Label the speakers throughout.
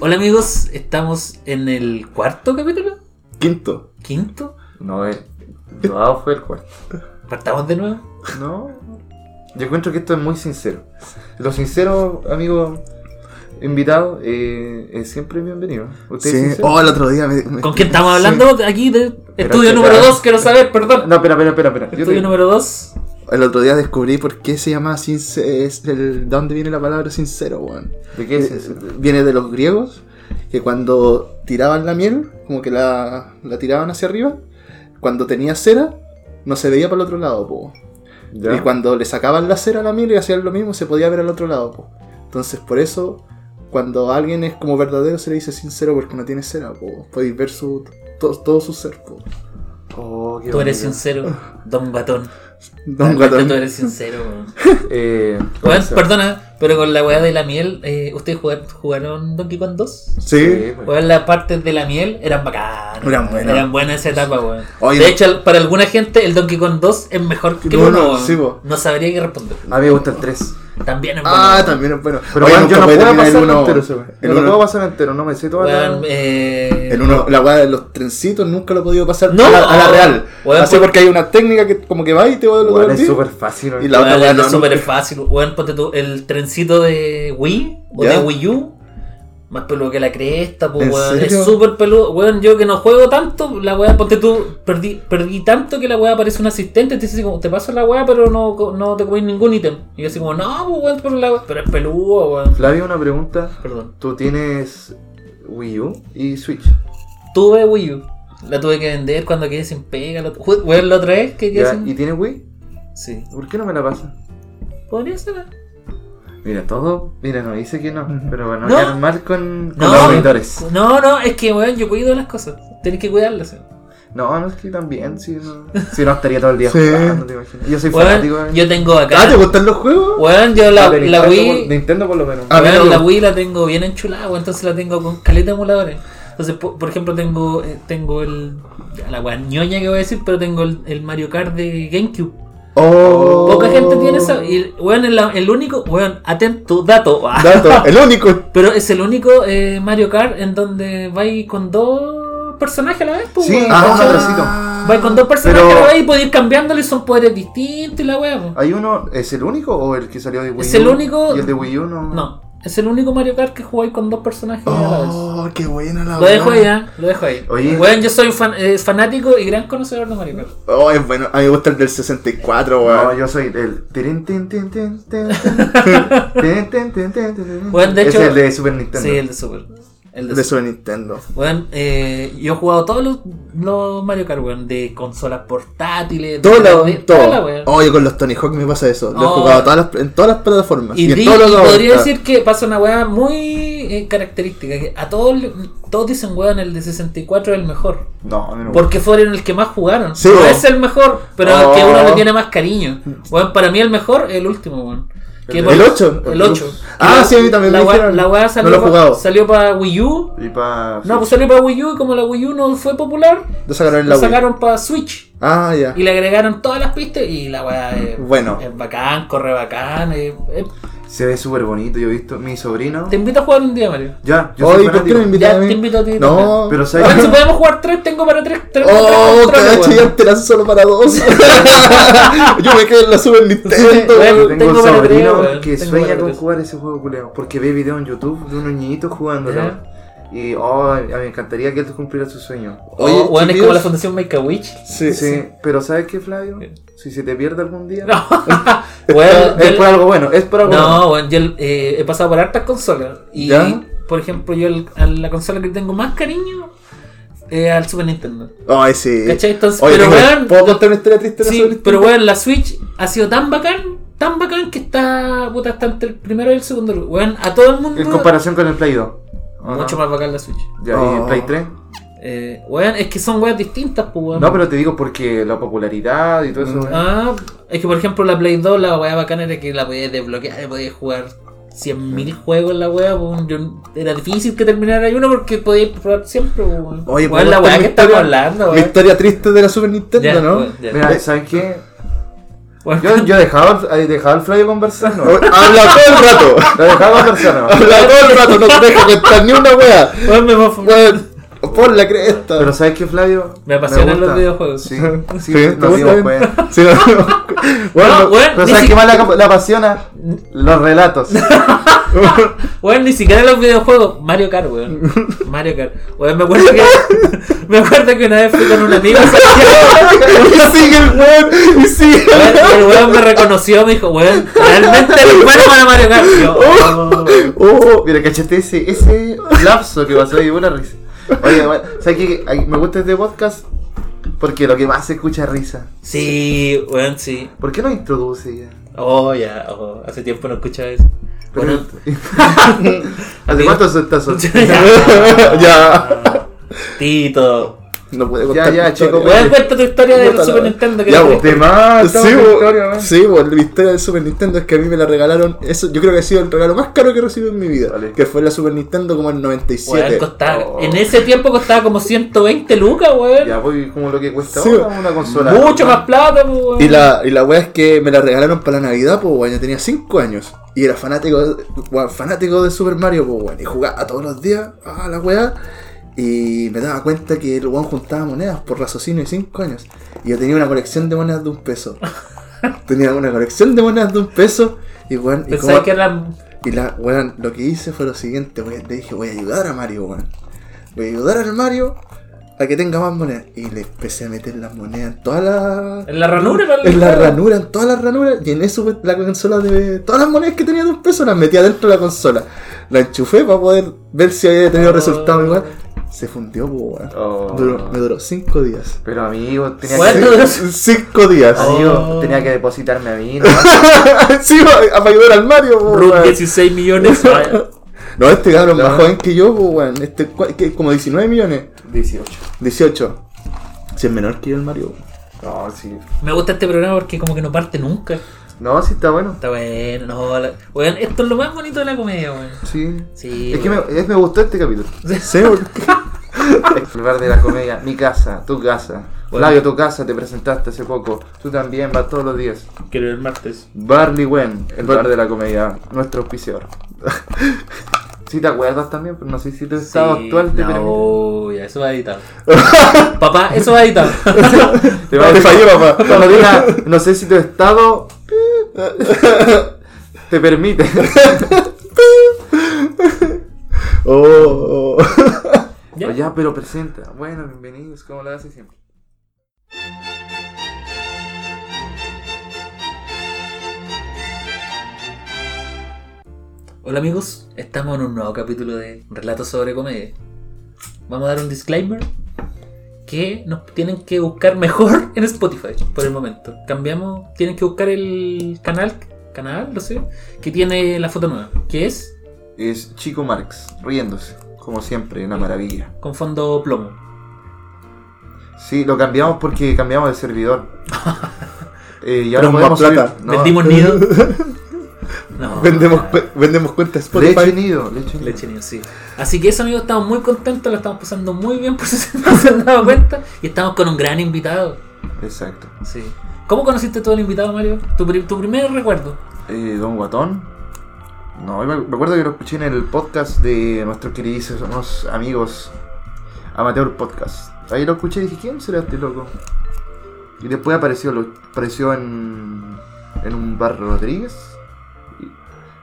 Speaker 1: Hola amigos, estamos en el cuarto capítulo,
Speaker 2: Quinto.
Speaker 1: quinto.
Speaker 3: No, el rodado fue el cuarto.
Speaker 1: Partamos de nuevo.
Speaker 3: No. Yo encuentro que esto es muy sincero. Lo sincero, amigo invitado, eh, es siempre bienvenido. ¿Usted es
Speaker 2: Sí.
Speaker 3: sincero?
Speaker 2: Oh, el otro día me. me-
Speaker 1: ¿Con quién estamos
Speaker 2: Sí.
Speaker 1: hablando? Aquí de estudio
Speaker 3: espera.
Speaker 1: número 2, quiero saber, perdón.
Speaker 3: No, espera, espera, espera. espera. Yo
Speaker 1: estudio
Speaker 3: te-
Speaker 1: número 2.
Speaker 2: El otro día descubrí por qué se llama sincero. El, ¿De dónde viene la palabra sincero, weón?
Speaker 3: ¿De qué es
Speaker 2: Eh,
Speaker 3: sincero?
Speaker 2: Viene de los griegos, que cuando tiraban la miel, como que la, la tiraban hacia arriba, cuando tenía cera, no se veía para el otro lado, po.
Speaker 3: Ya.
Speaker 2: Y cuando le sacaban la cera a la miel y hacían lo mismo, se podía ver al otro lado, po. Entonces, por eso, cuando alguien es como verdadero, se le dice sincero porque no tiene cera, po. Podéis ver su, to- todo su ser, po.
Speaker 3: Oh, qué
Speaker 1: Tú eres
Speaker 3: bonito.
Speaker 1: sincero, don Batón.
Speaker 2: Don
Speaker 1: Realmente
Speaker 2: Guatón.
Speaker 1: Tú eres sincero. weón.
Speaker 3: Eh,
Speaker 1: Weón,
Speaker 3: ¿cómo se-
Speaker 1: perdona, pero con la weá de la miel, eh, ¿ustedes jugaron, jugaron Donkey Kong 2?
Speaker 2: Sí.
Speaker 3: Sí, bueno.
Speaker 1: Weón, las partes de la miel eran bacanas.
Speaker 2: Eran buenas.
Speaker 1: Eran buenas esa etapa, weón.
Speaker 2: Oye,
Speaker 1: de
Speaker 2: no-
Speaker 1: hecho, para alguna gente, el Donkey Kong 2 es mejor que el
Speaker 2: No,
Speaker 1: 1.
Speaker 2: no,
Speaker 1: weón.
Speaker 2: sí, po.
Speaker 1: no sabría qué responder.
Speaker 3: A mí me gusta el 3.
Speaker 1: También es bueno.
Speaker 2: Ah,
Speaker 1: weón.
Speaker 2: también es bueno.
Speaker 3: Pero
Speaker 2: Oye,
Speaker 3: bueno, yo
Speaker 2: nunca
Speaker 3: no
Speaker 2: puede
Speaker 3: puedo
Speaker 2: terminar
Speaker 3: pasar
Speaker 2: el uno-
Speaker 3: entero. ese weón.
Speaker 2: el
Speaker 3: Yo no
Speaker 2: uno-
Speaker 3: puedo pasar entero, no me sé toda la-
Speaker 1: Weón, eh,
Speaker 2: El uno, la weá de los trencitos nunca lo he podido pasar
Speaker 1: No.
Speaker 2: a, la, a la real.
Speaker 1: Weón, pues,
Speaker 2: Así
Speaker 1: por-
Speaker 2: porque hay una técnica que como que va y te va a
Speaker 3: Weón,
Speaker 2: lo
Speaker 3: es súper fácil.
Speaker 2: Y
Speaker 3: weón.
Speaker 2: la otra
Speaker 1: Weón,
Speaker 2: weá
Speaker 1: es
Speaker 2: no,
Speaker 1: súper
Speaker 2: nunca-
Speaker 1: fácil. Weón, ponte tú, el trencito de Wii o
Speaker 2: Ya.
Speaker 1: de Wii U. Más peludo que la cresta, pues,
Speaker 2: ¿En
Speaker 1: weón.
Speaker 2: serio?
Speaker 1: Es súper peludo. Weón, yo que no juego tanto, la weá, ponte tú, perdí, perdí tanto que la weá aparece un asistente. Te dice así como, te paso la weá, pero no, co- no te comí ningún ítem. Y yo así como, no, pues, weón, pero, la weá- pero es peludo, weón.
Speaker 3: Flavio, una pregunta.
Speaker 1: Perdón.
Speaker 3: ¿Tú tienes Wii U y Switch?
Speaker 1: Tuve Wii U. La tuve que vender cuando quedé sin pega. la- Jue- Weón, la otra vez que quedé
Speaker 3: Ya,
Speaker 1: sin.
Speaker 3: ¿Y tienes Wii?
Speaker 1: Sí.
Speaker 3: ¿Por qué no me la pasa?
Speaker 1: Podría ser, weón.
Speaker 3: Mira, todo. Mira, no dice que no. Pero bueno,
Speaker 1: No.
Speaker 3: no. quedar mal con, con
Speaker 1: No.
Speaker 3: los auditores.
Speaker 1: No, no, es que, weón, yo cuido las cosas. Tenés que cuidarlas, weón.
Speaker 3: No, no es que también. Si no, si no estaría todo el día
Speaker 2: Sí.
Speaker 3: jugando, te imaginas. Yo soy fanático
Speaker 1: Weón,
Speaker 3: de.
Speaker 1: yo tengo
Speaker 2: Ah,
Speaker 1: acá.
Speaker 2: ¿te gustan los juegos?
Speaker 1: Weón, yo la,
Speaker 3: de
Speaker 1: la
Speaker 3: Nintendo por-
Speaker 1: Wii.
Speaker 3: Nintendo por lo menos.
Speaker 2: Ah,
Speaker 1: weón,
Speaker 2: mira,
Speaker 1: la
Speaker 2: lo-
Speaker 1: Wii la tengo bien enchulada, weón, entonces la tengo con caleta de emuladores. Entonces, po- por ejemplo, tengo eh, tengo el. ya, La weón ñoña que voy a decir, pero tengo el, el Mario Kart de GameCube.
Speaker 2: Oh.
Speaker 1: Poca gente tiene eso. Y, weón, el, el único. Weón, atento, dato. ah,
Speaker 2: Dato, el único.
Speaker 1: Pero es el único eh, Mario Kart en donde vais con dos personajes a la vez, pues,
Speaker 3: Sí,
Speaker 1: weón,
Speaker 3: ah,
Speaker 1: ¿cachai?
Speaker 3: un abracito.
Speaker 1: Vais con dos personajes
Speaker 3: Pero-
Speaker 1: a la vez y podéis ir cambiándole, son poderes distintos y la weón.
Speaker 2: Ah.
Speaker 3: ¿Hay uno? ¿Es el único o el que salió de Wii U?
Speaker 1: Es el único-
Speaker 3: ¿Y el de Wii U no?
Speaker 1: No, es el único Mario Kart que jugáis con dos personajes a la vez.
Speaker 2: Oh, qué buena la
Speaker 1: Lo dejo ahí,
Speaker 2: weá.
Speaker 1: ¿eh? lo dejo ahí.
Speaker 3: Oye.
Speaker 1: Weón, yo soy fan- eh, fanático y gran conocedor de Mario Kart.
Speaker 2: Oh, es bueno. A mí me gusta el del 64, weón.
Speaker 3: No, yo soy el. Tin, tin, tin, tin, tin, tin, tin, tin, tin, tin, tin.
Speaker 1: Bueno, de
Speaker 3: Es
Speaker 1: hecho-
Speaker 3: el de Super Nintendo.
Speaker 1: Sí, el de Super. El de,
Speaker 2: El de
Speaker 1: Super.
Speaker 2: Super Nintendo.
Speaker 1: Weón, eh, yo he jugado todos los, los Mario Kart, weón, de consolas portátiles, de,
Speaker 2: Todo, la,
Speaker 1: de-
Speaker 2: todo.
Speaker 1: toda la weón.
Speaker 2: Oye, con los Tony Hawk me pasa eso. Lo he
Speaker 1: Oh.
Speaker 2: jugado todas las- en todas las plataformas.
Speaker 1: Y,
Speaker 2: en
Speaker 1: di-
Speaker 2: todos los
Speaker 1: y
Speaker 2: lados. Ah,
Speaker 1: podría decir que pasa una weá muy eh, característica. Que a todos le- todos dicen, weón, el de 64 es el mejor.
Speaker 3: No, a mí no. me gusta.
Speaker 1: Porque fueron el que más jugaron.
Speaker 2: Sí,
Speaker 1: no
Speaker 2: weón.
Speaker 1: es el mejor, pero el que
Speaker 2: Oh.
Speaker 1: uno le tiene más cariño. Weón, para mí el mejor es el último, weón. Que
Speaker 3: El
Speaker 1: por-
Speaker 2: ¿El 8?
Speaker 1: El 8.
Speaker 2: Ah, sí, a mí también
Speaker 1: La
Speaker 2: me
Speaker 1: weá,
Speaker 2: dijeron.
Speaker 1: la weá
Speaker 2: No
Speaker 1: salió,
Speaker 2: lo he
Speaker 1: pa-
Speaker 2: jugado.
Speaker 1: salió para Wii U.
Speaker 3: Y pa.
Speaker 1: No, pues salió para Wii U y como la Wii U no fue popular,
Speaker 2: Lo sacaron en la
Speaker 1: la
Speaker 2: Wii.
Speaker 1: sacaron para Switch.
Speaker 2: Ah, ya.
Speaker 1: Y le agregaron todas las pistas y la weá es,
Speaker 2: Bueno.
Speaker 1: es bacán, corre bacán. es- es-
Speaker 3: Se ve súper bonito. Yo he visto. Mi sobrino.
Speaker 1: Te invito a jugar un día, Mario.
Speaker 3: Ya, yo soy
Speaker 2: Oye, ¿por qué
Speaker 3: fanático.
Speaker 2: no invitas
Speaker 1: Ya,
Speaker 2: a mí?
Speaker 1: te invito a ti
Speaker 2: No.
Speaker 3: Pero
Speaker 1: Weón, si
Speaker 3: sabes.
Speaker 1: podemos jugar tres, tengo para tres. tres
Speaker 2: Oh,
Speaker 1: tres controles,
Speaker 2: cacho,
Speaker 1: weón.
Speaker 2: ya te lanzo solo para dos. Yo me quedé en la Super Nintendo.
Speaker 1: Sí,
Speaker 2: weón.
Speaker 3: Yo
Speaker 1: bueno.
Speaker 3: tengo,
Speaker 1: Tengo
Speaker 3: un
Speaker 1: para tres,
Speaker 3: sobrino
Speaker 1: weón.
Speaker 3: que
Speaker 1: Tengo
Speaker 3: sueña
Speaker 1: para
Speaker 3: con
Speaker 1: tres.
Speaker 3: jugar ese juego culeado. Porque ve videos en YouTube de unos niñitos jugándolo. Y oh, a mí me encantaría que él cumpliera su sueño.
Speaker 1: Oh,
Speaker 2: Oye,
Speaker 1: weón, es
Speaker 2: chiquillos.
Speaker 1: como la fundación Make a Witch.
Speaker 3: Sí,
Speaker 2: Sí, sí.
Speaker 3: pero ¿sabes qué, Flavio?
Speaker 1: Bien.
Speaker 3: Si se te pierde algún día.
Speaker 1: Weón,
Speaker 3: Es
Speaker 1: yo-
Speaker 3: por algo bueno, es por algo bueno.
Speaker 1: No, weón, yo eh, he pasado por hartas consolas. Y,
Speaker 2: ¿Ya?
Speaker 1: por ejemplo, yo el- a la consola que tengo más cariño es al Super Nintendo.
Speaker 2: Ay, sí.
Speaker 1: ¿Cachai? Entonces,
Speaker 2: Eh, Oye,
Speaker 1: pero
Speaker 2: tengo-
Speaker 1: weón,
Speaker 2: ¿Puedo contar una historia triste de la
Speaker 1: Sí,
Speaker 2: Super Nintendo?
Speaker 1: pero weón, la Switch ha sido tan bacán, tan bacán que está, puta, está entre el primero y el segundo lugar. Weón, a todo el mundo.
Speaker 3: En comparación con el Play 2. ¿o no?
Speaker 1: Mucho más bacán la Switch.
Speaker 3: Ya, ¿Y el
Speaker 2: Oh.
Speaker 3: Play 3?
Speaker 1: Eh, weón, es que son weas distintas, pues weón.
Speaker 3: No, pero te digo porque la popularidad y todo eso. weón.
Speaker 1: Ah, es que por ejemplo la Play 2, la wea bacana era que la podías desbloquear y podías jugar 100.000 juegos en la wea. pues, yo- era difícil que terminara uno porque podías probar siempre. pues, weón.
Speaker 2: Oye,
Speaker 1: Weón,
Speaker 2: ¿puedo
Speaker 1: la
Speaker 2: contar
Speaker 1: wea
Speaker 2: mi
Speaker 1: que estamos
Speaker 2: historia?
Speaker 1: hablando,
Speaker 2: Mi
Speaker 1: weón.
Speaker 2: historia triste de la Super Nintendo,
Speaker 1: Ya,
Speaker 2: ¿no?
Speaker 1: weón, ya.
Speaker 3: Mira, ¿sabes qué?
Speaker 1: Bueno,
Speaker 3: Yo, yo he dejado, al- he dejado al Flavio conversar, ¿no?
Speaker 2: Habla todo el rato.
Speaker 3: Lo he dejado conversar, ¿no?
Speaker 2: Habla todo el rato, no te deja contar ni una wea.
Speaker 1: bueno, me, va-
Speaker 2: Weón, por la cresta.
Speaker 3: Pero ¿sabes qué, Flavio?
Speaker 1: Me apasionan
Speaker 3: gusta.
Speaker 1: los videojuegos.
Speaker 3: Sí,
Speaker 2: Sí,
Speaker 3: sí,
Speaker 2: ¿te
Speaker 3: nos dimos
Speaker 2: gustan?
Speaker 3: cuenta.
Speaker 2: Sí, no, no.
Speaker 1: No,
Speaker 2: Bueno,
Speaker 1: weón,
Speaker 3: Pero
Speaker 1: ni
Speaker 3: ¿sabes
Speaker 1: si-
Speaker 3: qué más la, la apasiona? Los relatos.
Speaker 1: Weón, ni siquiera los videojuegos. Mario Kart, weón. Mario Kart. Weón, me acuerdo que. me acuerdo que una vez fui con un amigo a Santiago.
Speaker 2: y sigue el weón, y sigue.
Speaker 1: weón, y el weón me reconoció, me dijo, weón, realmente eres bueno para Mario Kart. Y yo, oh.
Speaker 2: Oh,
Speaker 3: Mira, cachete ese, ese lapso que pasó y una risa. Oye, bueno, ¿sabes qué? Ay, Me gusta este podcast porque lo que más se escucha es risa.
Speaker 1: Sí, weón, sí.
Speaker 3: ¿Por qué no introduce ya?
Speaker 1: Oh, ya, oh, hace tiempo no escuchaba eso.
Speaker 3: Pero-
Speaker 1: Bueno,
Speaker 3: ¿Hace cuánto se está soltando?
Speaker 1: ya.
Speaker 2: ya.
Speaker 1: Tito.
Speaker 2: No puede
Speaker 3: Ya,
Speaker 2: contar.
Speaker 3: ya,
Speaker 2: mi
Speaker 3: chico,
Speaker 2: historia.
Speaker 1: Weón, cuenta tu historia del
Speaker 2: Bótala,
Speaker 1: Super
Speaker 2: weón.
Speaker 1: Nintendo. Que
Speaker 2: Ya, pues,
Speaker 1: era-
Speaker 2: weón.
Speaker 3: Tema,
Speaker 2: Ah, Sí, bo, sí, bo, la historia del Super Nintendo es que a mí me la regalaron. Eso, yo creo que ha sido el regalo más caro que he recibido en mi vida.
Speaker 3: Vale.
Speaker 2: Que fue la Super Nintendo como en
Speaker 1: Weón,
Speaker 2: 97.
Speaker 1: costaba,
Speaker 3: Oh.
Speaker 1: En ese tiempo costaba como 120 lucas, weón.
Speaker 3: Ya voy como lo que cuesta
Speaker 2: Sí,
Speaker 3: ahora una consola.
Speaker 1: Mucho más plata, pues, weón.
Speaker 2: Y la, y la wea es que me la regalaron para la Navidad, pues weón, yo tenía 5 años. Y era fanático, weón, fanático de Super Mario, pues weón. Y jugaba todos los días a la wea. Y me daba cuenta que el weón juntaba monedas por raciocinio de 5 años. Y yo tenía una colección de monedas de un peso. tenía una colección de monedas de un peso. Y weón, y
Speaker 1: Pensaba
Speaker 2: como-
Speaker 1: que era.
Speaker 2: Y la, weón, lo que hice fue lo siguiente, weón. Le dije, voy a ayudar a Mario, weón. Voy a ayudar al Mario a que tenga más monedas. Y le empecé a meter las monedas en todas las.
Speaker 1: En la ranura, para el
Speaker 2: En la
Speaker 1: juego.
Speaker 2: ranura, en todas las ranuras. Y en eso, weón, la consola de. Todas las monedas que tenía de un peso las metía dentro de la consola. La enchufé para poder ver si había tenido
Speaker 1: Oh.
Speaker 2: resultado igual. Se fundió, po, weón.
Speaker 3: Oh.
Speaker 2: Duró- me duró 5 días.
Speaker 3: Pero amigo, tenía
Speaker 1: Bueno.
Speaker 3: que...
Speaker 2: Cinco días.
Speaker 3: Amigo,
Speaker 1: Oh.
Speaker 3: Ah, tenía que depositarme a mí. ¿no?
Speaker 2: sí, a- para ayudar al Mario, po,
Speaker 1: Root
Speaker 2: weón.
Speaker 1: 16 millones. Ah,
Speaker 2: No, este cabrón
Speaker 3: Claro.
Speaker 2: más joven que yo, pues, weón. Este, cua- que- como 19 millones.
Speaker 3: 18.
Speaker 2: 18. Si es menor que yo el Mario.
Speaker 3: No, sí.
Speaker 1: Me gusta este programa porque como que no parte nunca.
Speaker 3: No, sí está bueno.
Speaker 1: Está bueno, no, la- weón, esto es lo más bonito de la comedia, weón.
Speaker 3: Sí.
Speaker 1: Sí.
Speaker 3: Es que me,
Speaker 1: weón.
Speaker 3: es- me gustó este capítulo.
Speaker 2: Sí, porque-
Speaker 3: Explorar de la comedia. Mi casa, tu casa.
Speaker 1: Bueno.
Speaker 3: Flavio, tu casa, te presentaste hace poco. Tú también, vas todos los días.
Speaker 1: Quiero el martes.
Speaker 3: Barley Wen, el bar de la comedia. Nuestro auspiciador. Si te acuerdas también, pero no sé si tu estado actual te permite.
Speaker 1: no, ya, eso va editado. Papá, eso va editado.
Speaker 3: Te va a
Speaker 2: Te
Speaker 3: decir-
Speaker 2: fallé, papá.
Speaker 3: Cuando diga, no sé si tu estado te permite.
Speaker 2: Oh, oh.
Speaker 1: Ya.
Speaker 3: Pero Ya, pero presenta. Bueno, bienvenidos, como lo hace siempre.
Speaker 1: Hola amigos, estamos en un nuevo capítulo de Relatos sobre Comedia. Vamos a dar un disclaimer que nos tienen que buscar mejor en Spotify por el momento. Cambiamos, tienen que buscar el canal, canal, no sé, que tiene la foto nueva, que es
Speaker 3: Es Chico Marx, riéndose. Como siempre, una maravilla.
Speaker 1: con fondo plomo.
Speaker 3: Sí, lo cambiamos porque cambiamos de servidor. Eh, y
Speaker 2: Pero
Speaker 3: ahora podemos
Speaker 2: más plata.
Speaker 3: subir- no,
Speaker 1: Vendimos nido. No.
Speaker 2: vendemos, cu- vendemos cuentas
Speaker 3: Leche
Speaker 2: Spotify.
Speaker 3: nido, leche nido.
Speaker 1: Leche nido, sí. Así que eso amigos, estamos muy contentos, lo estamos pasando muy bien por si se no se han dado cuenta. Y estamos con un gran invitado.
Speaker 3: Exacto.
Speaker 1: Sí. ¿Cómo conociste tú al invitado, Mario? Tu, pri- tu primer recuerdo.
Speaker 3: Eh, Don Guatón. No, me me acuerdo que lo escuché en el podcast de nuestros queridísimos amigos Amateur Podcast. Ahí lo escuché y dije, ¿quién será este loco? Y después apareció, lo, apareció en, en un Bar Rodríguez. Y-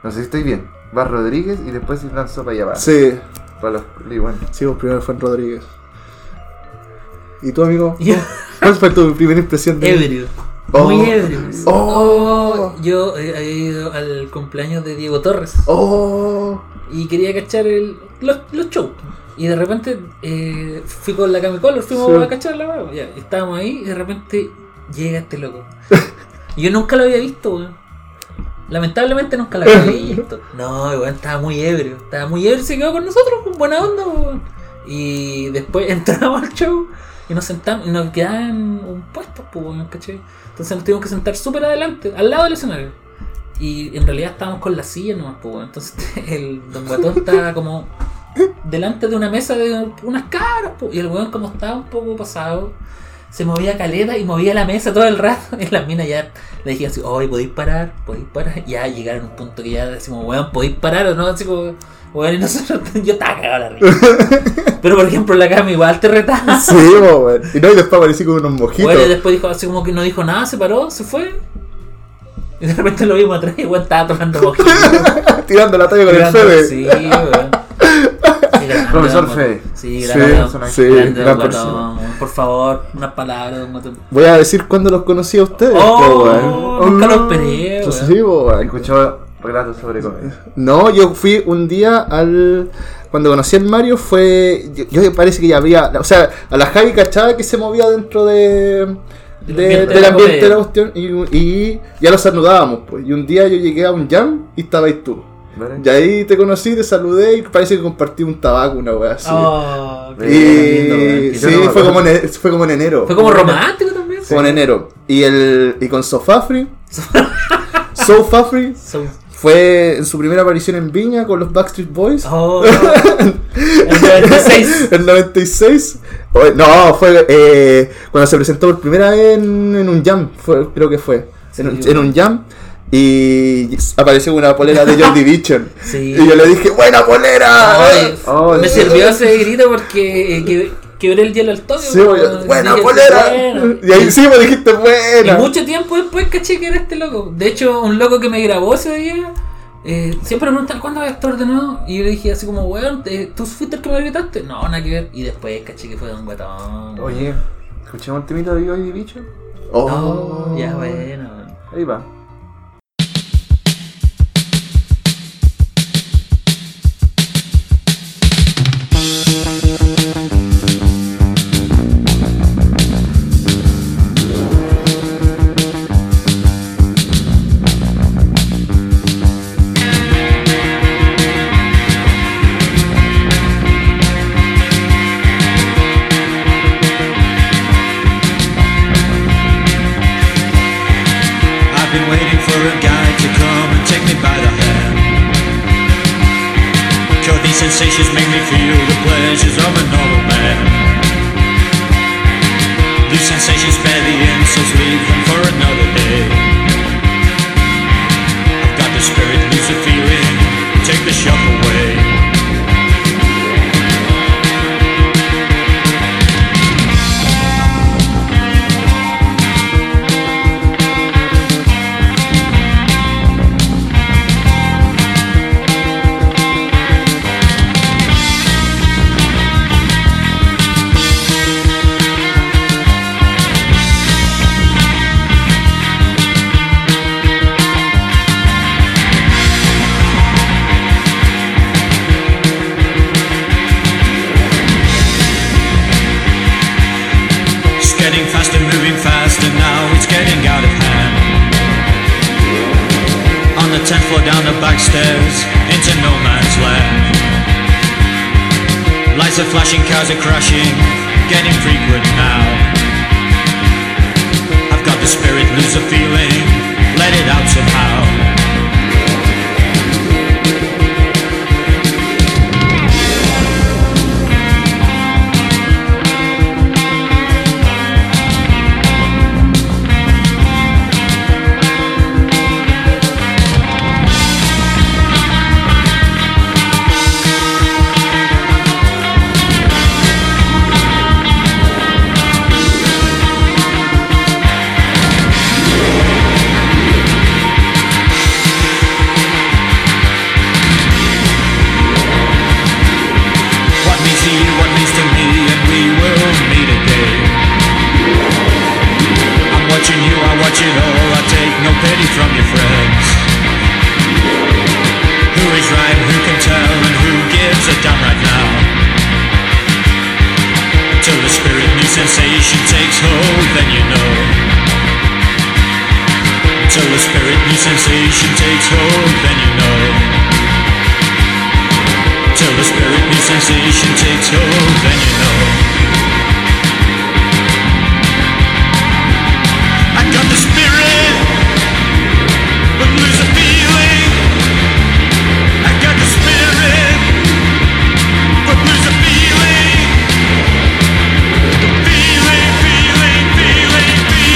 Speaker 3: no sé si estoy bien. Bar Rodríguez y después se lanzó para allá abajo.
Speaker 2: Sí,
Speaker 3: Para los, y bueno.
Speaker 2: sí, vos primero fue en Rodríguez. ¿Y tú, amigo?
Speaker 1: Yo-
Speaker 2: ¿Cuál fue tu primera impresión de mí?
Speaker 1: Ebrio.
Speaker 2: Oh.
Speaker 1: Muy ebrio.
Speaker 2: Oh.
Speaker 1: Oh, yo eh, he ido al cumpleaños de Diego Torres
Speaker 2: Oh,
Speaker 1: y quería cachar el, los, los shows. Y de repente eh, fui con la Camicolor, fuimos
Speaker 2: Sí.
Speaker 1: a cachar la hueá, ya, y Estábamos ahí y de repente llega este loco. Yo nunca lo había visto, weón. Lamentablemente nunca lo había visto. No, weón, estaba muy ebrio. Estaba muy ebrio y se quedó con nosotros, con buena onda, weón. Y después entramos al show y nos sentamos y nos quedaban un puesto, pues, weón, ¿cachai? Entonces nos tuvimos que sentar súper adelante, al lado del escenario. Y en realidad estábamos con la silla nomás, pues, weón. Entonces el don Guatón estaba como delante de una mesa de unas cabras, pues. Y el weón, como estaba un poco pasado, se movía caleta y movía la mesa todo el rato. Y las minas ya le dijeron así, oye, podéis parar, podéis parar. Ya llegaron a un punto que ya decimos, weón, podéis parar o no. Así como, weón, y nosotros, yo estaba cagado la risa. Pero por ejemplo, la cama igual te retaba.
Speaker 2: Sí, po, weón. Y no, y después aparecí con unos mojitos.
Speaker 1: Bueno, y después dijo así como que no dijo nada, se paró, se fue. Y de repente lo vimos atrás y weón estaba tomando mojito.
Speaker 2: tirando la talla con el
Speaker 1: Tirando-
Speaker 2: Febe.
Speaker 1: Sí, weón. Sí, grande,
Speaker 3: Profesor
Speaker 1: don-
Speaker 3: Fede.
Speaker 1: Sí,
Speaker 2: Sí,
Speaker 1: grande, don-
Speaker 2: sí,
Speaker 1: grande, don
Speaker 2: gran
Speaker 1: Guatón. Por favor, unas palabras. don Guatón.
Speaker 2: Voy a decir cuándo los conocí a ustedes.
Speaker 1: Oh,
Speaker 2: po, weón.
Speaker 1: nunca lo
Speaker 2: no.
Speaker 1: esperé,
Speaker 2: Entonces,
Speaker 1: weón.
Speaker 2: sí, po, weón.
Speaker 3: Escuchó relatos sobre comedia.
Speaker 2: No, yo fui un día al. Cuando conocí al Mario fue. Yo, yo parece que ya había. O sea, a la Javi cachaba que se movía dentro de. de-
Speaker 1: Del ambiente de
Speaker 2: del
Speaker 1: la
Speaker 2: ambiente de la
Speaker 1: comedia.
Speaker 2: cuestión. Y, y ya los saludábamos, pues. Y un día yo llegué a un jam y estabais tú.
Speaker 3: ¿Vale?
Speaker 2: Y ahí te conocí, te saludé y parece que compartí un tabaco, una wea así.
Speaker 1: Oh,
Speaker 2: y.
Speaker 1: qué lindo, weón.
Speaker 3: lindo,
Speaker 2: Sí,
Speaker 3: weón. Yo no me
Speaker 2: fue,
Speaker 3: acuerdo.
Speaker 2: como en, e- fue como en enero.
Speaker 1: Fue como romántico también.
Speaker 2: Fue en enero. Y, el, y con Sofafri. Sofafri
Speaker 1: So-
Speaker 2: fue en su primera aparición en Viña con los Backstreet Boys.
Speaker 1: Oh, el 96.
Speaker 2: El 96. Oye, No, fue eh, cuando se presentó por primera vez en, en un jam, fue- creo que fue.
Speaker 1: Sí,
Speaker 2: en, un,
Speaker 1: yo-
Speaker 2: en un jam. Y apareció con una polera de John Division.
Speaker 1: Sí.
Speaker 2: Y yo le dije, ¡buena polera!
Speaker 1: Ay,
Speaker 3: Oh,
Speaker 1: me
Speaker 3: no.
Speaker 1: sirvió ese grito porque eh, que- quebré el hielo al toque.
Speaker 2: Sí,
Speaker 1: weón.
Speaker 2: oye, ¡Buena
Speaker 1: Dije,
Speaker 2: polera!
Speaker 1: bueno.
Speaker 2: Y ahí sí me dijiste,
Speaker 1: Y
Speaker 2: ¡buena!
Speaker 1: mucho tiempo después caché que era este loco. De hecho, un loco que me grabó ese día, eh, siempre me preguntan cuándo vas a actuar de nuevo. Y yo le dije así como, weón, te- ¿tú fuiste el que me gritaste? No, nada que ver. Y después caché que fue Don Guatón.
Speaker 3: Oye, escuchemos un temita de hoy, bicho.
Speaker 2: Oh.
Speaker 1: No, ya bueno. weón.
Speaker 3: Ahí va.
Speaker 4: I've been waiting for a guy to come and take me by the hand. Cause these sensations make me feel the pleasures of a normal man. These sensations bear the end, so leave them for another day. I've got the spirit, lose the feeling, take the shock away. It's getting faster, moving faster now, it's getting out of hand. On the 10th floor down the back stairs, into no man's land. Lights are flashing, cars are crashing, getting frequent now. I've got the spirit, lose the feeling, let it out somehow. What means to you, what means to me, and we will meet again. I'm watching you, I watch it all, I take no pity from your friends. Who is right, who can tell, and who gives a damn right now? Until the spirit new sensation takes hold, then you know. Until the spirit new sensation takes hold, then you know. Till the spirit new sensation takes hold, then you know. I got the spirit, but lose the feeling. I got the spirit, but lose the feeling. The feeling, feeling,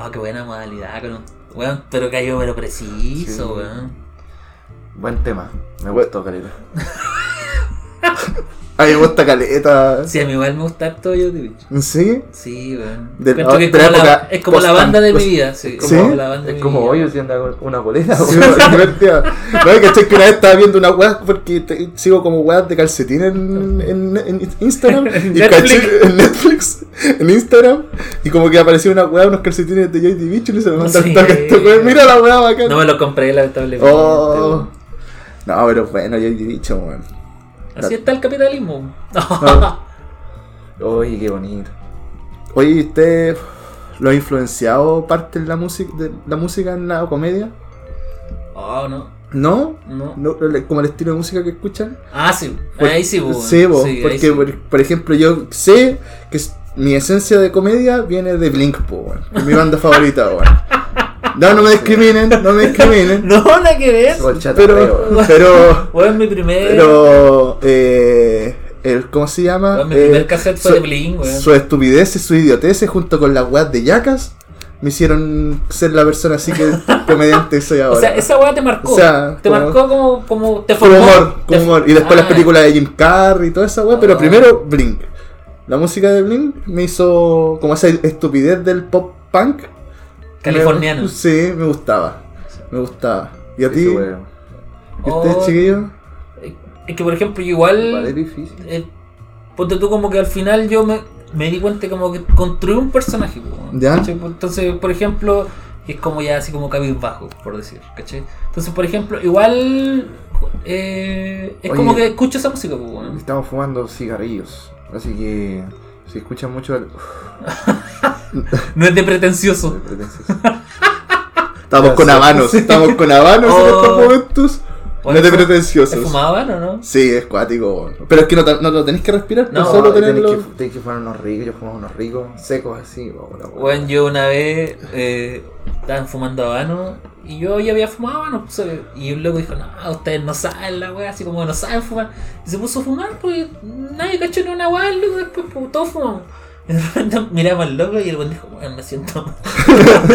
Speaker 1: Oh, buena modalidad, con un- weón, pero cayó pero preciso,
Speaker 3: Sí.
Speaker 1: weón.
Speaker 3: Buen tema. Me gustó, Caleta.
Speaker 2: A mí me gusta caleta.
Speaker 1: Sí, a mí igual me gusta harto yo, de bicho.
Speaker 2: ¿Sí?
Speaker 1: Sí, weón.
Speaker 2: De-
Speaker 1: Encuentro que es
Speaker 2: de
Speaker 1: como,
Speaker 2: la
Speaker 1: la,
Speaker 2: época
Speaker 1: es como la banda de mi
Speaker 2: post-
Speaker 1: vida, sí.
Speaker 2: ¿Sí?
Speaker 1: Como la banda de
Speaker 3: Es
Speaker 1: mi
Speaker 3: como
Speaker 1: vida.
Speaker 3: hoyo si anda con una coleta.
Speaker 2: Sí, pues,
Speaker 3: weón.
Speaker 2: me divertía. No, es que estoy que una vez estaba viendo una weá porque te- sigo como weas de calcetín en, en, en Instagram.
Speaker 1: En
Speaker 2: y
Speaker 1: Netflix.
Speaker 2: caché- en Netflix, en Instagram. Y como que apareció una weá, unos calcetines de JD Beach y se me mandó
Speaker 1: Sí.
Speaker 2: el toque a este weón. Mira la weá bacán.
Speaker 1: No me lo compré, lamentablemente.
Speaker 2: Oh. No, pero bueno, JD Beach, weón.
Speaker 1: Así está el capitalismo.
Speaker 3: Oye, qué bonito.
Speaker 2: Oye, ¿y usted lo ha influenciado parte de la, música de la música en la comedia?
Speaker 1: Oh, no.
Speaker 2: ¿No?
Speaker 1: No.
Speaker 2: ¿No? ¿Como el estilo de música que escuchan?
Speaker 1: Ah, sí. ahí sí, weón.
Speaker 2: Sí, bo,
Speaker 1: ahí
Speaker 2: porque
Speaker 1: sí.
Speaker 2: por, por ejemplo yo sé que s- mi esencia de comedia viene de Blink, po, weón, que es mi banda favorita, weón. No, no me discriminen, no me discriminen.
Speaker 1: No, nada que ver.
Speaker 3: Con chatarreo.
Speaker 2: pero, pero,
Speaker 1: Weón, Eh. mi primer.
Speaker 2: pero, eh, el, ¿cómo se llama?
Speaker 1: weón, mi primer
Speaker 2: Eh,
Speaker 1: cassette fue
Speaker 2: su-
Speaker 1: de Blink, weón.
Speaker 2: Su estupidez y su idiotez junto con las weas de yacas me hicieron ser la persona así que comediante soy ahora.
Speaker 1: O sea, esa weá te marcó.
Speaker 2: O sea,
Speaker 1: te
Speaker 2: como-
Speaker 1: marcó como, como te
Speaker 2: Con
Speaker 1: formó.
Speaker 2: humor, con
Speaker 1: Te-
Speaker 2: humor. Y después
Speaker 1: Ah,
Speaker 2: las películas de Jim Carrey y toda esa weá,
Speaker 1: Ah.
Speaker 2: pero primero Blink. La música de Blink me hizo como esa estupidez del pop punk.
Speaker 1: Californiano.
Speaker 2: Me- sí, me gustaba. Me gustaba. ¿Y a ti?
Speaker 3: Ese weón.
Speaker 2: ¿Y usted,
Speaker 1: Oh,
Speaker 2: chiquillo?
Speaker 1: Es que, por ejemplo, yo
Speaker 3: Igual es
Speaker 1: igual.
Speaker 3: difícil.
Speaker 1: eh, ponte tú como que al final yo me, me di cuenta como que construí un personaje. po, weón,
Speaker 2: Ya.
Speaker 1: ¿cachai? Entonces, por ejemplo, es como ya así como cabizbajo, por decir. ¿cachai? Entonces, por ejemplo, igual. eh, es
Speaker 3: Oye.
Speaker 1: como que escucho esa música. po, weón.
Speaker 3: Estamos fumando cigarrillos. Así que si escuchan mucho. Uf,
Speaker 1: No es de pretencioso.
Speaker 3: de pretencioso.
Speaker 2: Estamos con
Speaker 3: sí.
Speaker 2: habanos, estamos con habanos
Speaker 1: Oh.
Speaker 2: en estos momentos.
Speaker 1: Bueno,
Speaker 2: no te
Speaker 1: fu-
Speaker 2: pretenciosos.
Speaker 1: ¿Se fumaban o no?
Speaker 2: Sí, es cuático. weón. Pero es que no, ta- no lo tenés que respirar,
Speaker 1: No,
Speaker 2: no,
Speaker 3: No,
Speaker 2: solo
Speaker 3: tenés
Speaker 2: tenerlo.
Speaker 3: que, tenés que fumar unos ricos, yo fumo unos ricos, secos así. weón, la weá.
Speaker 1: Bueno, yo una vez eh, estaban fumando habano y yo ya había fumado habano. pues, eh, y un loco dijo, no, ustedes no saben la wea, así como no saben fumar. Y se puso a fumar, pues nadie cachó ni una wea, el loco, después pues, todos fumamos. Y de repente miramos al loco y el weón dijo, bueno, me siento mal".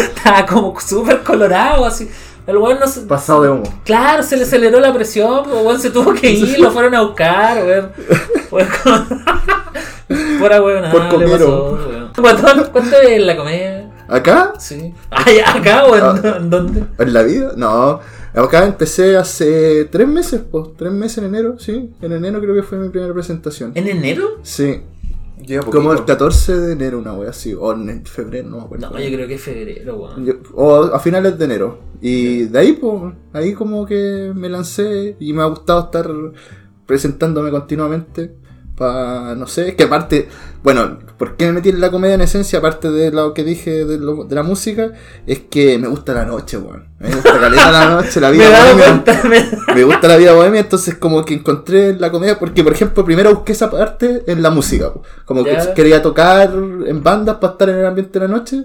Speaker 1: Estaba como súper colorado, así. El weón no se...
Speaker 3: Pasado de humo.
Speaker 1: Claro, se le aceleró la presión, pues, weón, se tuvo que ir, lo fueron a buscar, weón. Weón, con- Pura weón,
Speaker 2: Por
Speaker 1: nada, le
Speaker 2: comero.
Speaker 1: pasó, weón. Guatón, ¿Cuánto es la comedia?
Speaker 2: ¿Acá?
Speaker 1: Sí. Ay, acá, weón,
Speaker 2: Ah.
Speaker 1: ¿en dónde?
Speaker 2: ¿En la vida? No. Acá empecé hace tres meses, pues. Tres meses en enero, sí. En enero creo que fue mi primera presentación.
Speaker 1: ¿En enero?
Speaker 2: Sí.
Speaker 3: Lleva
Speaker 2: Como el 14 de enero, una wea así. O en febrero, no me acuerdo.
Speaker 1: No, yo creo que es febrero, weón.
Speaker 2: Yo- o a finales de enero. Y de ahí, pues, ahí como que me lancé y me ha gustado estar presentándome continuamente. Para, no sé, es que aparte, bueno, ¿por qué me metí en la comedia en esencia? Aparte de lo que dije de, lo- de la música, es que me gusta la noche, weón. Me gusta caleta la noche, la
Speaker 1: Me he
Speaker 2: vida
Speaker 1: dado
Speaker 2: bohemia.
Speaker 1: cuenta, me-
Speaker 2: Me gusta la vida bohemia, entonces como que encontré en la comedia, porque por ejemplo, primero busqué esa parte en la música. po. Como que
Speaker 1: Ya.
Speaker 2: quería tocar en bandas para estar en el ambiente de la noche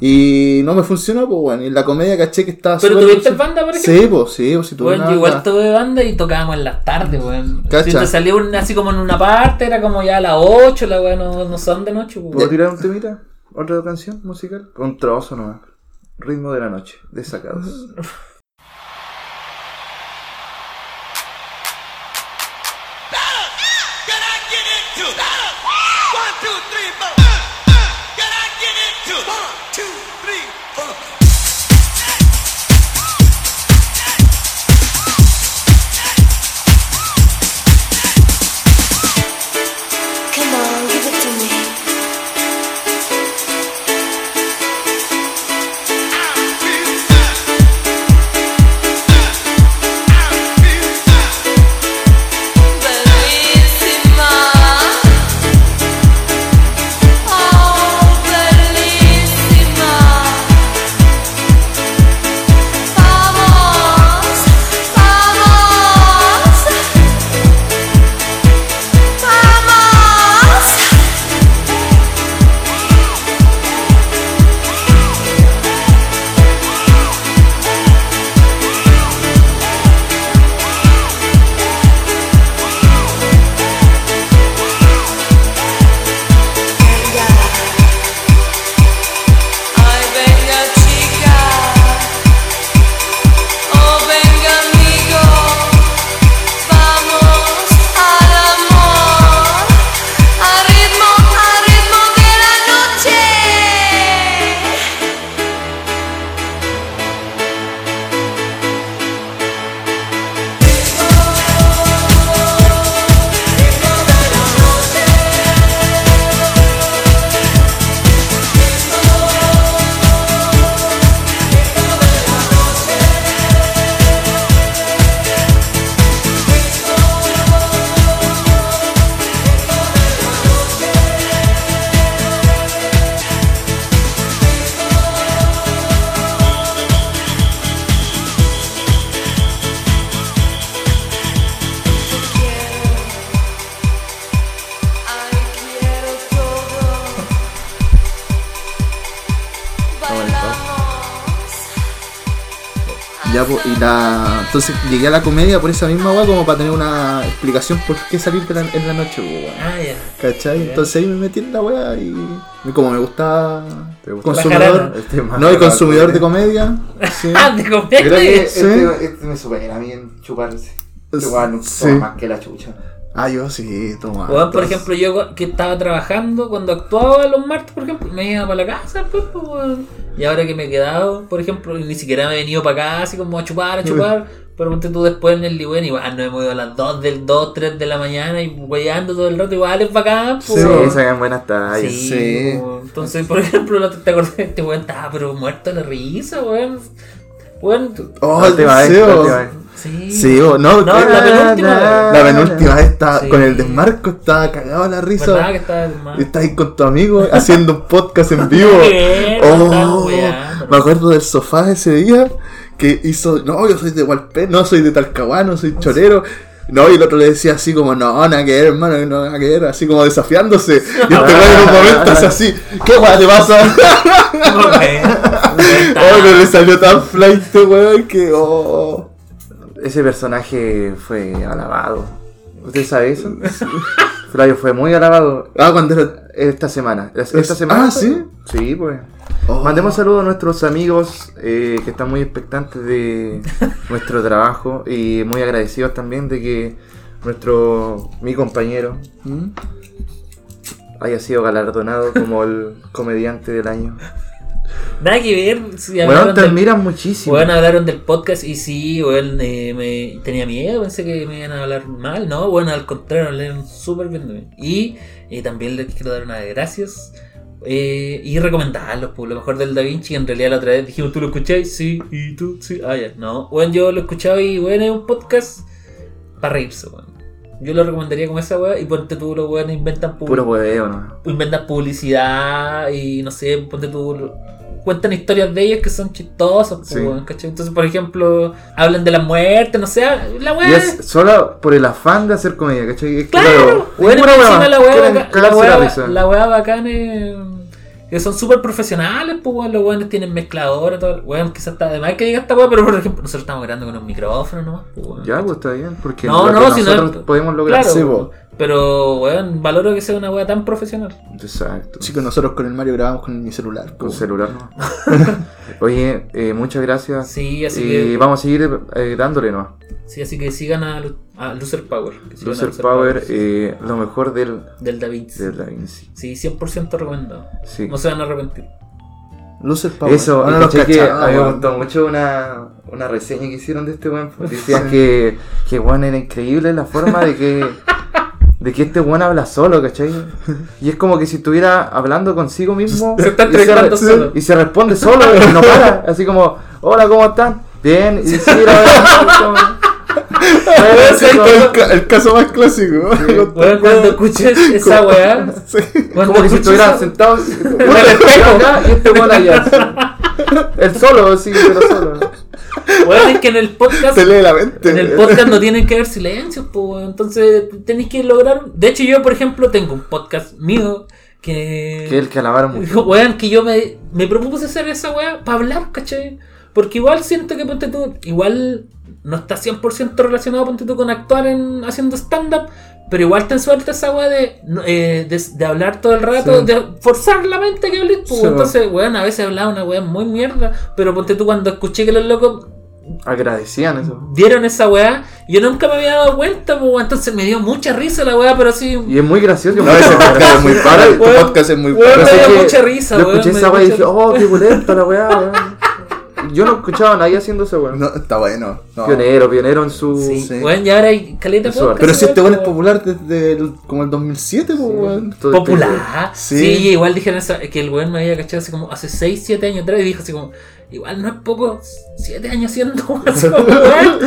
Speaker 2: y no me funcionó, pues bueno, y en la comedia caché que estaba
Speaker 1: ¿Pero
Speaker 2: súper
Speaker 1: tuviste
Speaker 2: funcionando.
Speaker 1: banda, por ejemplo?
Speaker 2: Sí, pues, sí, pues si tuve
Speaker 1: Weón,
Speaker 2: una
Speaker 1: yo igual
Speaker 2: banda.
Speaker 1: tuve banda y tocábamos en las tardes, weón.
Speaker 2: Cacha.
Speaker 1: Si te salía un- así como en una parte, era como ya a las 8, la weón, no, no son de noche,
Speaker 3: ¿Puedo
Speaker 1: weón.
Speaker 3: tirar un temita? ¿Otra canción musical? Un trozo nomás. Ritmo de la noche, de sacados.
Speaker 5: Can I get into? One, two, three, four. Can I get into? One, two, three, four.
Speaker 6: Come on, give it to me.
Speaker 5: I feel good.
Speaker 2: Ya, po, y la... Entonces llegué a la comedia por esa misma weá como para tener una explicación por qué salir de la- en la noche, po, weón.
Speaker 1: Ah, ya.
Speaker 2: ¿Cachai? Entonces ahí me metí en la weá y... y como me gustaba
Speaker 3: Te gusta
Speaker 2: consumidor,
Speaker 1: jarana.
Speaker 3: El tema
Speaker 2: no, y
Speaker 3: de la
Speaker 2: consumidor de
Speaker 3: comedia.
Speaker 2: comedia, sí.
Speaker 1: Ah, de
Speaker 3: Yo Creo que
Speaker 1: comedia.
Speaker 2: Sí.
Speaker 3: este, este me supera a mí en chuparse. Este
Speaker 2: Es-
Speaker 3: Chupar no
Speaker 2: sí.
Speaker 3: toma más que la chucha.
Speaker 2: Ah, yo sí, toma.
Speaker 1: Weón, por
Speaker 2: Entonces-
Speaker 1: ejemplo, yo que estaba trabajando cuando actuaba los martes, por ejemplo, me iba para la casa, pues, pues, weón. Y ahora que me he quedado, por ejemplo, ni siquiera me he venido para acá, así como a chupar, a chupar. Pero ponte tú después en el Ligüen, igual ah, nos hemos ido a las 2 del 2, 3 de la mañana y weyando todo el rato, igual es bacán, pues.
Speaker 2: Sí,
Speaker 1: weón.
Speaker 2: esa-
Speaker 3: es buena hasta
Speaker 1: Sí,
Speaker 2: sí.
Speaker 1: po. entonces, por ejemplo, la- te acordás de este weón estaba pero muerto de la risa, weón. Weón,
Speaker 2: Oh,
Speaker 3: La última vez,
Speaker 2: sí,
Speaker 3: la
Speaker 2: oh.
Speaker 3: última vez.
Speaker 1: sí.
Speaker 2: Sí, oh, no,
Speaker 1: No,
Speaker 2: eh,
Speaker 1: la penúltima
Speaker 2: la-
Speaker 1: vez.
Speaker 2: la penúltima está
Speaker 1: Sí.
Speaker 2: con el desmarco, estaba cagado la
Speaker 1: ¿Verdad que
Speaker 2: risa.
Speaker 1: estaba mal?
Speaker 2: Estás ahí con tu amigo haciendo un podcast en vivo.
Speaker 1: Bien, estaba
Speaker 2: Oh,
Speaker 1: weando.
Speaker 2: me acuerdo del sofá de ese día que hizo, no, yo soy de Hualpé, no soy de Talcahuano, soy chorero. No, y el otro le decía así como, no, nada que ver, hermano, no, nada que ver, así como desafiándose. Y este güey en un momento hace así, ¿qué guay te pasa?
Speaker 1: Weón,
Speaker 2: Oh,
Speaker 1: estaba-
Speaker 2: pero le salió tan flight, weón, que, oh.
Speaker 3: Ese personaje fue alabado. ¿Usted sabe eso? Flavio fue muy alabado
Speaker 2: Ah, cuando era.
Speaker 3: esta semana. Es-
Speaker 2: Es-
Speaker 3: Esta semana
Speaker 2: ah, ¿sí?
Speaker 3: Sí, pues.
Speaker 2: Oh.
Speaker 3: Mandemos saludos a nuestros amigos eh, que están muy expectantes de nuestro trabajo y muy agradecidos también de que nuestro mi compañero
Speaker 2: ¿Mm?
Speaker 3: haya sido galardonado como el comediante del año.
Speaker 1: Nada que ver. Si
Speaker 3: Bueno,
Speaker 1: hablaron
Speaker 3: te
Speaker 1: del-
Speaker 3: admiran muchísimo.
Speaker 1: Weón, hablaron del podcast y sí, weón, eh, me tenía miedo, pensé que me iban a hablar mal, ¿no? Bueno, al contrario, hablaron súper bien de mí. Y eh, también les quiero dar una de gracias eh, y recomendarlos, pues, lo mejor del Da Vinci, en realidad la otra vez dijimos, ¿tú lo escucháis? Sí, y tú, sí, ah, ya, no. Bueno, yo lo he escuchado y, weón, es un podcast para reírse, weón. Yo lo recomendaría como esa, weón, y ponte tú, los weones inventan pub-
Speaker 3: Puro hueveo, ¿no?
Speaker 1: inventan publicidad y no sé, ponte tú. Cuentan historias de ellos que son chistosas, pues,
Speaker 3: Sí.
Speaker 1: weón, ¿cachai? Entonces, por ejemplo, hablan de la muerte, no sé, la weá.
Speaker 3: Y es solo por el afán de hacer comedia, ¿cachai? Es que,
Speaker 1: claro,
Speaker 3: claro,
Speaker 1: weón,
Speaker 3: ninguna
Speaker 1: y encima
Speaker 3: hueva,
Speaker 1: la weá bacán-
Speaker 3: quieren
Speaker 1: la
Speaker 3: cagarse la
Speaker 1: weá-
Speaker 3: risa.
Speaker 1: la weá bacán es que son súper profesionales, pues, weón, los weones tienen mezcladora, todo, weón, quizás está de más que diga esta weá, pero por ejemplo, nosotros estamos grabando con un micrófono nomás, pues, weón,
Speaker 3: Ya,
Speaker 1: ¿cachai?
Speaker 3: pues está bien, porque
Speaker 1: No,
Speaker 3: lo
Speaker 1: no,
Speaker 3: que
Speaker 1: si no-
Speaker 3: nosotros podemos lograr.
Speaker 1: Claro,
Speaker 3: Sí,
Speaker 2: po.
Speaker 1: pero, weón, valoro que sea una weá tan profesional.
Speaker 3: po. Exacto.
Speaker 2: Chicos, nosotros con el Mario grabamos con mi celular.
Speaker 3: Con
Speaker 2: po.
Speaker 3: celular no. Oye, eh, muchas gracias.
Speaker 1: Sí, así
Speaker 3: y
Speaker 1: que.
Speaker 3: vamos a seguir eh, dándole nomás.
Speaker 1: Sí, así que sigan a, Lu- a Loser Power. que sigan a
Speaker 3: Loser Power,
Speaker 1: sí.
Speaker 3: eh, lo mejor del,
Speaker 1: Del David.
Speaker 3: del Da Vinci.
Speaker 1: Sí, 100% recomendado.
Speaker 3: Sí.
Speaker 1: No se van a arrepentir.
Speaker 2: Lucer Power.
Speaker 3: Eso,
Speaker 2: Ah, no
Speaker 3: y
Speaker 2: los
Speaker 3: caché que
Speaker 2: cachaba,
Speaker 3: a mí me
Speaker 2: weón.
Speaker 3: gustó mucho una, una reseña que hicieron de este weón. porque Decían que, que weón era increíble la forma de que, de que este weón habla solo, ¿cachai? Y es como que si estuviera hablando consigo mismo.
Speaker 1: Se está
Speaker 3: y re-
Speaker 1: entrevistando solo.
Speaker 3: Y se responde solo, y no para. Así como, hola, ¿cómo están? Bien, y sí, la verdad,
Speaker 2: Ese es
Speaker 3: como-
Speaker 2: el, ca- el caso más clásico. Con-
Speaker 1: Weón, cuando escuches esa
Speaker 2: con-
Speaker 1: weá.
Speaker 2: Sí.
Speaker 1: cuando
Speaker 3: Como que si
Speaker 1: escuches
Speaker 3: estuviera
Speaker 1: esa-
Speaker 3: sentado así, un espejo acá y este weón allá. así. El solo, sí, pero solo.
Speaker 1: Weón, es que en el podcast.
Speaker 2: Te lee la mente.
Speaker 1: En el podcast no tienen que haber silencios, pues, weón. entonces tenéis que lograr. De hecho, yo, por ejemplo, tengo un podcast mío que.
Speaker 3: Que el que alabaron mucho.
Speaker 1: Dijo, weón, que yo me, me propuse hacer esa weá para hablar, ¿cachai? Porque igual siento que ponte tú, igual no está 100% relacionado ponte tú con actuar en haciendo stand-up, pero igual te suelta esa weá de, no, eh, de, de hablar todo el rato,
Speaker 2: Sí.
Speaker 1: de forzar la mente que hables, pues,
Speaker 2: Sí,
Speaker 1: Entonces, weón, a veces hablaba una weá muy mierda, pero ponte tú cuando escuché que los locos
Speaker 3: Agradecían eso.
Speaker 1: dieron esa weá, yo nunca me había dado cuenta, pues, weón, entonces me dio mucha risa la weá, pero así.
Speaker 3: Y es muy gracioso.
Speaker 2: No, ese podcast es muy padre. Tu
Speaker 1: Weón.
Speaker 2: podcast es muy
Speaker 1: Weón, me
Speaker 2: padre.
Speaker 3: Así
Speaker 1: dio
Speaker 3: que
Speaker 1: mucha risa,
Speaker 3: Yo
Speaker 1: weón,
Speaker 3: escuché
Speaker 1: me
Speaker 3: esa
Speaker 1: dio
Speaker 3: weá y
Speaker 1: mucha
Speaker 3: dije, oh, qué boleta la weá, weón. Yo no escuchaba a nadie haciendo esa weá.
Speaker 2: No, está bueno. no.
Speaker 3: Pionero, pionero en su.
Speaker 1: Sí,
Speaker 2: Sí.
Speaker 1: weón, y ahora hay caleta
Speaker 3: Eso,
Speaker 1: podcast,
Speaker 2: Pero si este
Speaker 1: weón,
Speaker 2: bueno es
Speaker 1: como-
Speaker 2: popular desde el- como el 2007, pues, weón.
Speaker 3: Todo
Speaker 1: popular.
Speaker 2: Sí.
Speaker 1: Sí. igual dijeron esa- que el weón me había cachado así como hace 6, 7 años atrás y dijo así como, igual no es poco, 7 años siendo así como, weón,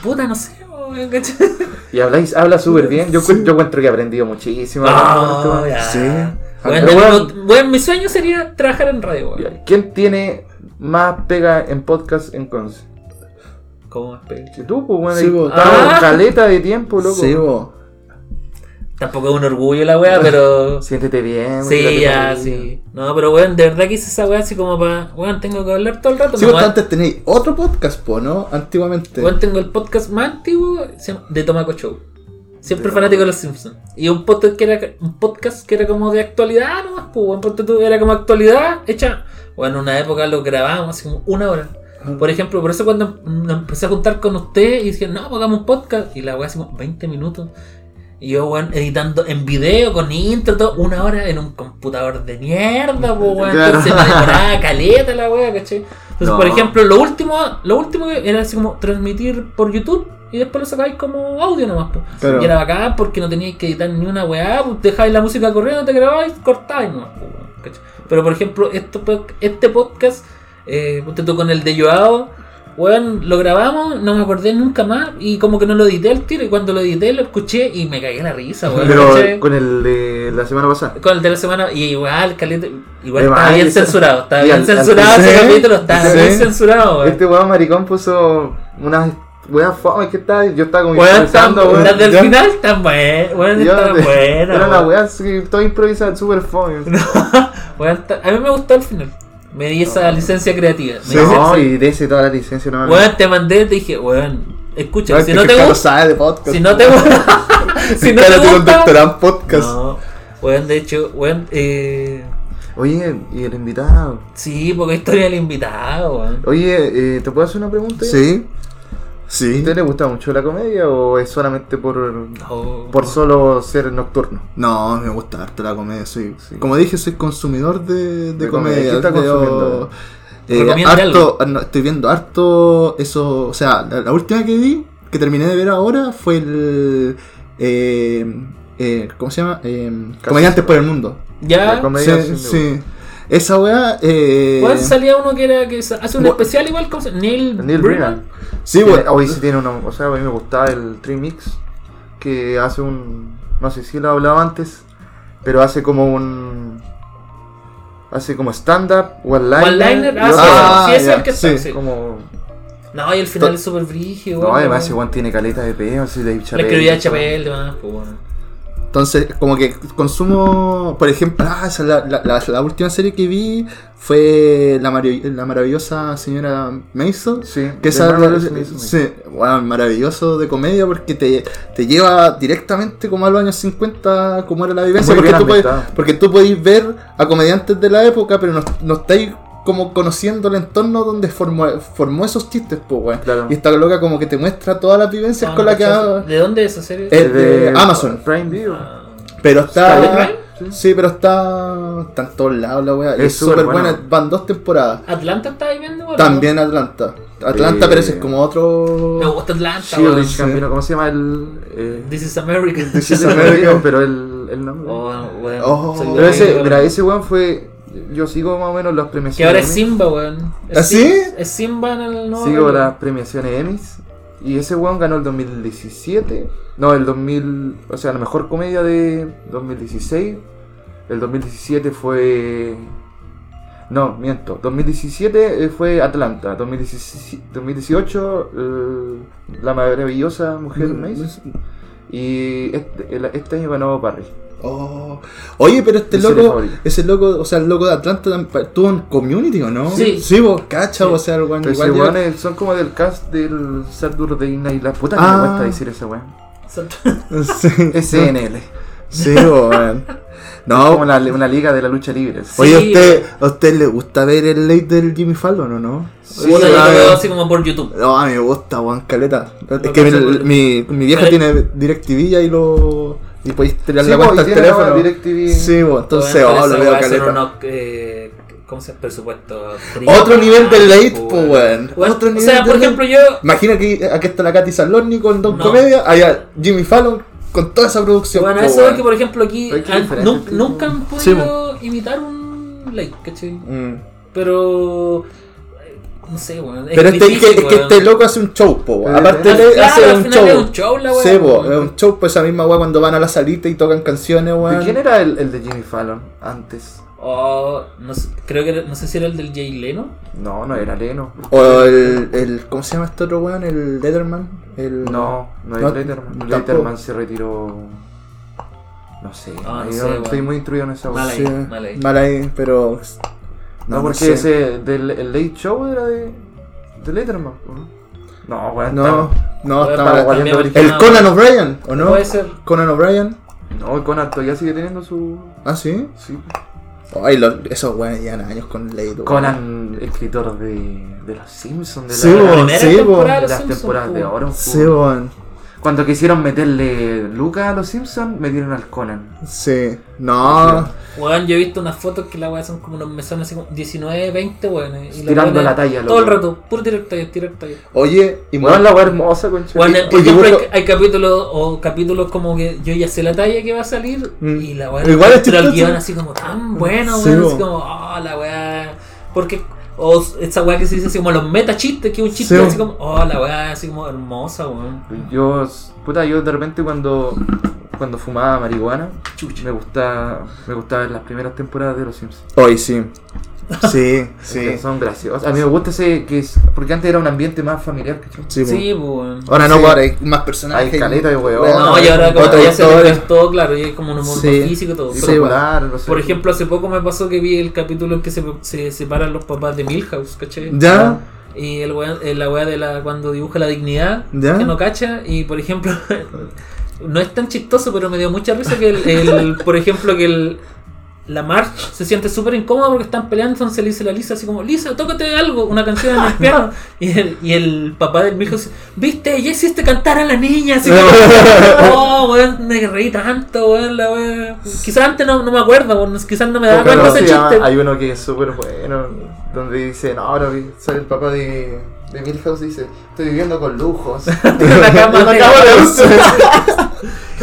Speaker 1: puta, no sé, weón, ¿cachai?
Speaker 3: este- Y habláis, habla súper bien. Yo, cu- yo encuentro que he aprendido muchísimo. hablando
Speaker 1: No,
Speaker 3: con
Speaker 1: Ah,
Speaker 3: este
Speaker 1: ya.
Speaker 2: Sí.
Speaker 1: Weón,
Speaker 3: Pero
Speaker 1: de
Speaker 3: weón-
Speaker 1: nuevo, weón, mi sueño sería trabajar en radio,
Speaker 3: weón.
Speaker 1: weón.
Speaker 3: Ya, ¿Quién tiene más pega en podcast en Conce?
Speaker 1: ¿Cómo me pego?
Speaker 3: Que tú, pues, weón.
Speaker 2: Sí,
Speaker 3: ahí
Speaker 2: vos.
Speaker 3: estamos
Speaker 1: Ah.
Speaker 3: caleta de tiempo, loco.
Speaker 2: Sí, bo.
Speaker 1: Tampoco es un orgullo la weá, pero.
Speaker 3: Siéntete bien, güey,
Speaker 1: Sí,
Speaker 3: tírate
Speaker 1: ya,
Speaker 3: para arriba.
Speaker 1: sí. No, pero weón, de verdad que hice esa weá así como para. Weón, tengo que hablar todo el rato.
Speaker 2: Sí,
Speaker 1: me
Speaker 2: vos
Speaker 1: voy a-
Speaker 2: antes tenéis otro podcast, po, ¿no? Antiguamente.
Speaker 1: Weón, tengo el podcast más antiguo se llama de Tomaco Show. Siempre fanático de los Simpsons. Y un podcast que era, un podcast que era como de actualidad nomás, pues, weón, ponte tú, era como actualidad hecha. Bueno, en una época lo grabábamos así como una hora. Por ejemplo, por eso cuando me empecé a juntar con usted y decían, no, pues hagamos un podcast. Y la weá así como 20 minutos. Y yo, weón, editando en video, con intro, todo, una hora en un computador de mierda, pues, weón.
Speaker 3: Claro.
Speaker 1: Entonces me demoraba caleta la weá, ¿cachai? Entonces,
Speaker 3: No.
Speaker 1: por ejemplo, lo último, lo último que era así como transmitir por YouTube y después lo sacáis como audio nomás, pues.
Speaker 2: Claro.
Speaker 1: Y era bacán porque no teníais que editar ni una weá, pues dejáis la música corriendo, te grabáis, cortáis nomás, pues, weón, ¿cachai? Pero, por ejemplo, este, este podcast, eh, ponte tú con el de Joao, Weón, lo grabamos, no me acordé nunca más y como que no lo edité al tiro y cuando lo edité lo escuché y me cagué la risa, weón.
Speaker 3: Pero
Speaker 1: ¿cachai?
Speaker 3: con el de la semana pasada.
Speaker 1: Con el de la semana, y igual, caliente, igual
Speaker 3: De
Speaker 1: estaba
Speaker 3: más,
Speaker 1: bien
Speaker 3: esa-
Speaker 1: censurado, estaba
Speaker 3: y
Speaker 1: bien
Speaker 3: al- al-
Speaker 1: censurado ese
Speaker 2: sí,
Speaker 1: capítulo, estaba
Speaker 2: sí.
Speaker 1: bien censurado, weón.
Speaker 3: Este weón maricón puso unas weas fome que estaba. Yo estaba como
Speaker 1: Weón, tan,
Speaker 3: improvisando, weón.
Speaker 1: las del
Speaker 2: ya.
Speaker 1: final están buenas, weón,
Speaker 3: Yo-
Speaker 1: están buenas,
Speaker 3: Era la
Speaker 1: weón.
Speaker 3: wea así, todo improvisado, super fome.
Speaker 1: Weón, está- A mí me gustó el final. Me di esa licencia creativa. Me di
Speaker 3: No,
Speaker 1: esa-
Speaker 3: y dese toda la licencia no me
Speaker 1: Weón, te mandé, te dije, weón, escucha, si no te
Speaker 2: Carlos
Speaker 1: gusta,
Speaker 2: sabe de podcast.
Speaker 1: si no te gusta, si no te
Speaker 2: Cállate con
Speaker 1: gusta,
Speaker 2: doctorado en podcast.
Speaker 1: No, weón, de hecho, weón, eh,
Speaker 3: Oye, y el invitado.
Speaker 1: sí, porque hay historia del invitado, weón.
Speaker 3: Oye, eh, ¿te puedo hacer una pregunta?
Speaker 2: Sí. Sí.
Speaker 3: ¿A usted le gusta mucho la comedia o es solamente por,
Speaker 1: No.
Speaker 3: por solo ser nocturno?
Speaker 2: No, me gusta harto la comedia, soy. Como dije, soy consumidor de, de
Speaker 3: De comedia.
Speaker 2: comedia.
Speaker 3: ¿Qué está
Speaker 2: veo-
Speaker 3: consumiendo?
Speaker 2: eh,
Speaker 1: Recomiende
Speaker 2: harto, ah, no, estoy viendo harto eso. O sea, la, la última que vi, que terminé de ver ahora, fue el. eh, eh, ¿Cómo se llama? Eh, Comediantes por el Mundo.
Speaker 3: La
Speaker 1: Ya,
Speaker 3: com- Comediantes
Speaker 2: Sí,
Speaker 3: sin
Speaker 2: sí. Esa weá. Eh,
Speaker 1: weón, salía uno que era que sa- hace un
Speaker 2: Weón.
Speaker 1: especial igual con Neil,
Speaker 3: Neil Brennan.
Speaker 2: sí, weá.
Speaker 3: Hoy sí tiene uno. O sea, a mí me gustaba el Tree Mix que hace un. No sé si lo he hablado antes, pero hace como un. Hace como stand-up, one-liner.
Speaker 1: One-liner,
Speaker 3: y
Speaker 1: ah,
Speaker 3: otro-
Speaker 2: Ah,
Speaker 1: sí, sí, es
Speaker 2: ya,
Speaker 1: el que está,
Speaker 2: sí,
Speaker 1: sí.
Speaker 3: Como.
Speaker 1: No, y el final es súper brígido,
Speaker 3: No,
Speaker 1: weón.
Speaker 3: además, ese weón tiene caleta de peo, así de
Speaker 1: La escribía a Chapel, demás, pues, weón.
Speaker 2: Entonces, como que consumo, por ejemplo, ah, esa es la, la- la- la última serie que vi fue la, marav- la maravillosa señora Maisel.
Speaker 3: Sí,
Speaker 2: que
Speaker 3: de
Speaker 2: esa,
Speaker 3: Marvelous Miss Maisel.
Speaker 2: sí, bueno, maravilloso de comedia porque te, te lleva directamente como a los años 50, como era la vivencia.
Speaker 3: Muy
Speaker 2: Porque
Speaker 3: bien
Speaker 2: tú, podés,
Speaker 3: ambientado.
Speaker 2: porque tú podés ver a comediantes de la época, pero no, no estáis como conociendo el entorno donde formó, formó esos chistes, pues, weón.
Speaker 3: Claro.
Speaker 2: Y esta loca como que te muestra todas las vivencias
Speaker 1: Ah,
Speaker 2: con las que...
Speaker 1: no,
Speaker 2: ha-
Speaker 1: ¿De dónde es esa serie?
Speaker 2: Eh, de Amazon.
Speaker 3: Prime Video.
Speaker 1: Ah,
Speaker 2: Pero está.
Speaker 1: ¿Scarlet
Speaker 2: Sí, pero está. Está en todos lados la weá.
Speaker 3: Es
Speaker 2: Es súper
Speaker 3: súper
Speaker 2: buena.
Speaker 3: buena.
Speaker 2: Van dos temporadas.
Speaker 1: ¿Atlanta está ahí viendo, weón?
Speaker 2: También Atlanta.
Speaker 3: Sí.
Speaker 2: Atlanta, pero ese es como
Speaker 1: Me
Speaker 2: otro.
Speaker 1: gusta Atlanta, weón.
Speaker 3: Shieldish Gambino, ¿cómo se llama el.? eh,
Speaker 1: This is America.
Speaker 3: Sí, se me olvidó, pero el, el nombre.
Speaker 1: Oh, weón,
Speaker 2: Oh,
Speaker 1: soy
Speaker 3: pero ese,
Speaker 1: weón.
Speaker 3: mira, ese weón fue. Yo sigo más o menos las premiaciones.
Speaker 1: Que ahora es
Speaker 3: Emmy.
Speaker 1: Simba, weón. Es
Speaker 2: ¿Ah, sí?
Speaker 1: Sim- Es Simba en el nuevo.
Speaker 3: Sigo
Speaker 1: Hollywood.
Speaker 3: las premiaciones Emmys. Y ese weón ganó el 2017. No, el 2000. O sea, la mejor comedia de 2016. El 2017 fue. No, miento. 2017 eh, fue Atlanta. 2017 2018, eh, La Maravillosa Mujer
Speaker 2: Mm,
Speaker 3: Maisel. Y este, el- este año ganó Parry.
Speaker 2: Oh. Oye, pero este
Speaker 3: Mi serie
Speaker 2: loco.
Speaker 3: favorita.
Speaker 2: Ese loco, o sea, el loco de Atlanta tam- tuvo en community, ¿o no?
Speaker 1: Sí.
Speaker 2: Sí, vos, cacha, o sea, el weón.
Speaker 3: Pero
Speaker 2: igual
Speaker 3: esos
Speaker 2: lleva-
Speaker 3: weones son como del cast del Saturday Night Live. Puta, que
Speaker 2: Ah.
Speaker 3: me cuesta decir esa weón.
Speaker 2: Sí,
Speaker 3: SNL.
Speaker 2: sí, vos, weón.
Speaker 3: Es como
Speaker 2: No.
Speaker 3: la- una liga de la lucha libre.
Speaker 2: Oye, ¿a
Speaker 1: Sí.
Speaker 2: usted, ¿a usted le gusta ver el late del Jimmy Fallon o no?
Speaker 1: Sí, yo lo veo así como por YouTube.
Speaker 2: No, a mí me gusta, Juan Caleta. Es
Speaker 1: No
Speaker 2: que mi,
Speaker 1: pasa por-
Speaker 2: mi, mi vieja
Speaker 1: Pero-
Speaker 2: tiene DirecTV y ahí lo. Y podéis tirar
Speaker 3: Sí,
Speaker 2: la
Speaker 3: po,
Speaker 2: cuenta
Speaker 3: y
Speaker 2: al
Speaker 3: tiene la
Speaker 2: teléfono.
Speaker 3: DirecTV.
Speaker 2: Sí, pues, entonces,
Speaker 1: Weón,
Speaker 2: oh,
Speaker 1: pero
Speaker 2: lo
Speaker 1: esa
Speaker 2: veo
Speaker 1: weá son
Speaker 2: caleta.
Speaker 1: unos, eh, ¿Cómo se llama? Presupuesto.
Speaker 2: Otro nivel de late,
Speaker 1: po,
Speaker 2: pues, weón.
Speaker 1: Weón,
Speaker 2: Otro
Speaker 1: O
Speaker 2: nivel
Speaker 1: sea,
Speaker 2: de
Speaker 1: por
Speaker 2: late.
Speaker 1: ejemplo, yo.
Speaker 2: Imagina que aquí está la Katy Saloni con Don
Speaker 1: No.
Speaker 2: Comedia, allá Jimmy Fallon con toda esa producción.
Speaker 1: Bueno,
Speaker 2: po,
Speaker 1: eso es
Speaker 2: pues, weón.
Speaker 1: que, por ejemplo, aquí
Speaker 3: Pero es que
Speaker 1: han-
Speaker 3: diferente,
Speaker 1: nun-
Speaker 3: tipo.
Speaker 1: nunca han
Speaker 2: pues, Sí, pues.
Speaker 1: podido imitar un like, ¿cachai?
Speaker 2: Mm.
Speaker 1: Pero. eh, No sé, weón.
Speaker 2: Pero este,
Speaker 1: difícil,
Speaker 2: es que- es que
Speaker 1: weón.
Speaker 2: este loco hace un show, po, weón.
Speaker 3: Eh,
Speaker 2: Aparte
Speaker 1: Claro,
Speaker 2: le hace
Speaker 1: al
Speaker 2: un
Speaker 1: final
Speaker 2: show.
Speaker 1: es un show, la weá.
Speaker 2: Sí, po, es un show, pues esa misma weá cuando van a la salita y tocan canciones,
Speaker 3: ¿De
Speaker 2: weón.
Speaker 3: quién era el, el de Jimmy Fallon antes?
Speaker 1: O, Oh, no sé, creo que era- no sé si era el del Jay Leno.
Speaker 3: No, no era Leno.
Speaker 2: O el, el. ¿Cómo se llama este otro weón? El Letterman. El...
Speaker 3: No, no
Speaker 2: No,
Speaker 3: era Letterman.
Speaker 2: tampoco.
Speaker 3: Letterman se retiró. No sé,
Speaker 1: Ah, no
Speaker 3: ahí
Speaker 1: sé,
Speaker 3: yo no
Speaker 1: weón.
Speaker 3: estoy muy instruido en esa weá.
Speaker 1: Mal ahí,
Speaker 2: Sí,
Speaker 1: mal ahí.
Speaker 2: mal ahí, pero.
Speaker 3: No, porque
Speaker 2: sé.
Speaker 3: ese del el late show era de, de Letterman. ¿no? No, weón.
Speaker 2: No,
Speaker 3: está-
Speaker 2: no,
Speaker 1: Bueno,
Speaker 2: está
Speaker 1: estamos
Speaker 2: mal.
Speaker 1: guardando
Speaker 2: El
Speaker 1: original.
Speaker 2: Conan O'Brien, ¿o no?
Speaker 1: Puede ser.
Speaker 2: Conan O'Brien.
Speaker 3: No, el Conan todavía sigue teniendo su.
Speaker 2: Ah, sí.
Speaker 3: Sí.
Speaker 2: Ay, lo- esos weones llevan años con Ley. weón.
Speaker 3: Conan, escritor de, de Los Simpsons, de,
Speaker 2: Sí,
Speaker 3: la-
Speaker 2: weón,
Speaker 3: de
Speaker 1: Primera
Speaker 2: sí, pues,
Speaker 1: temporada de Ah, los
Speaker 3: las
Speaker 1: Simpsons, pues.
Speaker 3: temporadas de
Speaker 1: po.
Speaker 3: oro.
Speaker 2: Sí,
Speaker 3: weón.
Speaker 2: weón.
Speaker 3: Cuando quisieron meterle Lucas a Los Simpsons, metieron al Conan.
Speaker 2: Sí. No.
Speaker 1: Weón, yo he visto unas fotos que la weá son como unos mesones así como 19, 20 weones. y
Speaker 3: Tirando
Speaker 1: weá
Speaker 3: la
Speaker 1: es
Speaker 3: talla,
Speaker 1: Todo el
Speaker 3: loco.
Speaker 1: rato, puro tirar talla, tirar talla.
Speaker 2: Oye, y
Speaker 3: Weón, la weá hermosa, concha.
Speaker 1: Weón, eh,
Speaker 2: y
Speaker 1: por ejemplo, hay,
Speaker 2: dibujo-
Speaker 1: hay capítulos o capítulos como que yo ya sé la talla que va a salir
Speaker 2: Mm.
Speaker 1: y la weá.
Speaker 2: Igual es
Speaker 1: pero el
Speaker 2: chistoso.
Speaker 1: guión así como tan bueno,
Speaker 2: Sí,
Speaker 1: weón.
Speaker 2: bo.
Speaker 1: Así como, oh, la weá. Porque. O esa weá que se dice así como los meta chistes, que es un chiste
Speaker 2: Sí, bo.
Speaker 1: así como, oh, la weá, así como hermosa, weón.
Speaker 3: Yo, puta, yo de repente cuando, cuando fumaba marihuana, me gustaba, me gustaba ver las primeras temporadas de Los Simpsons.
Speaker 2: Hoy sí. Sí, sí.
Speaker 3: Porque Son graciosas. A mí me gusta ese que es, porque antes era un ambiente más familiar, ¿cachai?
Speaker 2: Sí,
Speaker 1: Sí,
Speaker 2: weón.
Speaker 1: bo, weón.
Speaker 2: Ahora no,
Speaker 3: Sí.
Speaker 2: ahora hay más personajes.
Speaker 3: Hay caleta de weón.
Speaker 2: Weón,
Speaker 1: No, y ahora como
Speaker 2: otra
Speaker 1: ya se
Speaker 2: historia.
Speaker 1: le todo, claro, y es como un humor
Speaker 2: Ah, Sí.
Speaker 1: más físico y todo.
Speaker 3: Y
Speaker 1: pero
Speaker 2: Sí,
Speaker 3: popular, no sé.
Speaker 1: Por ejemplo, hace poco me pasó que vi el capítulo en que se, se separan los papás de Milhouse, ¿cachai?
Speaker 2: Ya.
Speaker 1: Y el weá- eh, la weá de la, cuando dibuja la dignidad,
Speaker 2: Ya.
Speaker 1: que no cacha, y por ejemplo, no es tan chistoso, pero me dio mucha risa que, el, el- por ejemplo, que el, la March se siente súper incómoda porque están peleando, entonces le dice la Lisa así como, Lisa, tócate algo, una canción en el piano. Y el, y el papá del Milhouse, viste, ya hiciste cantar a la niña, así como, oh, weón, me reí tanto, weón, la weá". Quizás antes no, no me acuerdo, weón, quizás no me daba
Speaker 3: Pero
Speaker 1: cuenta ese
Speaker 3: se llama-
Speaker 1: chiste.
Speaker 3: hay uno que es súper bueno, donde dice, no, ahora vi- sale el papá de, de Milhouse y dice, estoy viviendo con lujos.
Speaker 1: La cama
Speaker 3: Una
Speaker 1: de-
Speaker 3: cama de lujo.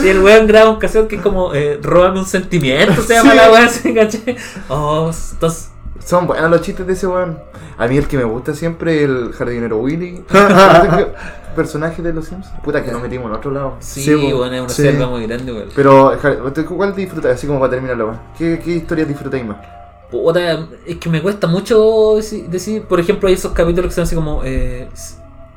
Speaker 1: Y el weón graba un cassette que es como eh, Róbame un sentimiento, se llama
Speaker 3: Sí.
Speaker 1: la weá, se caché. Oh, entonces.
Speaker 3: Son buenos los chistes de ese weón. A mí el que me gusta siempre el jardinero Willy. personaje de los Sims. Puta que nos metimos al otro lado.
Speaker 1: Sí,
Speaker 2: Sí, bo-
Speaker 1: bueno, es una
Speaker 2: sí.
Speaker 1: selva muy grande, weón.
Speaker 3: Pero, ja- ¿usted ¿cuál disfrutáis? Así como para terminar la weón. ¿Qué, ¿Qué historias disfrutáis más?
Speaker 1: Puta, es que me cuesta mucho deci- decir, por ejemplo, hay esos capítulos que son así como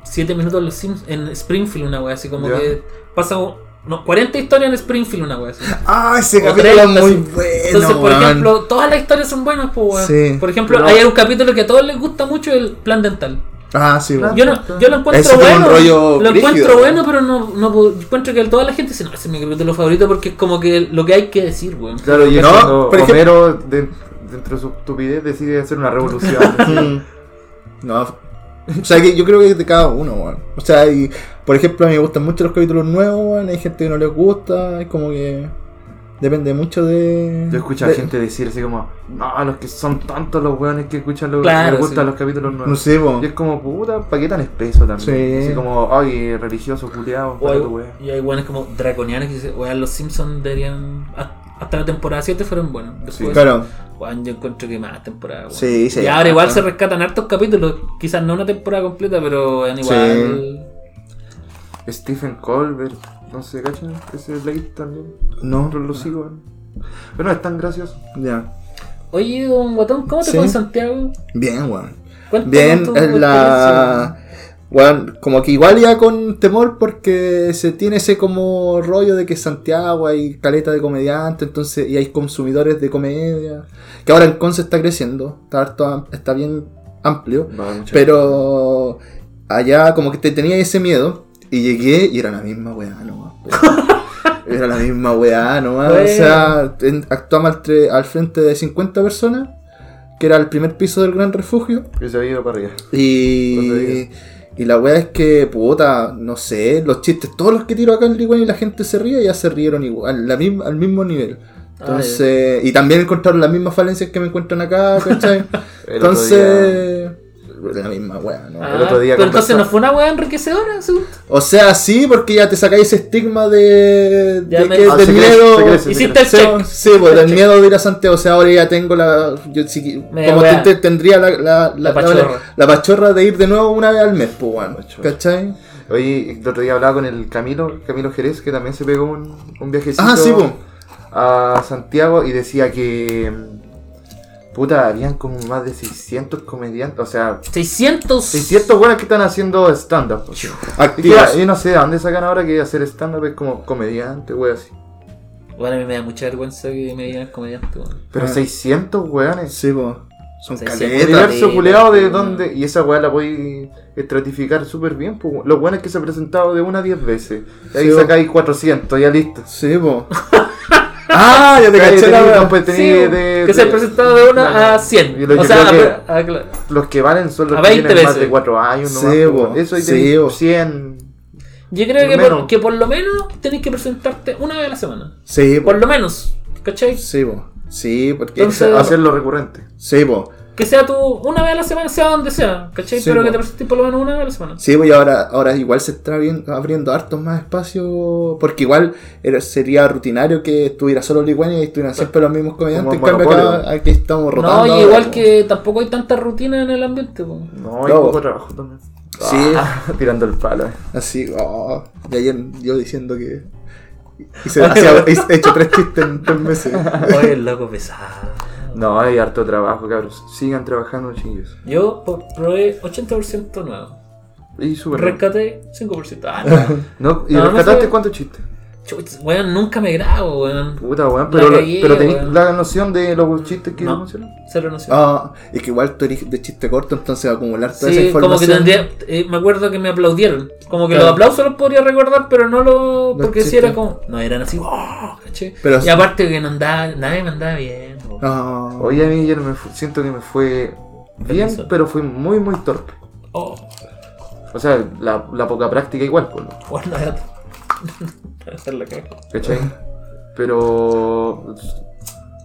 Speaker 1: 7 minutos en los Sims en Springfield, una weá, así como
Speaker 3: Ya.
Speaker 1: que pasa un- no, 40 historias en Springfield, una weá. así.
Speaker 2: Ah, ese
Speaker 1: O
Speaker 2: capítulo es
Speaker 1: 30,
Speaker 2: muy
Speaker 1: sí.
Speaker 2: bueno.
Speaker 1: Entonces, por
Speaker 2: weón.
Speaker 1: ejemplo, todas las historias son buenas, pues, weón.
Speaker 2: Sí.
Speaker 1: Por ejemplo,
Speaker 3: Pero-
Speaker 1: hay un capítulo que a todos les gusta mucho, el plan dental.
Speaker 2: Ah, sí, weón.
Speaker 1: Yo, no, yo lo encuentro
Speaker 2: Ese tiene un
Speaker 1: bueno.
Speaker 2: rollo
Speaker 1: lo
Speaker 2: brígido,
Speaker 1: encuentro
Speaker 2: ¿no?
Speaker 1: bueno, pero no, no puedo- encuentro que toda la gente dice, no, ese es mi capítulo favorito porque es como que lo que hay que decir, weón.
Speaker 3: Claro, y
Speaker 2: No,
Speaker 3: cuando
Speaker 2: por ejemplo-
Speaker 3: Homero, de- dentro de su estupidez, decide hacer una revolución.
Speaker 2: Mm. No. O sea, que yo creo que es de cada uno, weón. O sea, y por ejemplo, a mí me gustan mucho los capítulos nuevos, weón. Hay gente que no les gusta, es como que. Depende mucho de.
Speaker 3: Yo escucho a
Speaker 2: de-
Speaker 3: gente decir así como, no, los que son tantos los weones que escuchan los
Speaker 1: Claro,
Speaker 3: les gustan
Speaker 1: sí.
Speaker 3: los capítulos nuevos.
Speaker 2: No sé,
Speaker 3: Y es
Speaker 2: weón.
Speaker 3: como, puta, ¿pa' qué tan espeso también?
Speaker 2: Sí.
Speaker 3: Así como, ay, religioso, culiado,
Speaker 2: pues,
Speaker 1: O hay-
Speaker 3: tu weón.
Speaker 1: y hay weones como draconianos que dicen, weón, los Simpsons deberían. ha- Hasta la temporada 7 fueron buenos. Después,
Speaker 2: Claro.
Speaker 1: weón, yo encuentro que más temporada, weón.
Speaker 2: Sí, ah, sí.
Speaker 1: Y ahora igual se
Speaker 2: Ajá.
Speaker 1: rescatan hartos capítulos. Quizás no una temporada completa, pero weón, igual.
Speaker 3: Stephen Colbert, no sé, ¿cachan? Ese Blade también.
Speaker 2: No.
Speaker 3: Otros lo sigo, weón. Pero no es tan gracioso.
Speaker 2: Ya.
Speaker 1: Oye, don Guatón, ¿cómo te
Speaker 2: Sí.
Speaker 1: fue en Santiago?
Speaker 2: Bien, weón.
Speaker 1: Cuéntanos
Speaker 2: Bien,
Speaker 1: tu
Speaker 2: es la.
Speaker 1: experiencia.
Speaker 2: Bueno, como que igual ya con temor porque se tiene ese como rollo de que Santiago hay caleta de comediantes, entonces, y hay consumidores de comedia. Que ahora en Conce está creciendo, está, harto am- está bien amplio. Pero allá como que te tenía ese miedo. Y llegué y era la misma weá nomás. po. era la misma weá nomás. O sea, en- actuamos al, tre- al frente de 50 personas, que era el primer piso del gran refugio.
Speaker 3: Que se ha ido para arriba.
Speaker 2: Y, y la weá es que, puta, no sé, los chistes, todos los que tiro acá en Ligüen y la gente se ríe, ya se rieron igual, la misma- al mismo nivel.
Speaker 3: Ah,
Speaker 2: Entonces, y también encontraron las mismas falencias que me encuentran acá, ¿cachai?
Speaker 3: El otro
Speaker 2: Entonces, la misma weá, ¿no?
Speaker 1: Ah,
Speaker 3: El otro día
Speaker 1: pero entonces
Speaker 3: conversa-
Speaker 1: no fue una weá enriquecedora, según
Speaker 2: O sea, sí, porque ya te sacáis ese estigma de,
Speaker 1: Ya
Speaker 2: de
Speaker 1: me-
Speaker 2: que-
Speaker 1: Ah,
Speaker 2: del
Speaker 3: se crece,
Speaker 2: miedo.
Speaker 3: se crece.
Speaker 1: Hiciste el
Speaker 2: Sí,
Speaker 1: check.
Speaker 2: sí, pues, del miedo de ir a Santiago. O sea, ahora ya tengo la. Yo, si-
Speaker 1: Me
Speaker 2: como
Speaker 1: wea.
Speaker 2: te- te- tendría la, la, la-
Speaker 1: La pachorra.
Speaker 2: la- la pachorra de ir de nuevo una vez al mes, pues, weón. ¿Cachai?
Speaker 3: Oye, el otro día hablaba con el Camilo, Camilo Jerez, que también se pegó un, un viajecito
Speaker 2: Ah, sí, po.
Speaker 3: a Santiago y decía que. mm, Puta, habían como más de 600 comediantes, o sea,
Speaker 1: 600.
Speaker 3: 600 buenas que están haciendo stand-up.
Speaker 1: Pues
Speaker 3: o sea. Y que,
Speaker 2: Activos.
Speaker 3: yo no sé, ¿a dónde sacan ahora que hacer stand-up es como comediante, wey, así?
Speaker 1: Bueno, a mí me da mucha vergüenza que me digan comediante, weón.
Speaker 3: Pero
Speaker 2: Ah.
Speaker 3: 600 weones.
Speaker 2: Sí, po. Son
Speaker 1: Sí,
Speaker 3: El
Speaker 1: sí,
Speaker 2: caletas.
Speaker 1: caleta,
Speaker 3: universo culeado de
Speaker 2: pues,
Speaker 1: weón.
Speaker 3: donde. Y esa weá la podéis estratificar súper bien. po, weón. Los weones que se han presentado de una a 10 veces. Y ahí
Speaker 2: Sí,
Speaker 3: sacáis 400, ya listo.
Speaker 2: Sí, po. ah, ya te
Speaker 3: Ahí
Speaker 2: caché la
Speaker 3: tenéis-
Speaker 2: wea.
Speaker 3: pues
Speaker 1: Sí,
Speaker 3: tenéis de-
Speaker 1: weón,
Speaker 3: de-
Speaker 1: que se ha presentado de una
Speaker 3: Claro.
Speaker 1: a 100.
Speaker 3: Y lo
Speaker 1: o
Speaker 3: que
Speaker 1: sea,
Speaker 3: creo que-
Speaker 1: a- a- claro.
Speaker 3: Los que valen son los
Speaker 1: A
Speaker 3: que
Speaker 1: 20
Speaker 3: tienen más
Speaker 1: veces.
Speaker 3: de 4 años.
Speaker 2: Sí,
Speaker 3: nomás, po,
Speaker 2: po.
Speaker 3: weón. Eso ahí
Speaker 2: Sí,
Speaker 3: tenéis
Speaker 2: po.
Speaker 3: 100.
Speaker 1: Yo creo que
Speaker 3: Menos.
Speaker 1: por, que por lo menos tenés que presentarte una vez a la semana.
Speaker 2: Sí, po.
Speaker 1: Por lo menos, ¿cachai?
Speaker 2: Sí, po. Sí, porque.
Speaker 1: Entonces-
Speaker 3: Hacerlo recurrente.
Speaker 2: Sí, pues. po.
Speaker 1: Que sea tú una vez a la semana, sea donde sea, ¿cachai?
Speaker 2: Sí,
Speaker 1: Pero
Speaker 2: po.
Speaker 1: que te presentes por lo menos una vez a la semana.
Speaker 2: Sí, pues y ahora, ahora igual se está abri- abriendo hartos más espacios, porque igual era- sería rutinario que estuviera solo Liguania y estuvieran siempre los mismos comediantes, en
Speaker 3: Como un
Speaker 2: cambio acá,
Speaker 3: monopolio.
Speaker 2: aquí estamos
Speaker 1: No,
Speaker 2: rotando.
Speaker 1: y
Speaker 2: ahora,
Speaker 1: igual
Speaker 2: po.
Speaker 1: que tampoco hay tanta rutina en el ambiente, po.
Speaker 3: No, hay
Speaker 2: No,
Speaker 3: poco
Speaker 2: po.
Speaker 3: trabajo también.
Speaker 2: Sí,
Speaker 3: Tirando el palo. eh.
Speaker 2: así, oh, y ayer yo diciendo que hice, hacía- hice- he hecho tres chistes en tres meses.
Speaker 1: Oye, el loco pesado.
Speaker 3: No, hay harto trabajo, cabros. Sigan trabajando, chillos.
Speaker 1: Yo po- probé 80% nuevo.
Speaker 3: Y súper bien.
Speaker 1: Rescaté 5%. Ah, no.
Speaker 3: No, ¿Y
Speaker 1: No, no
Speaker 3: rescataste
Speaker 1: sé.
Speaker 3: cuántos chistes?
Speaker 1: Chutz, weón, nunca me grabo, weón.
Speaker 3: Puta, weón.
Speaker 1: La
Speaker 3: Pero, lo-
Speaker 1: cagué,
Speaker 3: pero tenés
Speaker 1: weón.
Speaker 3: la noción de los chistes que
Speaker 1: No.
Speaker 3: funcionan.
Speaker 1: Cero noción.
Speaker 2: Ah, es que igual tú eres de chiste corto, entonces acumular toda esa
Speaker 1: Sí,
Speaker 2: información.
Speaker 1: como que tendría. eh, me acuerdo que me aplaudieron. Como que
Speaker 2: Claro.
Speaker 1: los aplausos los podría recordar, pero no los.
Speaker 2: Los
Speaker 1: Porque si
Speaker 2: chistes.
Speaker 1: era como. No eran así. ¡oh! ¿cachai?
Speaker 2: Pero-
Speaker 1: y aparte que no andaba. Nadie me andaba bien. po.
Speaker 2: Ah,
Speaker 3: Hoy a mí ayer me fu- siento que me fue bien,
Speaker 1: Permiso.
Speaker 3: pero fui muy, muy torpe.
Speaker 1: Oh,
Speaker 3: O sea, la, la poca práctica igual, pues, por lo-
Speaker 1: bueno, ya- Esa es la caga.
Speaker 3: ¿cachai? Pero...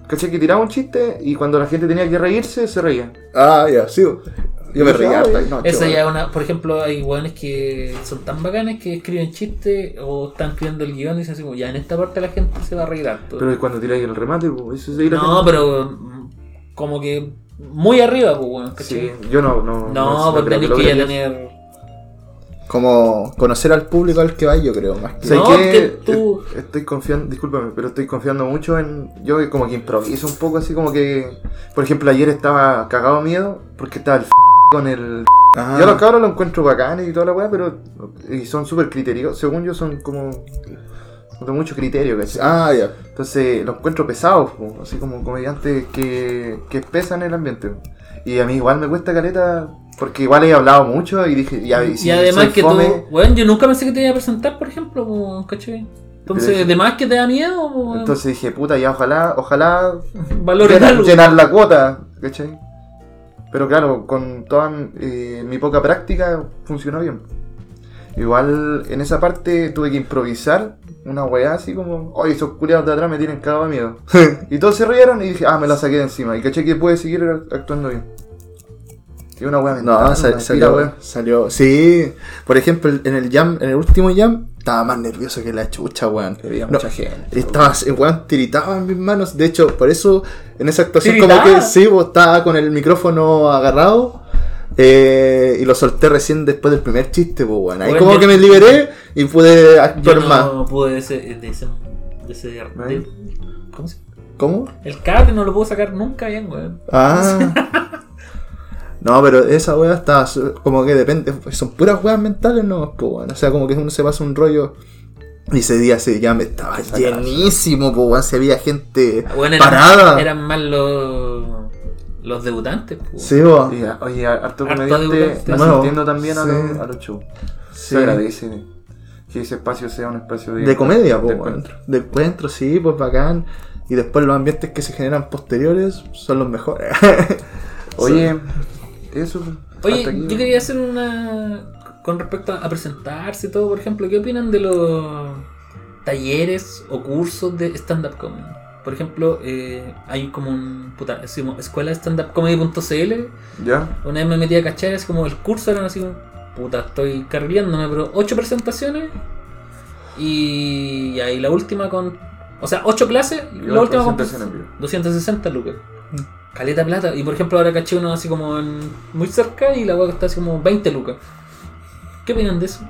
Speaker 3: ¿Cachai? Que tiraba un chiste y cuando la gente tenía que reírse, se reía.
Speaker 2: ah, ya, sí. po. Yo me reía harta. No,
Speaker 1: Esa
Speaker 2: chaval.
Speaker 1: ya es una. Por ejemplo, hay weones que son tan bacanes que escriben chistes o están escribiendo el guión y dicen así como, ya en esta parte la gente se va a reír harto.
Speaker 3: Pero cuando tiráis el remate, pues, eso se la
Speaker 1: No,
Speaker 3: gente-
Speaker 1: pero mm, como que muy arriba, pues, weón.
Speaker 3: Sí,
Speaker 1: ¿cachai?
Speaker 3: yo no... No,
Speaker 1: No,
Speaker 3: no
Speaker 1: pues
Speaker 3: creo
Speaker 1: tenés
Speaker 3: lo
Speaker 1: que ya
Speaker 3: logre.
Speaker 1: tener.
Speaker 2: Como conocer al público al que va, yo creo, más que.
Speaker 3: ¿Sabes
Speaker 1: No,
Speaker 3: qué?
Speaker 1: que tú-
Speaker 3: E- Estoy confiando, discúlpame, pero estoy confiando mucho en. Yo como que improviso un poco así como que. Por ejemplo, ayer estaba cagado de miedo porque estaba el f con el.
Speaker 2: Ah,
Speaker 3: Yo a los cabros lo encuentro bacanes y toda la weá, pero. Y son súper criteriosos. Según yo, son como. De mucho criterio, ¿cachai?
Speaker 2: ah, ya.
Speaker 3: Entonces, los encuentro pesados, po, así como comediantes que, que pesan el ambiente. po. Y a mí igual me cuesta caleta, porque igual he hablado mucho y dije, ya,
Speaker 1: Y,
Speaker 3: si
Speaker 1: además
Speaker 3: soy
Speaker 1: que
Speaker 3: fome,
Speaker 1: tú. Weón, yo nunca pensé que te iba a presentar, por ejemplo, pues, ¿cachai? Entonces,
Speaker 3: Pero-
Speaker 1: además que te da miedo, pues, weón,
Speaker 3: Entonces dije, puta, ya ojalá, ojalá
Speaker 1: valoren
Speaker 3: llenar,
Speaker 1: algo.
Speaker 3: llenar la cuota, ¿cachai? Pero claro, con toda eh, mi poca práctica funcionó bien. Igual en esa parte tuve que improvisar una weá así como, oye, esos culiados de atrás me tienen cagado de miedo. y todos se rieron y dije, ah, me la saqué de encima. Y caché que pude seguir actuando bien. Y una weá
Speaker 2: No,
Speaker 3: mental,
Speaker 2: sa-
Speaker 3: una pira,
Speaker 2: salió,
Speaker 3: weá.
Speaker 2: salió. Sí. Por ejemplo, en el jam, en el último jam, estaba más nervioso que la chucha, weón.
Speaker 3: Había
Speaker 2: No,
Speaker 3: mucha gente.
Speaker 2: Estaba, eh, weón, tiritaba en mis manos. De hecho, por eso, en esa actuación, como
Speaker 1: ¿Tiritaba?
Speaker 2: que sí, vos estaba con el micrófono agarrado. eh, y lo solté recién después del primer chiste, pues, weón. Ahí
Speaker 1: Weón,
Speaker 2: como
Speaker 1: yo-
Speaker 2: que me liberé y pude
Speaker 1: Yo
Speaker 2: actuar más.
Speaker 1: no pude ese, de ese, de ese, de- ¿cómo se llama?
Speaker 2: ¿Cómo?
Speaker 1: El cable no lo puedo sacar nunca bien, weón.
Speaker 2: Ah. No, pero esa wea está su- como que depende, son puras weas mentales, no, po, weón. O sea, como que uno se pasa un rollo. Y ese día se ya me estaba llenísimo, po, weón. Se veía gente
Speaker 1: Weón, eran,
Speaker 2: parada.
Speaker 1: Eran más los, los debutantes, pues, weón.
Speaker 2: Sí, po.
Speaker 3: Y, oye, harto
Speaker 1: Harto
Speaker 3: comediante
Speaker 1: debutante.
Speaker 3: asistiendo también a
Speaker 2: Sí.
Speaker 3: los, a los shows.
Speaker 2: Sí.
Speaker 3: Se agradece que ese espacio sea un espacio de,
Speaker 2: De comedia, po,
Speaker 3: de
Speaker 2: weón.
Speaker 3: encuentro.
Speaker 2: De encuentro, sí, pues bacán. Y después los ambientes que se generan posteriores son los mejores.
Speaker 3: Oye, eso.
Speaker 1: Oye,
Speaker 3: hasta aquí.
Speaker 1: yo quería hacer una. Con respecto a presentarse y todo, por ejemplo, ¿qué opinan de los talleres o cursos de stand-up comedy? Por ejemplo, eh, hay como un. Puta, decimos, escuela de stand-up comedy.cl.
Speaker 3: ¿Ya?
Speaker 1: Una vez me metí a cachar, es como el curso eran así como. Puta, estoy carrileándome, pero ocho presentaciones. Y ahí la última con. O sea, ocho clases y la
Speaker 3: Una
Speaker 1: última con.
Speaker 3: presentación en vivo.
Speaker 1: 260 lucas. Caleta plata. Y por ejemplo, ahora caché uno así como en- muy cerca y la hueá que está así como 20 lucas. ¿Qué opinan de eso?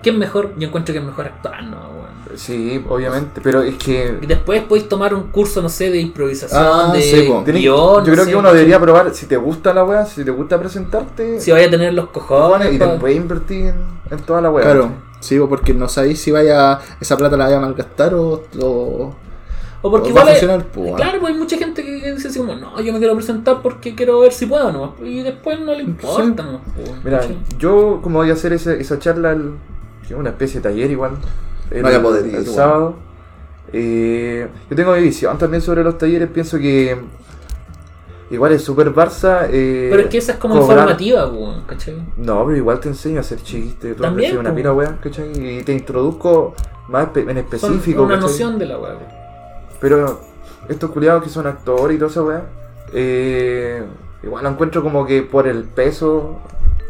Speaker 1: ¿Qué es mejor? Yo encuentro que es mejor actuar, no, weón.
Speaker 3: Sí, obviamente, pero es
Speaker 1: Y
Speaker 3: que.
Speaker 1: después podéis tomar un curso, no sé, de improvisación,
Speaker 2: Ah,
Speaker 1: de
Speaker 2: sí, po.
Speaker 3: tenés-
Speaker 1: guión,
Speaker 3: yo
Speaker 1: no
Speaker 3: creo
Speaker 1: sé,
Speaker 3: que uno debería probar si te gusta la wea, si te gusta presentarte.
Speaker 1: Si vaya a tener los cojones.
Speaker 3: y
Speaker 1: pa-
Speaker 3: te puedes invertir en, en toda la wea.
Speaker 2: Claro, sí, po, porque no sabéis si vaya esa plata la vaya a malgastar o, o,
Speaker 1: O porque
Speaker 2: Va a
Speaker 1: igual. es-
Speaker 2: funcionar, pues, bueno.
Speaker 1: claro, pues hay mucha gente que, que dice así como, no, yo me quiero presentar porque quiero ver si puedo, ¿no? Y después no le importa, ¿no? Pues,
Speaker 3: Mira, eh,
Speaker 1: ¿cachai?
Speaker 3: yo como voy a hacer esa, esa charla, el- que es una especie de taller igual, el,
Speaker 2: Vaya poderío,
Speaker 3: el
Speaker 2: tú,
Speaker 3: sábado, eh, yo tengo mi visión también sobre los talleres, pienso que igual es super Barça... eh,
Speaker 1: Pero es que esa es como
Speaker 3: cobrar-
Speaker 1: informativa, pues, ¿cachai?
Speaker 3: No, pero igual te enseño a hacer chistes, tú
Speaker 1: También,
Speaker 3: aprendes una
Speaker 1: po.
Speaker 3: pila weá, ¿cachai? Y te introduzco más espe- en
Speaker 1: Son
Speaker 3: específico.
Speaker 1: una
Speaker 3: ¿cachai?
Speaker 1: noción de la weá. pues.
Speaker 3: Pero estos culiados que son actores y toda esa weá, eh, igual lo encuentro como que por el peso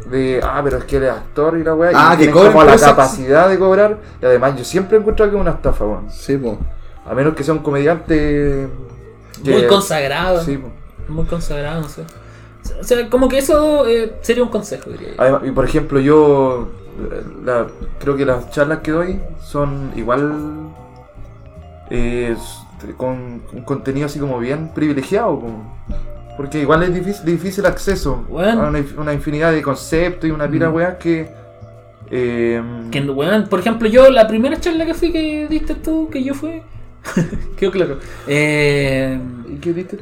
Speaker 3: de, ah, pero es que él es actor y la weá,
Speaker 2: Ah,
Speaker 3: y
Speaker 2: que
Speaker 3: tienen
Speaker 2: cobren
Speaker 3: como
Speaker 2: por
Speaker 3: la
Speaker 2: eso.
Speaker 3: capacidad de cobrar, y además yo siempre encuentro que es una estafa, weón.
Speaker 2: Sí, pues.
Speaker 3: A menos que sea un comediante. que-
Speaker 1: Muy consagrado.
Speaker 3: Sí, po.
Speaker 1: Muy consagrado, no sé. O sea, como que eso eh, sería un consejo, diría yo.
Speaker 3: Además, y por ejemplo, yo la- creo que las charlas que doy son igual eh, s- con un contenido así como bien privilegiado. como- porque igual es difícil, difícil acceso
Speaker 1: Bueno.
Speaker 3: a una, inf- una infinidad de conceptos y una pila de weas que... eh,
Speaker 1: Mm. Que, weón, por ejemplo, yo la primera charla que fui que diste tú, que yo fui. Quedó claro. Eh,
Speaker 3: ¿y qué diste?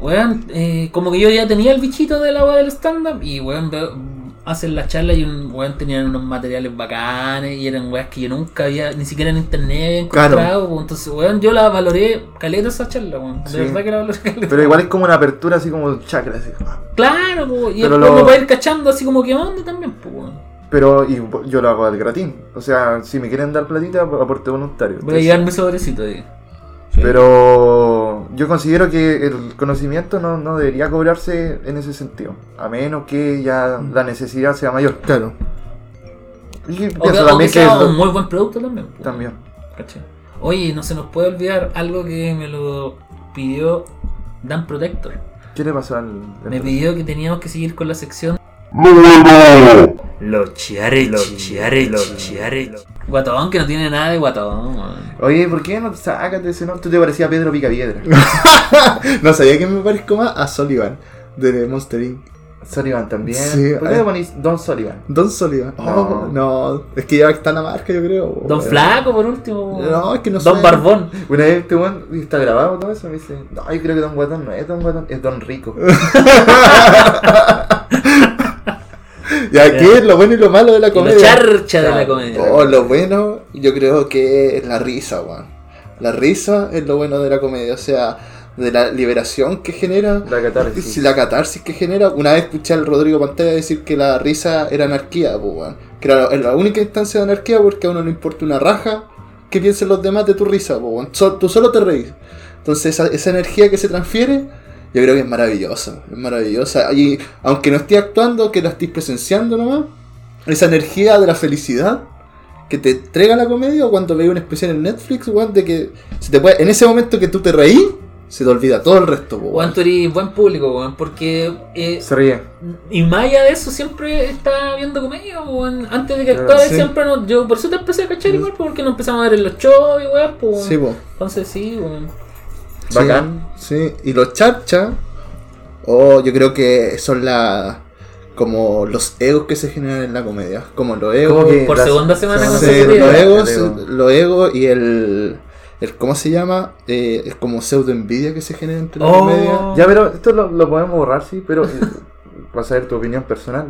Speaker 1: weón, eh, como que yo ya tenía el bichito del agua del stand-up y weón, veo- hacen la charla y un weón tenían unos materiales bacanes y eran weas que yo nunca había, ni siquiera en internet había
Speaker 2: Claro.
Speaker 1: encontrado. pues, Entonces, weón, yo la valoré caleta esa charla, weón. De
Speaker 3: Sí.
Speaker 1: verdad que la valoré caleta.
Speaker 3: Pero igual es como una apertura así como chakra. Así. ah.
Speaker 1: Claro, po, y
Speaker 3: Pero
Speaker 1: después
Speaker 3: lo-
Speaker 1: uno va a ir cachando así como que onda también, pues, weón.
Speaker 3: Pero y yo lo hago al gratín. O sea, si me quieren dar platita, aporte voluntario.
Speaker 1: Voy a
Speaker 3: Entonces-
Speaker 1: llevar mi sobrecito, digo.
Speaker 3: Pero yo considero que el conocimiento no, no debería cobrarse en ese sentido, a menos que ya la necesidad sea mayor.
Speaker 2: Mm. Claro.
Speaker 3: Y pienso
Speaker 1: O que, o que
Speaker 3: también que
Speaker 1: sea
Speaker 3: eso-
Speaker 1: un muy buen producto también. po.
Speaker 3: también.
Speaker 1: ¿Cachai? Oye, no se nos puede olvidar algo que me lo pidió Dan Protector.
Speaker 3: ¿Qué le pasó al...?
Speaker 1: Me pidió que teníamos que seguir con la sección.
Speaker 7: Lo chiare, lo chiare, lo chiare.
Speaker 1: Guatón, que no tiene nada de guatón. weón.
Speaker 3: Oye, ¿por qué no sacas de ese nombre? Tú te parecías Pedro Picapiedra.
Speaker 2: No sabía que me parezco más a Sullivan de Monster Inc.
Speaker 3: Sullivan también.
Speaker 2: Sí,
Speaker 3: ¿Por qué
Speaker 2: eh.
Speaker 3: le ponís Don Sullivan?
Speaker 2: Don Sullivan.
Speaker 3: No.
Speaker 2: No, no. Es que ya está la marca, yo creo. po,
Speaker 1: Don
Speaker 2: weón.
Speaker 1: Flaco, por último. weón.
Speaker 2: No, es que no
Speaker 1: Don
Speaker 2: sé.
Speaker 1: Barbón.
Speaker 3: Una vez este weón y está grabado todo eso, me dice, no, yo creo que Don Guatón no es Don Guatón, es Don Rico.
Speaker 2: Y aquí es lo bueno y lo malo de la
Speaker 1: Y
Speaker 2: comedia.
Speaker 1: la charcha de la comedia.
Speaker 2: Oh, lo bueno, yo creo que es la risa, weón. La risa es lo bueno de la comedia, o sea, de la liberación que genera.
Speaker 3: La catarsis.
Speaker 2: y La catarsis que genera. Una vez escuché al Rodrigo Pantalla decir que la risa era anarquía, po, weón. Que era la única instancia de anarquía porque a uno no importa una raja que piensen los demás de tu risa, po, weón. So- tú solo te reís. Entonces esa, esa energía que se transfiere, yo creo que es maravillosa. Es maravillosa. Y aunque no esté actuando, que la estés presenciando nomás, esa energía de la felicidad que te entrega la comedia o cuando veis un especial en Netflix, weón, de que se te puede, en ese momento que tú te reís, se te olvida todo el resto, po,
Speaker 1: Weón,
Speaker 2: weón.
Speaker 1: tú eres buen público, weón, porque eh,
Speaker 3: Se ríe.
Speaker 1: Y más allá de eso, siempre estaba viendo comedia, weón. Antes de que
Speaker 3: Claro,
Speaker 1: actuara,
Speaker 2: sí.
Speaker 1: siempre no- yo por eso te empecé a cachar igual, porque no empezamos a ver en los shows y weón, pues, weón.
Speaker 2: Sí, po.
Speaker 1: Entonces sí, weón.
Speaker 2: Sí,
Speaker 3: Bacán.
Speaker 2: Sí, y los charchas, oh, yo creo que son la como los egos que se generan en la comedia, como los egos,
Speaker 3: Como que
Speaker 1: Por
Speaker 3: la-
Speaker 1: segunda semana
Speaker 2: Sí,
Speaker 1: consecutiva.
Speaker 2: los egos,
Speaker 3: El ego.
Speaker 2: los egos y el, el ¿cómo se llama? Eh, es como pseudo envidia que se genera entre la
Speaker 1: Oh.
Speaker 2: comedia.
Speaker 3: Ya, pero esto lo, lo podemos borrar, sí, pero eh, va a ser tu opinión personal.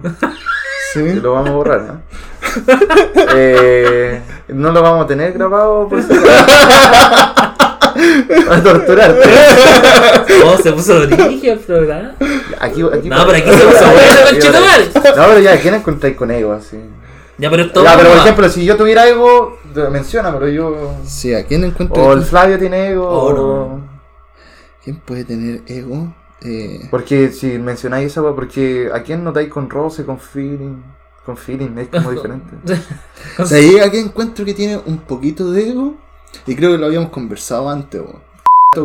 Speaker 2: Sí.
Speaker 3: Que lo vamos a borrar, ¿eh? Eh, no lo vamos a tener grabado por si a torturarte.
Speaker 1: Oh, se puso brillo el programa.
Speaker 3: Aquí, aquí,
Speaker 1: No, pero aquí se puso bueno, conchetumare.
Speaker 3: No, pero ya, ¿a quién encontráis con ego así?
Speaker 1: Ya, pero todo.
Speaker 3: Ya, pero por ejemplo, si yo tuviera ego, te- menciona, pero yo.
Speaker 2: Sí, ¿a quién encuentro?
Speaker 3: O Oh, el Flavio tiene ego.
Speaker 1: Oh, no.
Speaker 3: o-
Speaker 2: ¿Quién puede tener ego? Eh,
Speaker 3: Porque si mencionáis esa, wea, porque ¿a quién notáis con roce, con feeling? Con feeling, es como diferente.
Speaker 2: o sea, ahí a quién encuentro que tiene un poquito de ego y creo que lo habíamos conversado antes, weón.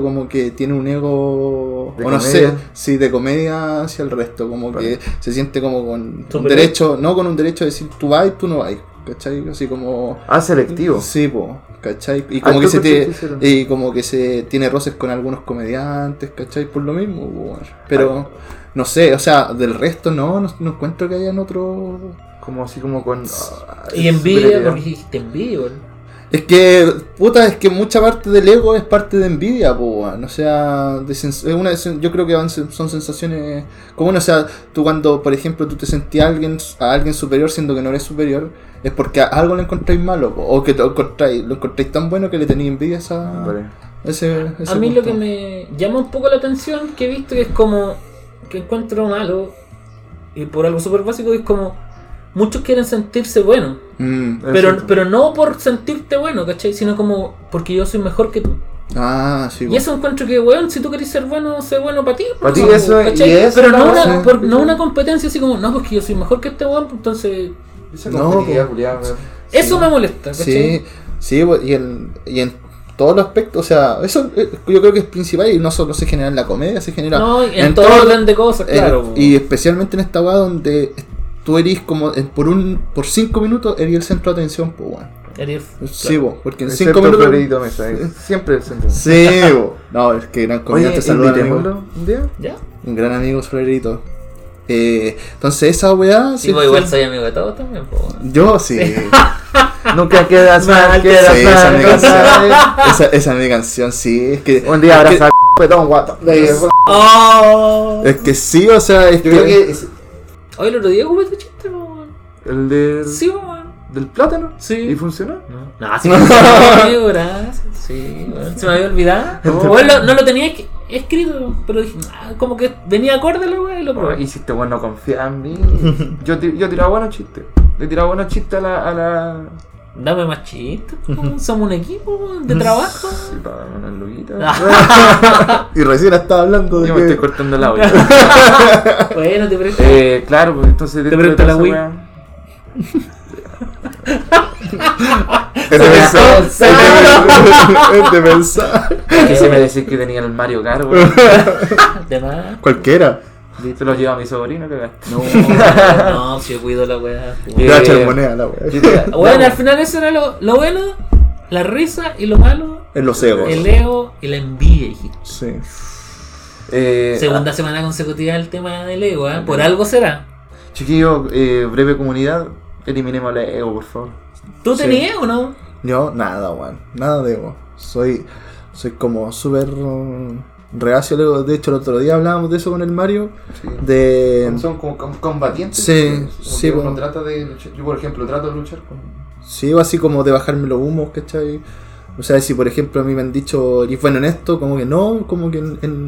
Speaker 2: como que tiene un ego
Speaker 3: De
Speaker 2: o no sé
Speaker 3: comedia.
Speaker 2: sí de comedia hacia el resto como
Speaker 3: Vale.
Speaker 2: que se siente como con un
Speaker 1: Superior.
Speaker 2: derecho no con un derecho de decir tú vas y tú no vas ¿cachai? así como
Speaker 3: Ah, selectivo.
Speaker 2: Sí, po, ¿cachai? Y
Speaker 3: Ah,
Speaker 2: como, que se
Speaker 3: entonces
Speaker 2: te-
Speaker 3: sí, sí, sí, sí.
Speaker 2: y como que se tiene roces con algunos comediantes, ¿cachai? Por lo mismo, po, weón. pero no sé, o sea, del resto no, no, no encuentro que hayan otro...
Speaker 3: Como así como con. ah,
Speaker 1: Y envidia, porque dijiste envidia, weón.
Speaker 2: Es que, puta, es que mucha parte del ego es parte de envidia, po, weón. O sea, de sens- es una, sen- yo creo que van sen- son sensaciones comunes. O sea, tú cuando, por ejemplo, tú te sentís a alguien, a alguien superior siendo que no eres superior, es porque a algo le encontráis malo, po, o que lo encontráis, lo encontráis tan bueno que le tenéis envidia a esa,
Speaker 3: Vale.
Speaker 2: ese, ese
Speaker 1: a mí lo
Speaker 2: punto.
Speaker 1: que me llama un poco la atención que he visto que es como que encuentro malo y por algo súper básico es como muchos quieren sentirse buenos
Speaker 2: Mm.
Speaker 1: pero,
Speaker 3: Exacto.
Speaker 1: pero no por sentirte bueno ¿cachai? sino como porque yo soy mejor que tú
Speaker 2: Ah, sí, po.
Speaker 1: y eso encuentro que weón si tú querés ser bueno sé bueno para ti pues,
Speaker 3: Pa' ti,
Speaker 1: po,
Speaker 3: eso es-
Speaker 1: ¿cachai?
Speaker 3: y eso
Speaker 1: pero
Speaker 3: es la
Speaker 1: no
Speaker 3: base.
Speaker 1: una, por- no una competencia así como no porque yo soy mejor que este weón pues entonces
Speaker 3: Esa
Speaker 2: No,
Speaker 3: competitividad,
Speaker 2: po.
Speaker 3: culiada, weón.
Speaker 1: eso me molesta ¿cachai?
Speaker 2: Sí, sí, bo- y en, y en todos los aspectos, o sea, eso eh, yo creo que es principal y no solo se genera en la comedia, se genera
Speaker 1: no y en, todo orden de cosas
Speaker 2: eh,
Speaker 1: claro
Speaker 2: y especialmente en esta weá donde tú eres como en- por un por cinco minutos eres el centro de atención, pues weón.
Speaker 1: Eres-
Speaker 2: Sí, bo, porque en
Speaker 3: Excepto
Speaker 2: cinco minutos.
Speaker 3: Floridito Mesa, eh. Siempre el centro.
Speaker 2: Sí, bo. No, es que gran comediante
Speaker 3: Oye,
Speaker 2: saluda, amigo.
Speaker 3: invitémoslo un día.
Speaker 1: ya
Speaker 2: Un gran amigo Florerito. Eh, entonces esa weá
Speaker 1: Sí, pues igual soy amigo de todos también, pues. bueno.
Speaker 2: Yo sí.
Speaker 3: Nunca quedas mal, quedas
Speaker 2: Sí, esa
Speaker 3: mal.
Speaker 2: me
Speaker 3: nunca
Speaker 2: encanta. esa, esa es mi canción, sí. Es que
Speaker 3: sabes. Un día
Speaker 2: es que-
Speaker 3: abraza petón, guato.
Speaker 1: Oh.
Speaker 2: Es que sí, o sea, es
Speaker 3: Yo
Speaker 2: que,
Speaker 3: creo que es
Speaker 1: Hoy el otro día jugué este chiste, pues. bueno.
Speaker 3: el del,
Speaker 1: Sí, pues. bueno.
Speaker 3: del plátano.
Speaker 1: Sí.
Speaker 3: ¿Y funcionó?
Speaker 1: No, sí, pues, amigo, gracias. Sí, bueno, se me había olvidado.
Speaker 3: No.
Speaker 1: Bueno, lo- no lo tenía que- escrito, pero dije, ah, como que venía acorde la weá y lo
Speaker 3: Oh,
Speaker 1: probé.
Speaker 3: hiciste bueno, confía en mí. Yo, ti- yo tiraba buenos chistes. Le tiraba buenos chistes a la. A la...
Speaker 1: Dame más chistes, pues, bueno, somos un equipo bueno, de trabajo.
Speaker 3: Sí, para ganar luguita.
Speaker 2: Ah. Y recién estaba hablando de
Speaker 3: Yo me
Speaker 2: que...
Speaker 3: estoy cortando el audio.
Speaker 1: Bueno, te presto.
Speaker 3: eh, claro, pues entonces. dentro
Speaker 1: pregunto
Speaker 3: de
Speaker 1: la
Speaker 3: esa
Speaker 1: Wii.
Speaker 3: weá-
Speaker 2: Es de pensar. Es de- es de pensar.
Speaker 3: Que se me decís que tenía el Mario Kart, weón.
Speaker 1: De más.
Speaker 2: Cualquiera.
Speaker 3: Se lo lleva a mi sobrino, cagaste.
Speaker 1: No, no, si yo cuido la weá. pues.
Speaker 2: Yo
Speaker 3: Eh,
Speaker 2: la moneda, la wea.
Speaker 1: Bueno, al final eso era lo, lo bueno, la risa y lo malo,
Speaker 2: En los egos.
Speaker 1: el ego y la envidia, dijiste.
Speaker 2: Sí.
Speaker 3: Eh,
Speaker 1: Segunda semana consecutiva el tema del ego, ¿eh? Por algo será.
Speaker 3: Chiquillo, eh, breve comunidad, eliminemos la ego, por favor.
Speaker 1: ¿Tú
Speaker 2: Sí.
Speaker 1: tenías o no?
Speaker 2: Yo, nada, weón. Nada de ego. Soy, soy como súper mm, reacio al ego. De hecho, el otro día hablábamos de eso con el Mario. De...
Speaker 3: Son como com- combatientes.
Speaker 2: Sí,
Speaker 3: como
Speaker 2: sí,
Speaker 3: que uno
Speaker 2: bueno.
Speaker 3: trata de luchar- Yo, por ejemplo, trato de luchar con.
Speaker 2: Sí, o así como de bajarme los humos, ¿cachai? O sea, si por ejemplo a mí me han dicho, y bueno, en esto, como que no, como que en... en-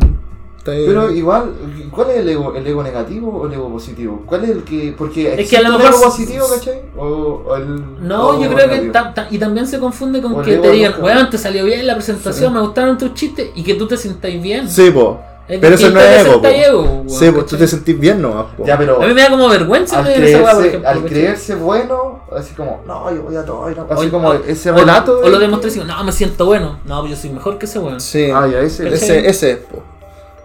Speaker 2: está-
Speaker 1: Eh.
Speaker 3: Pero igual, ¿cuál es el ego? ¿El ego negativo o el ego positivo? ¿Cuál es el que.? Porque
Speaker 1: Es que a
Speaker 3: existe
Speaker 1: lo
Speaker 3: el
Speaker 1: mejor
Speaker 3: ego
Speaker 1: s-
Speaker 3: positivo, ¿cachai? O, o el.
Speaker 1: No,
Speaker 3: o
Speaker 1: yo
Speaker 3: el
Speaker 1: creo que
Speaker 3: negativo.
Speaker 1: ta- ta- y también se confunde con
Speaker 3: O el
Speaker 1: que
Speaker 3: ego
Speaker 1: te
Speaker 3: de
Speaker 1: digan,
Speaker 3: buscar.
Speaker 1: weón, te salió bien la presentación, me gustaron tus chistes y que tú te sintáis bien.
Speaker 2: Sí, po.
Speaker 1: Es
Speaker 2: Pero eso
Speaker 1: distinto
Speaker 2: no
Speaker 1: de
Speaker 2: es ego, po.
Speaker 1: sentar ego, weón,
Speaker 2: sí, pues tú
Speaker 1: ¿cachai?
Speaker 2: te sentís bien nomás, po.
Speaker 3: Ya, pero.
Speaker 1: A mí me da como vergüenza
Speaker 3: Al
Speaker 1: ver esa weá, por
Speaker 3: creerse,
Speaker 1: ejemplo.
Speaker 3: al
Speaker 1: ¿cachai?
Speaker 3: creerse bueno, así como, no, yo voy a todo, y no- así
Speaker 1: O-
Speaker 3: como
Speaker 1: o-
Speaker 3: ese
Speaker 1: o-
Speaker 3: relato.
Speaker 1: O lo
Speaker 3: de-
Speaker 1: demostré así, no, me siento bueno. No, pues yo soy mejor que ese weón.
Speaker 2: Sí.
Speaker 3: Ah, ya, ese.
Speaker 1: ¿Cachai?
Speaker 2: ese, ese es, po.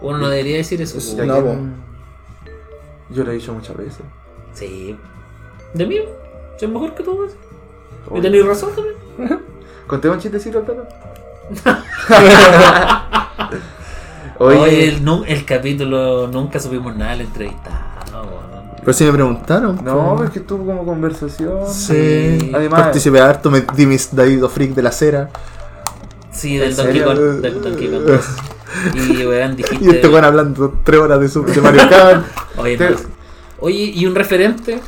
Speaker 1: Uno no debería decir eso.
Speaker 2: Es-
Speaker 3: Ya
Speaker 1: weón.
Speaker 2: No,
Speaker 3: que-
Speaker 2: po.
Speaker 3: Yo lo he dicho muchas veces.
Speaker 1: Sí. De mí, soy mejor que tú, weón. Y tenéis razón también.
Speaker 3: Conté un chistecito al pelo.
Speaker 1: Oye,
Speaker 3: Oye,
Speaker 1: el, nu- el capítulo nunca subimos nada al entrevistado. weón.
Speaker 2: Pero si me preguntaron.
Speaker 3: no,
Speaker 2: po.
Speaker 3: pero es que tuvo como conversación.
Speaker 2: Sí.
Speaker 3: Además-
Speaker 2: Participé harto, me di mis daditos freak de la cera.
Speaker 1: Sí, del Donkey
Speaker 3: serio?
Speaker 1: Kong. Del Donkey Kong 2. Y weón, dijiste.
Speaker 2: Y este weón hablando tres horas de, su, de Mario Kart.
Speaker 1: Oye,
Speaker 3: Te-
Speaker 1: no. Oye, y un referente.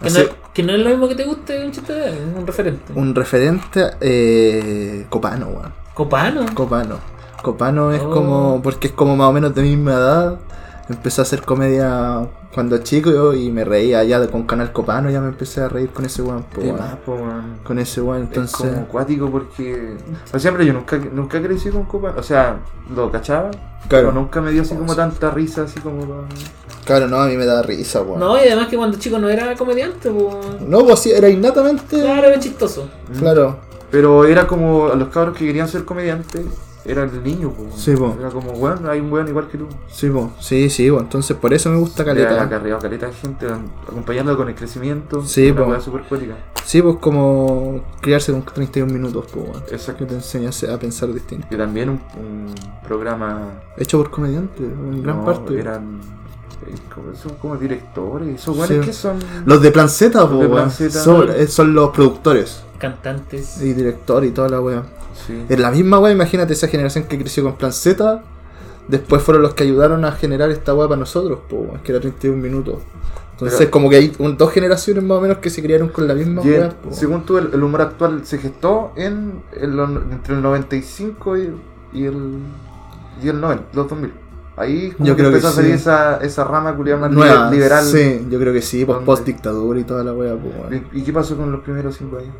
Speaker 1: Que no,
Speaker 2: Así-
Speaker 1: que no es lo mismo que te guste un chiste de él, un referente.
Speaker 2: Un referente eh, copano, weón.
Speaker 1: Copano.
Speaker 2: Copano. Copano es
Speaker 1: Oh.
Speaker 2: como. porque es como más o menos de mi misma edad. Empecé a hacer comedia cuando chico yo, y me reía ya de- con Canal Copano, ya me empecé a reír con ese weón, po,
Speaker 3: Te
Speaker 2: weón.
Speaker 3: mapo, weón.
Speaker 2: Con ese weón,
Speaker 3: Es
Speaker 2: entonces.
Speaker 3: como acuático porque. O sea, pero yo nunca, nunca crecí con copa. O sea, lo cachaba. Pero nunca me dio así como tanta risa, así como. con-
Speaker 2: Claro, no, a mí me da risa, weón.
Speaker 1: No, y además que cuando chico no era comediante, pues.
Speaker 2: No, pues sí, era innatamente.
Speaker 1: Claro, era chistoso.
Speaker 2: Claro.
Speaker 3: Pero era como a los cabros que querían ser comediantes, era el niño, po.
Speaker 2: Sí, po.
Speaker 3: Era como, bueno, hay un weón igual que tú.
Speaker 2: Sí, po. sí, sí, po. entonces por eso me gusta
Speaker 3: Era
Speaker 2: Caleta.
Speaker 3: acarreado caleta de gente, acompañándolo con el crecimiento.
Speaker 2: Sí,
Speaker 3: una
Speaker 2: po.
Speaker 3: weá súper cuática.
Speaker 2: Sí, pues como criarse con 31 minutos, pues, weón.
Speaker 3: Exacto.
Speaker 2: Que te enseñas a pensar distinto.
Speaker 3: Y también un, un programa.
Speaker 2: Hecho por comediantes, en gran
Speaker 3: no,
Speaker 2: parte.
Speaker 3: Eran. eh, como- Son como directores, esos
Speaker 2: Sí.
Speaker 3: weones que son.
Speaker 2: Los de Plan Z,
Speaker 3: Los
Speaker 2: po,
Speaker 3: de
Speaker 2: weón.
Speaker 3: Plan Z.
Speaker 2: son, eh, son los productores.
Speaker 1: cantantes.
Speaker 2: Y director y toda la wea.
Speaker 3: Sí.
Speaker 2: En la misma wea, imagínate esa generación que creció con Plan Z. Después fueron los que ayudaron a generar esta wea para nosotros, po, weón, que era 31 minutos. Entonces,
Speaker 3: Pero-
Speaker 2: como que hay un- dos generaciones más o menos que se criaron con la misma
Speaker 3: Y el-
Speaker 2: wea. po.
Speaker 3: según tú, el, el humor actual se gestó en, en lo- entre el 95 y, y el y el 90, los 2000. Ahí como
Speaker 2: Yo creo que
Speaker 3: empezó a salir
Speaker 2: sí.
Speaker 3: esa, esa rama culiada más
Speaker 2: Nueva,
Speaker 3: liber- liberal.
Speaker 2: Sí, yo creo que sí, pues
Speaker 3: Donde-
Speaker 2: post dictadura y toda la wea. po, weón.
Speaker 3: ¿Y, y qué pasó con los primeros cinco años?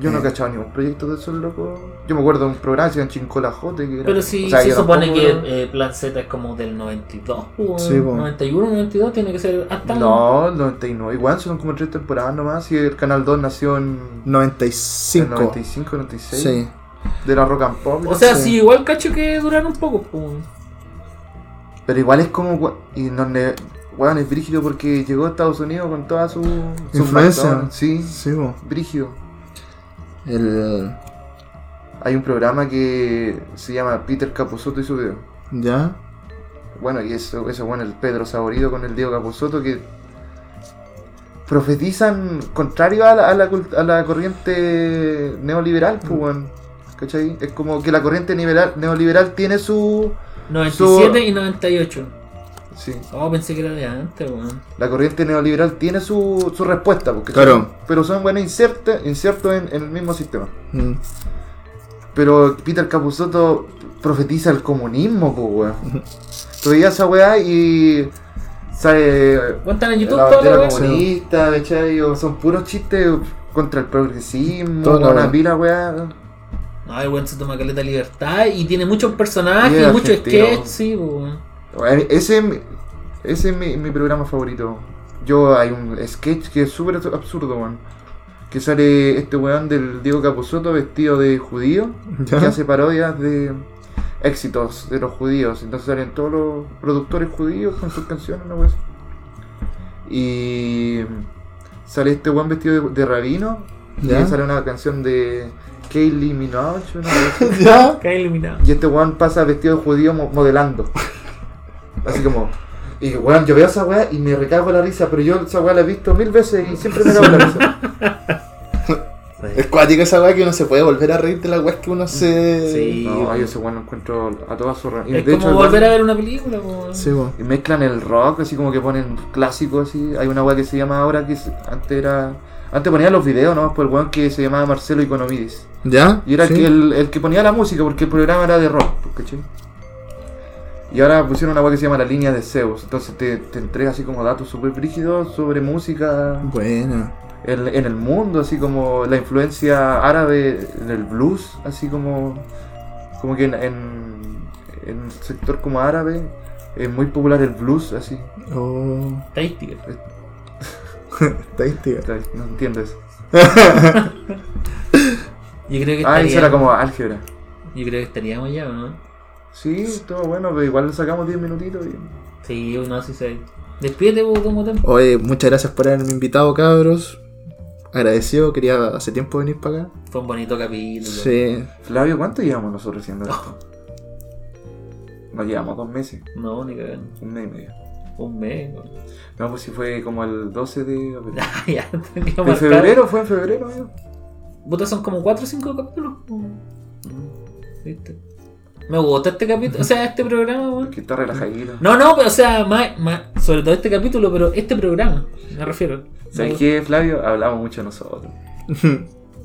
Speaker 3: Yo no
Speaker 2: Eh.
Speaker 3: he cachado ningún proyecto de esos locos. Yo me acuerdo de un programa que en Chincolajote. Que era-
Speaker 1: Pero sí,
Speaker 3: o sea,
Speaker 1: se
Speaker 3: yo
Speaker 1: supone
Speaker 3: tampoco-
Speaker 1: que eh, Plan Z es como del 92, weón.
Speaker 2: Sí, po.
Speaker 1: 91, 92 tiene que ser hasta
Speaker 3: No, el 99. Igual son como tres temporadas nomás. Y el Canal 2 nació en. en
Speaker 2: 95.
Speaker 3: 95, 96.
Speaker 2: Sí.
Speaker 3: De la Rock and Pop.
Speaker 1: O sea,
Speaker 2: Sí.
Speaker 1: sí, igual cacho que duraron un poco. pues.
Speaker 3: Pero igual es como. gua- Y donde. Weón, es brígido porque llegó a Estados Unidos con toda su. su
Speaker 2: Influencia.
Speaker 3: factor. Sí,
Speaker 2: Sí, po.
Speaker 3: brígido.
Speaker 2: El.
Speaker 3: Hay un programa que se llama Peter Capusotto y su video.
Speaker 2: Ya.
Speaker 3: Bueno, y eso, eso bueno, el Pedro Saborido con el Diego Capusotto que profetizan contrario a la, a la cult- a la corriente neoliberal, pues, weón. ¿Cachai? Es como que la corriente niveral- neoliberal tiene su...
Speaker 1: 97
Speaker 3: So-
Speaker 1: y 98.
Speaker 3: Sí,
Speaker 1: Oh, pensé que era de antes, weón.
Speaker 3: la corriente neoliberal tiene su, su respuesta, porque
Speaker 2: Claro.
Speaker 3: pero son buenos insertos insertos en, en el mismo sistema.
Speaker 2: Mm.
Speaker 3: Pero Peter Capusotto profetiza el comunismo, pues, weón. Todavía esa weá y sale
Speaker 1: Bueno, están en YouTube
Speaker 3: la
Speaker 1: toda la
Speaker 3: bandera
Speaker 1: weá.
Speaker 3: comunista, ¿cachai? O Son puros chistes contra el progresismo,
Speaker 2: Toda la
Speaker 3: una
Speaker 2: wea.
Speaker 3: pila, weá.
Speaker 1: No, el weón se toma caleta de libertad y tiene muchos personajes,
Speaker 3: Y es
Speaker 1: muchos
Speaker 3: argentino.
Speaker 1: sketches, sí, weón.
Speaker 3: Weá, Eh, Ese es mi- ese es mi, mi programa favorito. Yo hay un sketch que es súper absurdo, weón. Que sale este weón del Diego Capuzotto vestido de judío,
Speaker 2: Ya.
Speaker 3: que hace parodias de éxitos de los judíos. Entonces salen todos los productores judíos con sus canciones, una weá así. Y sale este weón vestido de, de rabino.
Speaker 2: Ya.
Speaker 3: Y sale una canción de Kylie Minogue. una weá así.
Speaker 2: Ya.
Speaker 1: Cae eliminado.
Speaker 3: y este weón pasa vestido de judío mo- modelando. Así como. Y weón, yo veo esa weá y me recago la risa, pero yo esa weá la he visto mil veces y siempre me cago la risa.
Speaker 2: Es cuático esa weá que uno se puede volver a reír de la weá que uno se.
Speaker 1: Sí.
Speaker 3: No, yo ese weón lo encuentro a todas sus ra- Y
Speaker 1: Es
Speaker 3: de
Speaker 1: como
Speaker 3: hecho, el weón-
Speaker 1: volver a ver una película, weón.
Speaker 2: Sí, po.
Speaker 3: Y mezclan el rock, así como que ponen clásicos así. Hay una weá que se llama ahora que se- antes era. Antes ponía los videos, ¿no? Por el weón que se llamaba Marcelo Economidis.
Speaker 2: ¿Ya?
Speaker 3: Y era
Speaker 2: Sí.
Speaker 3: el, que, el, el que ponía la música, porque el programa era de rock, pues, ¿cachai? Y ahora pusieron una web que se llama La Línea de Zeus. Entonces te, te entrega así como datos súper brígidos sobre música
Speaker 2: Buena.
Speaker 3: en, en el mundo, así como la influencia árabe en el blues, así como, como que en, en- en el sector como árabe es muy popular el blues, así.
Speaker 2: Oh.
Speaker 1: Estadística.
Speaker 2: Estadística.
Speaker 3: No entiendo eso.
Speaker 1: Yo creo que
Speaker 3: Ah, eso
Speaker 1: estaríamos,
Speaker 3: era como álgebra.
Speaker 1: yo creo que estaríamos ya, ¿no?
Speaker 3: Sí, todo bueno, pero igual le sacamos 10 minutitos y...
Speaker 1: Sí, no, sí se. Despídete, weón, como tiempo.
Speaker 2: Oye, muchas gracias por haberme invitado, cabros. Agradecido, quería hace tiempo venir para acá.
Speaker 1: Fue un bonito capítulo.
Speaker 2: Sí.
Speaker 3: Flavio, ¿cuánto llevamos nosotros haciendo esto?
Speaker 1: Oh.
Speaker 3: Nos llevamos dos meses,
Speaker 1: No, ni cagando.
Speaker 3: un mes y medio.
Speaker 1: Un mes, weón.
Speaker 3: No, pues si fue como el 12 de abril.
Speaker 1: Ya tenía
Speaker 3: ¿En
Speaker 1: marcado.
Speaker 3: febrero? ¿Fue en febrero? amigo?
Speaker 1: Puta, son como 4 o 5 capítulos. weón.
Speaker 3: Mm.
Speaker 1: ¿Viste? Me gusta este capítulo, o sea, este programa, weón.
Speaker 3: Que está relajadito.
Speaker 1: No, no, pero, o sea, más, más- sobre todo este capítulo, pero este programa, me refiero.
Speaker 3: ¿Sabes qué, Flavio? Hablamos mucho nosotros.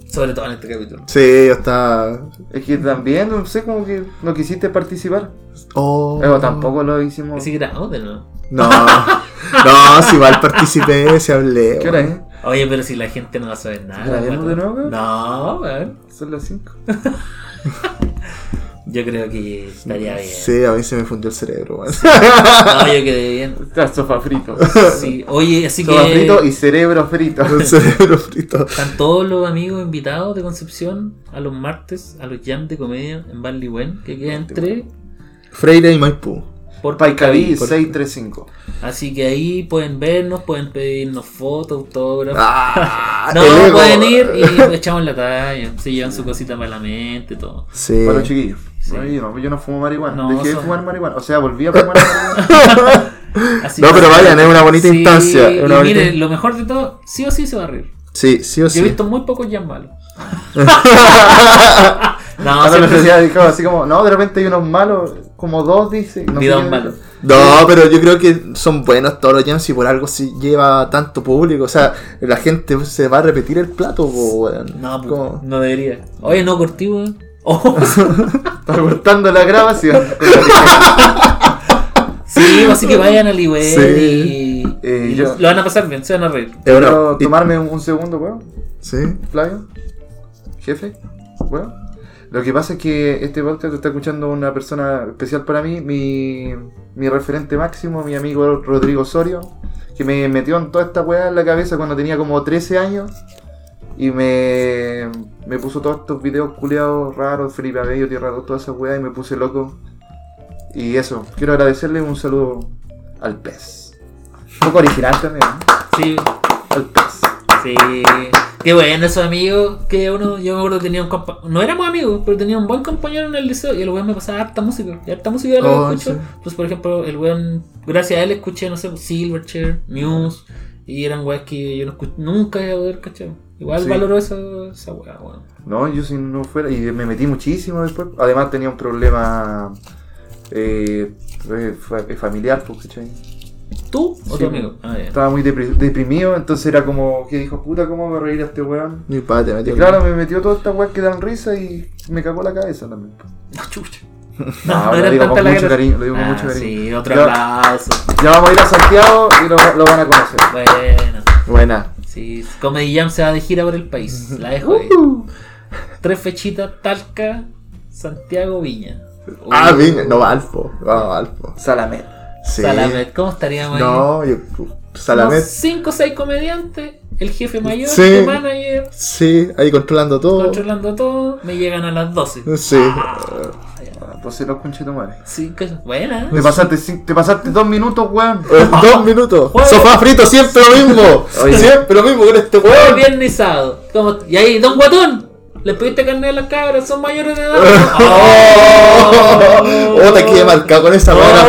Speaker 1: Sobre todo en este capítulo.
Speaker 2: Sí, yo estaba.
Speaker 3: Es que también, no sé, como que no quisiste participar.
Speaker 2: Oh.
Speaker 3: Pero tampoco lo hicimos.
Speaker 1: Así que grabamos de nuevo.
Speaker 2: No. No, si mal participé, si hablé.
Speaker 3: ¿Qué hora
Speaker 2: weón.
Speaker 3: es?
Speaker 1: Oye, pero si la gente no va a saber nada.
Speaker 3: ¿Grabemos
Speaker 1: weón.
Speaker 3: de nuevo, weón?
Speaker 1: No, weón.
Speaker 3: Son las 5.
Speaker 1: Yo creo que estaría bien.
Speaker 2: Sí, a mí se me fundió el cerebro, weón.
Speaker 1: No, yo quedé bien.
Speaker 3: Está sofá frito.
Speaker 1: Sí. Oye, así
Speaker 3: Sofá frito
Speaker 1: que
Speaker 3: y cerebro frito.
Speaker 2: El cerebro frito.
Speaker 1: están todos los amigos invitados de Concepción a los martes, a los jams de comedia en Barleywen, que queda entre
Speaker 2: Freire y Maipú.
Speaker 1: por
Speaker 3: Paicaví
Speaker 1: Paicaví.
Speaker 3: 635.
Speaker 1: Así que ahí pueden vernos, pueden pedirnos fotos, autógrafos.
Speaker 2: Ah,
Speaker 1: No,
Speaker 2: el ego.
Speaker 1: pueden ir y echamos la talla. Se llevan su cosita para la mente, todo.
Speaker 2: Sí.
Speaker 3: Para los chiquillos.
Speaker 1: Eh, Sí.
Speaker 3: Oye, no, yo no fumo marihuana.
Speaker 1: No,
Speaker 3: Dejé de
Speaker 1: son-
Speaker 3: fumar marihuana. O sea, volví a fumar marihuana.
Speaker 1: Así
Speaker 2: No,
Speaker 1: que-
Speaker 2: pero vayan, es una bonita instancia, es
Speaker 1: y
Speaker 2: una bonita-
Speaker 1: miren, lo mejor de todo, sí o sí se va a reír.
Speaker 2: Sí, sí o
Speaker 1: Yo he
Speaker 2: sí.
Speaker 1: visto muy pocos Jan malos.
Speaker 3: Ah,
Speaker 1: no,
Speaker 3: no,
Speaker 1: Ah, siempre-
Speaker 3: pero decía, claro, así como, no, de repente hay unos malos, como dos, dice. No
Speaker 1: Ni dos
Speaker 3: sé.
Speaker 1: malos.
Speaker 2: No, pero yo creo que son buenos todos los jams y por algo se lleva tanto público. O sea, la gente se va a repetir el plato, po, weón.
Speaker 1: No, pu-
Speaker 2: Como-
Speaker 1: no debería. Oye, no cortí, weón. Oh,
Speaker 3: Está cortando la grabación.
Speaker 1: sí, pues, así que vayan al Iber
Speaker 2: Sí.
Speaker 1: y,
Speaker 3: Eh,
Speaker 1: y
Speaker 3: yo-
Speaker 1: lo van a pasar bien, se van a reír.
Speaker 2: Es una-
Speaker 3: Quiero
Speaker 2: Eh, y-
Speaker 3: tomarme un, un segundo, weón.
Speaker 2: Sí.
Speaker 3: Flavio, jefe, bueno, lo que pasa es que este podcast lo está escuchando una persona especial para mí, mi, mi referente máximo, mi amigo Rodrigo Osorio, que me metió en toda esta weá en la cabeza cuando tenía como 13 años y me, me puso todos estos videos culeados raros, Felipe Abello, Tierra Dos, todas esas weas y me puse loco. Y eso, quiero agradecerle un saludo al pez. Un poco original también, ¿eh?
Speaker 1: Sí,
Speaker 3: al pez.
Speaker 1: sí. Qué bueno esos amigos que uno, yo me acuerdo tenía un compa no éramos amigos, pero tenía un buen compañero en el liceo y el weón me pasaba harta música, y harta música la
Speaker 2: Oh,
Speaker 1: escucho.
Speaker 2: sí.
Speaker 1: Pues por ejemplo, el weón, gracias a él escuché, no sé, pues, Silverchair, Muse, y eran weas que yo no escuché, nunca iba a poder cachar. Igual
Speaker 3: Sí.
Speaker 1: valoro esa, esa wea, weón.
Speaker 3: No, yo si no fuera. Y me metí muchísimo después. Además tenía un problema eh, eh, fa- eh, familiar, pues, ¿cachai?
Speaker 1: ¿Tú o
Speaker 3: Sí.
Speaker 1: tu amigo? Ah, ya.
Speaker 3: Estaba muy depri- deprimido, entonces era como que dijo, puta, ¿cómo me reír a este weón?
Speaker 2: Mi padre me
Speaker 3: Y
Speaker 2: metió.
Speaker 3: claro, me metió todas estas weas que dan risa y me cagó la cabeza también. pues.
Speaker 1: No, chucha.
Speaker 3: No, lo
Speaker 1: era
Speaker 3: digo
Speaker 1: tanta la
Speaker 3: con mucho
Speaker 1: gracia.
Speaker 3: cariño, lo digo con
Speaker 1: Ah,
Speaker 3: mucho cariño.
Speaker 1: Sí, otro
Speaker 3: Ya.
Speaker 1: aplauso.
Speaker 3: Ya vamos a ir a Santiago y lo, lo van a conocer.
Speaker 1: Bueno,
Speaker 2: Buena.
Speaker 1: sí, Comedy Jam se va de gira por el país. La dejo ahí. Tres fechitas: Talca, Santiago, Viña.
Speaker 2: Ah, bien. No, Alfo. Vamos, Alfo.
Speaker 3: Salamet.
Speaker 2: Sí.
Speaker 1: Salamet, ¿cómo estaríamos ahí?
Speaker 2: No, yo.
Speaker 1: Unos
Speaker 2: Salamet.
Speaker 1: Cinco o seis comediantes, el jefe mayor,
Speaker 2: Sí.
Speaker 1: el manager,
Speaker 2: Sí, ahí controlando todo.
Speaker 1: controlando todo. Me llegan a las 12.
Speaker 2: Sí.
Speaker 3: Entonces los conchetumares.
Speaker 1: Sí, que- ¿eh? buena.
Speaker 3: Te pasaste, cin- te pasaste dos minutos, weón.
Speaker 2: Eh, Dos minutos.
Speaker 1: Ah. Juego.
Speaker 2: Sofá frito, siempre lo mismo.
Speaker 3: Oye.
Speaker 2: Siempre lo mismo con este
Speaker 1: Todo
Speaker 2: weón.
Speaker 1: viernes y sábado. ¿Cómo- Y ahí, don Guatón, le pediste carne a las cabras, son mayores de edad. Oh.
Speaker 2: Oh, te quedé marcado con esa weá de las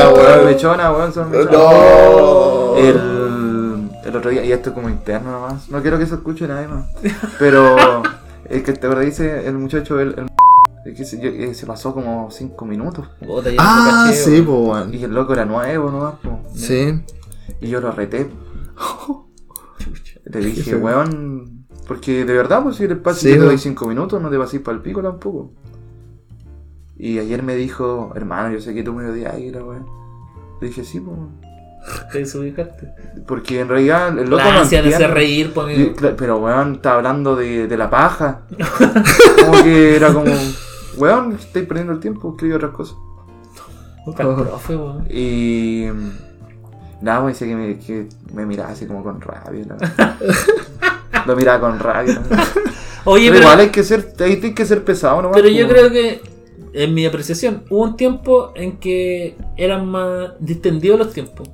Speaker 2: mechonas,
Speaker 3: Weón,
Speaker 2: weón.
Speaker 3: Lechona, weón, son
Speaker 2: No.
Speaker 3: Eh, El, el otro día, y esto es como interno nomás, no quiero que se escuche nadie más. Pero el que te acuerdas dice el muchacho, el, el es que se, yo- eh, se pasó como 5 minutos.
Speaker 1: Puta, yo no
Speaker 2: Ah,
Speaker 1: caché,
Speaker 2: sí,
Speaker 1: weón.
Speaker 2: po, weón.
Speaker 3: Y el loco era nuevo nomás, po,
Speaker 2: Sí.
Speaker 3: y yo lo reté.
Speaker 1: Chucha.
Speaker 3: Le dije, weón, porque de verdad, pues si el espacio
Speaker 2: Sí,
Speaker 3: te doy
Speaker 2: weón.
Speaker 3: 5 minutos, no te vas a ir para el pico tampoco. Y ayer me dijo, hermano, yo sé que tú me odias, y la weón. Le dije, sí, pues.
Speaker 1: Te desubicaste.
Speaker 3: Porque en realidad el loco
Speaker 1: La
Speaker 3: no
Speaker 1: ansia de
Speaker 3: entiende.
Speaker 1: hacer reír, pues,
Speaker 3: Y,
Speaker 1: amigo.
Speaker 3: cla- pero weón, está hablando de, de la paja. como que era como, weón, estáis perdiendo el tiempo, escribí otras cosas.
Speaker 1: Puta, el profe, weón.
Speaker 3: Y. Nada, me dice que me, que me miraba así como con rabia. la verdad. Lo miraba con rabia. la verdad.
Speaker 1: Oye,
Speaker 3: pero
Speaker 1: pero,
Speaker 3: igual hay que ser, ahí tienes que ser pesado, ¿no?
Speaker 1: pero yo creo que, en mi apreciación, hubo un tiempo en que eran más distendidos los tiempos.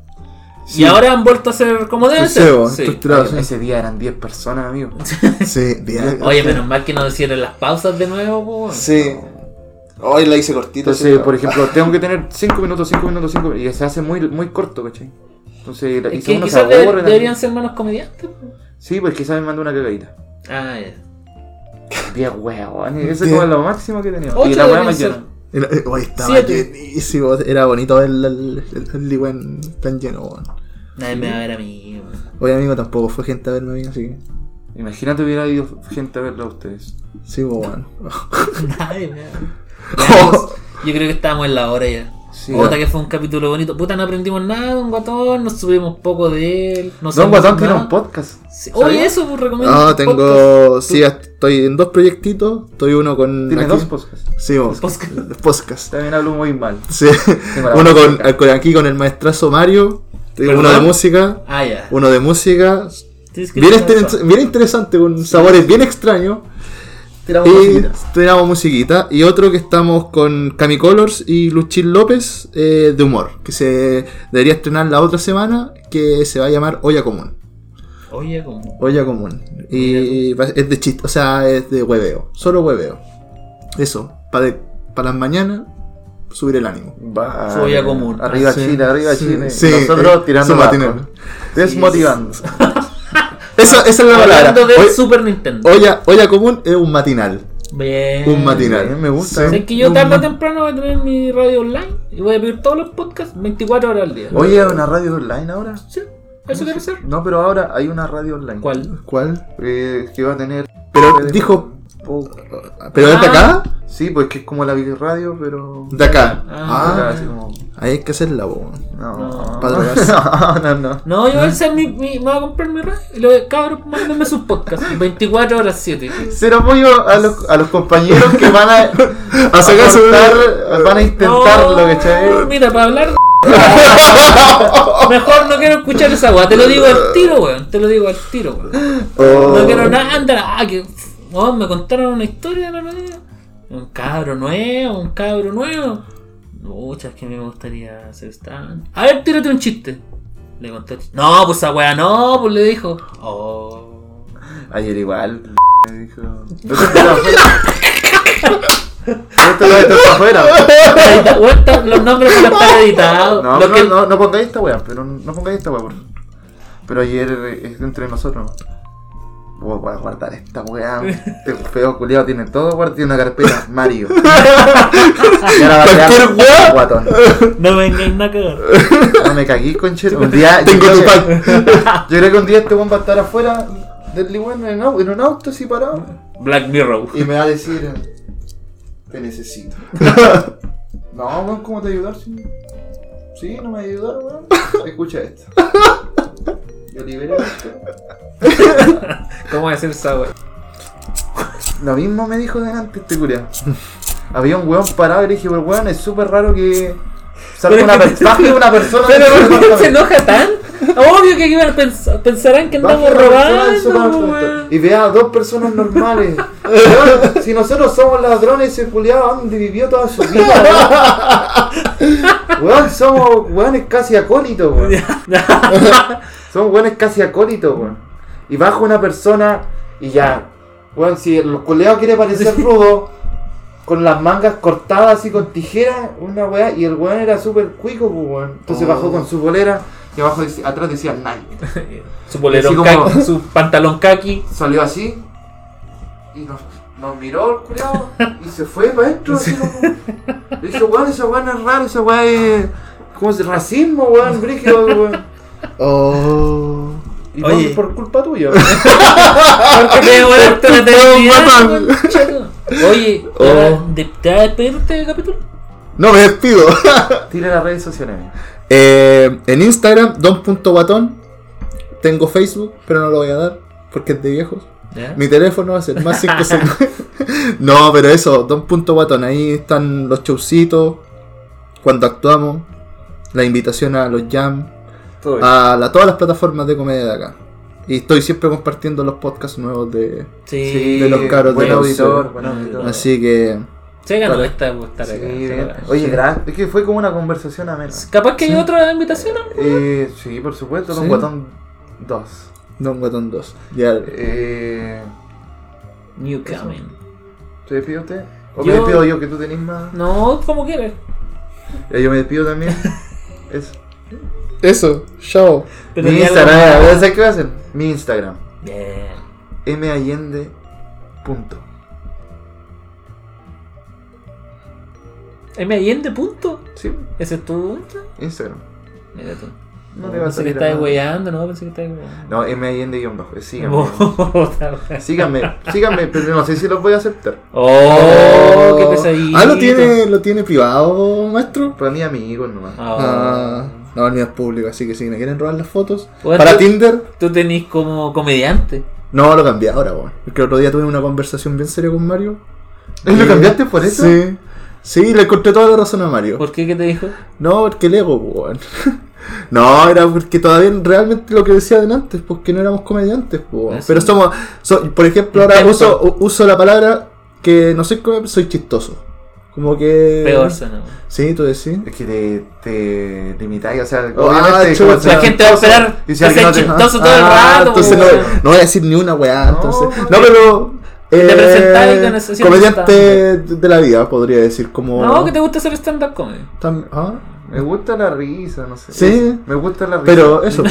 Speaker 1: Y ahora han vuelto a ser como deben
Speaker 2: Sí,
Speaker 1: ser.
Speaker 2: weón,
Speaker 1: Sí.
Speaker 2: estructurado, sí.
Speaker 3: Ese día eran 10 personas, amigo.
Speaker 2: Sí, bien.
Speaker 1: Oye, menos mal que no hicieron las pausas de nuevo, po, weón.
Speaker 2: Sí. Hoy la hice cortita.
Speaker 3: Entonces,
Speaker 2: sí.
Speaker 3: por ejemplo, tengo que tener 5 minutos, 5 minutos, 5 minutos. Y se hace muy, muy corto, ¿cachai? Entonces, y
Speaker 1: Es que
Speaker 3: uno se
Speaker 1: quizás de-
Speaker 3: aburre también.
Speaker 1: deberían ser menos comediantes. po.
Speaker 3: Sí, pues quizás me mandó una cagadita.
Speaker 1: Ah, ya.
Speaker 3: 10 weón. Eso es
Speaker 2: Diez.
Speaker 3: como lo máximo que tenía.
Speaker 1: Ocho
Speaker 3: Y la weá
Speaker 1: deberían
Speaker 3: más
Speaker 1: ser.
Speaker 3: llena.
Speaker 2: Era- eh, Oye, estaba
Speaker 1: Siete.
Speaker 2: llenísimo. Era bonito ver el, el, el, el Ligüen tan lleno, weón.
Speaker 1: Nadie me va a ver a mí, weón.
Speaker 2: Oye, amigo, tampoco fue gente a verme a mí, así que.
Speaker 3: Imagínate hubiera ido gente a verlo a ustedes.
Speaker 2: Sí, pues, weón. Oh,
Speaker 1: Nadie me va a ver. Ya, amigos, Yo creo que estábamos en la hora ya.
Speaker 3: Oh. Sí.
Speaker 1: Puta que fue un capítulo bonito. Puta, no aprendimos nada, don Guatón. Nos subimos poco de él. No
Speaker 3: Don
Speaker 1: sabemos
Speaker 3: Guatón tiene
Speaker 1: nada.
Speaker 3: un podcast. Ah,
Speaker 1: Sí. Oye, eso, pues recomiendo.
Speaker 2: No,
Speaker 1: un podcast.
Speaker 2: oh, tengo. Sí, estoy en dos proyectitos. Estoy uno con.
Speaker 3: Tiene
Speaker 2: aquí-
Speaker 3: dos podcasts.
Speaker 2: Sí, vos.
Speaker 1: Podcast.
Speaker 2: Podcast.
Speaker 3: También hablo muy mal.
Speaker 2: Sí.
Speaker 3: la
Speaker 2: Uno con,
Speaker 3: música.
Speaker 2: con aquí con el maestrazo Mario. Uno de
Speaker 1: ¿Perdón?
Speaker 2: música.
Speaker 1: Ah, ya.
Speaker 2: Uno de música.
Speaker 1: Tienes que
Speaker 2: Bien,
Speaker 1: escuchar
Speaker 2: inter-
Speaker 1: eso.
Speaker 2: bien interesante, con sabores bien extraños.
Speaker 3: Tiramos
Speaker 2: Y
Speaker 3: musiquita.
Speaker 2: tenemos musiquita. Y otro que estamos con Cami Colors y Luchín López eh, de humor. Que se debería estrenar la otra semana. Que se va a llamar Olla Común.
Speaker 1: Oye, como.
Speaker 2: Olla Común. Y va- es de chiste, o sea, es de hueveo. Solo hueveo. Eso. Para las mañanas subir el ánimo.
Speaker 3: Vale.
Speaker 1: Soy a común.
Speaker 3: Arriba
Speaker 2: Sí,
Speaker 3: Chile, arriba
Speaker 2: sí,
Speaker 3: Chile.
Speaker 2: sí,
Speaker 3: Nosotros
Speaker 2: eh,
Speaker 3: tirando
Speaker 2: somos
Speaker 3: abajo.
Speaker 2: tineros.
Speaker 3: Desmotivando.
Speaker 2: Esa, esa es la palabra.
Speaker 1: Hablando del
Speaker 2: Hoy-
Speaker 1: Super Nintendo.
Speaker 2: Olla, olla común es un matinal.
Speaker 1: Bien.
Speaker 2: Un matinal. Me gusta.
Speaker 1: Sé
Speaker 2: ¿eh?
Speaker 1: que yo
Speaker 2: Un
Speaker 1: tarde o
Speaker 2: ma-
Speaker 1: temprano voy a tener mi radio online y voy a pedir todos los podcasts 24 horas al día.
Speaker 3: Oye, ¿hay una radio online ahora?
Speaker 1: Sí, eso debe ser.
Speaker 3: No, pero ahora hay una radio online.
Speaker 1: ¿Cuál?
Speaker 2: ¿Cuál?
Speaker 3: Eh, que va a tener.
Speaker 2: Pero dijo-
Speaker 3: Po-
Speaker 2: ¿Pero es de
Speaker 1: Ah.
Speaker 2: acá?
Speaker 3: Sí, pues que es como la Big Radio, pero.
Speaker 2: De acá.
Speaker 3: Acá,
Speaker 2: Ah,
Speaker 3: así como-
Speaker 2: ahí hay que hacerla, po.
Speaker 3: No,
Speaker 1: No.
Speaker 3: no,
Speaker 2: Para drogarse.
Speaker 3: no, no.
Speaker 1: No,
Speaker 2: Ah.
Speaker 1: yo voy a hacer mi, mi- me voy a comprar mi radio y los cabros mándenme sus podcasts 24 horas 7.
Speaker 3: Cero apoyo a los, a los compañeros que van a,
Speaker 2: A sacar su-
Speaker 3: aportar, van a intentarlo,
Speaker 1: No,
Speaker 3: ¿cachai?
Speaker 1: Mira, para hablar. Mejor no quiero escuchar esa weá, te lo digo al tiro, weón. Te lo digo al tiro, weón.
Speaker 2: Oh.
Speaker 1: No quiero nada, anda, ah, que weón, me contaron una historia la otra vez. Un cabro nuevo, un cabro nuevo. Muchas que me gustaría hacer esta. A ver, tírate un chiste. Le conté. el chiste. No, pues esa weá no, pues le dijo. Oh.
Speaker 3: Ayer igual, me dijo. Pero esto está afuera. Esto no- esto está afuera.
Speaker 1: Edita- weón, está- los nombres van a estar editados.
Speaker 3: No,
Speaker 1: Los
Speaker 3: no,
Speaker 1: que-
Speaker 3: no, no pongáis esta weá, pero no pongáis esta weá, por favor. Pero ayer eh, es entre nosotros. Voy voy a guardar esta weá. Este feo culiado tiene todo guardado. Tiene una carpeta Mario. Y ahora va a quedar
Speaker 2: Cualquier weá.
Speaker 3: Guatón.
Speaker 1: No me vengáis nada a cagar.
Speaker 3: No me cagué, conchero. Un día.
Speaker 2: Tengo
Speaker 3: yo creo
Speaker 2: tu
Speaker 3: que-
Speaker 2: pack.
Speaker 3: Yo creo que un día este weón va a estar afuera del Ligüen en, au- en un auto así parado.
Speaker 1: Black Mirror.
Speaker 3: Y me va a decir. Te necesito. No, weón, ¿cómo te ayudar? Sí, sí no me ayudar, weón. Escucha esto. Yo liberé esto.
Speaker 1: ¿Cómo decir esa weá?
Speaker 3: Lo mismo me dijo delante este culiao. Había un weón parado y le dije, pero weón, es súper raro que. Salga
Speaker 1: Pero
Speaker 3: una,
Speaker 1: es que-
Speaker 3: per- baje una persona.
Speaker 1: Pero
Speaker 3: del
Speaker 1: ¿por qué se
Speaker 3: departamento.
Speaker 1: enoja tan? Obvio que iban a pens- pensarán que
Speaker 3: Baje
Speaker 1: andamos
Speaker 3: una persona del
Speaker 1: robando,
Speaker 3: departamento.
Speaker 1: weón.
Speaker 3: Y vea a dos personas normales. Weón, si nosotros somos ladrones, ese culiao donde vivió toda su vida. Weón, Weón, somos weones casi acólitos, weón. Son weones casi acólitos, weón. Y bajo una persona y ya. Weón, si el culeado quiere parecer rudo, con las mangas cortadas y con tijeras, una weá, y el weón era súper cuico, pues, weón. Entonces
Speaker 1: Oh.
Speaker 3: bajó con su bolera y abajo decía- atrás decía Nike.
Speaker 1: Su bolerón
Speaker 3: Así como-
Speaker 1: kaki, su pantalón kaki.
Speaker 3: Salió así y nos, nos miró el culeado y se fue para adentro. así como- Le dije, weón, esa weá no es raro, esa weá es. ¿Cómo es? Racismo, weón, brígido, weón.
Speaker 2: Oh.
Speaker 3: Y
Speaker 1: Oye.
Speaker 3: fue por culpa tuya. Ah,
Speaker 1: Porque te devoraste la eternidad,
Speaker 2: matan.
Speaker 1: weón, chato. Oye, ¿te
Speaker 2: Oh.
Speaker 1: va- de- ¿te vas a despedir este capítulo?
Speaker 2: No me despido.
Speaker 3: Tira las redes sociales. amigo.
Speaker 2: Eh, en Instagram, don.guatón. Tengo Facebook, pero no lo voy a dar porque es de viejos.
Speaker 1: ¿Ya?
Speaker 2: Mi teléfono va a ser más 559. no, pero eso, don.guatón. Ahí están los showcitos, cuando actuamos, la invitación a los jam,
Speaker 3: Todo bien.
Speaker 2: a la- todas las plataformas de comedia de acá. Y estoy siempre compartiendo los podcasts nuevos de.
Speaker 1: Sí.
Speaker 2: de los cabros
Speaker 3: buen
Speaker 2: de la
Speaker 3: auditor,
Speaker 2: UCB.
Speaker 3: buen
Speaker 1: No,
Speaker 3: auditor.
Speaker 1: no.
Speaker 2: Así que.
Speaker 1: Se ganó
Speaker 2: Vale.
Speaker 1: esta por estar
Speaker 3: Sí,
Speaker 1: acá. se
Speaker 3: bien.
Speaker 1: ganó.
Speaker 3: Oye, gracias. Es que fue como una conversación amena.
Speaker 1: Capaz que hay otra invitación. ¿no?
Speaker 3: Eh, sí, por supuesto, Don
Speaker 2: Sí.
Speaker 3: Guatón 2.
Speaker 2: Don Guatón 2. Ya.
Speaker 3: Eh,
Speaker 1: New coming.
Speaker 3: ¿Te despide usted? ¿O
Speaker 1: Yo-
Speaker 3: me despido yo que tú tenés más?
Speaker 1: No, como quieres.
Speaker 3: Eh, yo me despido también. Eso.
Speaker 2: Eso, chao.
Speaker 1: Pero
Speaker 3: Mi
Speaker 1: ya lo-
Speaker 3: Instagram, a ver, ¿sabes qué voy a hacer? Mi Instagram,
Speaker 1: Bien.
Speaker 3: mallende. Punto.
Speaker 1: M. Allende, punto.
Speaker 3: Sí,
Speaker 1: ¿Ese es tu Insta?
Speaker 3: Instagram.
Speaker 1: Mira tú.
Speaker 3: No te va a
Speaker 1: pensé que
Speaker 3: salir. a
Speaker 1: estabas
Speaker 3: nada.
Speaker 1: weyando, no, pensé que estabas weyando.
Speaker 3: No, mallende guión bajo. eh, Síganme.
Speaker 1: Oh. Puta, wea.
Speaker 3: Síganme, síganme, pero no sé si los voy a aceptar.
Speaker 1: Oh, qué pesadilla.
Speaker 2: Ah, lo tiene, lo tiene privado, maestro.
Speaker 3: Para mí, amigos nomás.
Speaker 2: Ah, no, el mío es público, así que si me quieren robar las fotos.
Speaker 1: Bueno, tú-
Speaker 2: Para Tinder,
Speaker 1: Tú tenés como comediante.
Speaker 2: no lo cambié ahora, weón. Porque el otro día tuve una conversación bien seria con Mario.
Speaker 3: ¿Lo cambiaste por eso?
Speaker 2: Sí. Sí, le encontré toda la razón a Mario.
Speaker 1: ¿Por qué? ¿Qué te dijo?
Speaker 2: No, porque el ego, weón. No, era porque todavía realmente lo que decía antes, porque no éramos comediantes, po, weón.
Speaker 1: Ah, sí.
Speaker 2: Pero somos. so- por ejemplo, ahora
Speaker 1: Intento.
Speaker 2: uso, u- uso la palabra que no soy comediante, soy chistoso. Como que.
Speaker 1: Peor suena. wea.
Speaker 2: Sí, tú decís.
Speaker 3: Es que te, te limitáis, o sea,
Speaker 2: Oh, ah,
Speaker 3: obviamente.
Speaker 2: chuta.
Speaker 3: como sea-
Speaker 1: La gente va a esperar
Speaker 3: Y si
Speaker 1: que
Speaker 3: alguien
Speaker 1: sea
Speaker 3: no te-
Speaker 1: chistoso todo el
Speaker 2: Ah,
Speaker 1: rato.
Speaker 2: Entonces
Speaker 1: wea.
Speaker 2: no, no voy a decir ni una weá.
Speaker 3: No,
Speaker 2: entonces.
Speaker 3: porque-
Speaker 2: No, pero
Speaker 1: Te presentáis con ese-
Speaker 2: eh,
Speaker 1: siendo
Speaker 2: comediante de la vida, podría decir. Como...
Speaker 1: No, que te gusta hacer stand-up comedy.
Speaker 2: Tam- ah,
Speaker 3: Me gusta la risa, no sé.
Speaker 2: Sí.
Speaker 3: Me gusta la risa.
Speaker 2: Pero eso.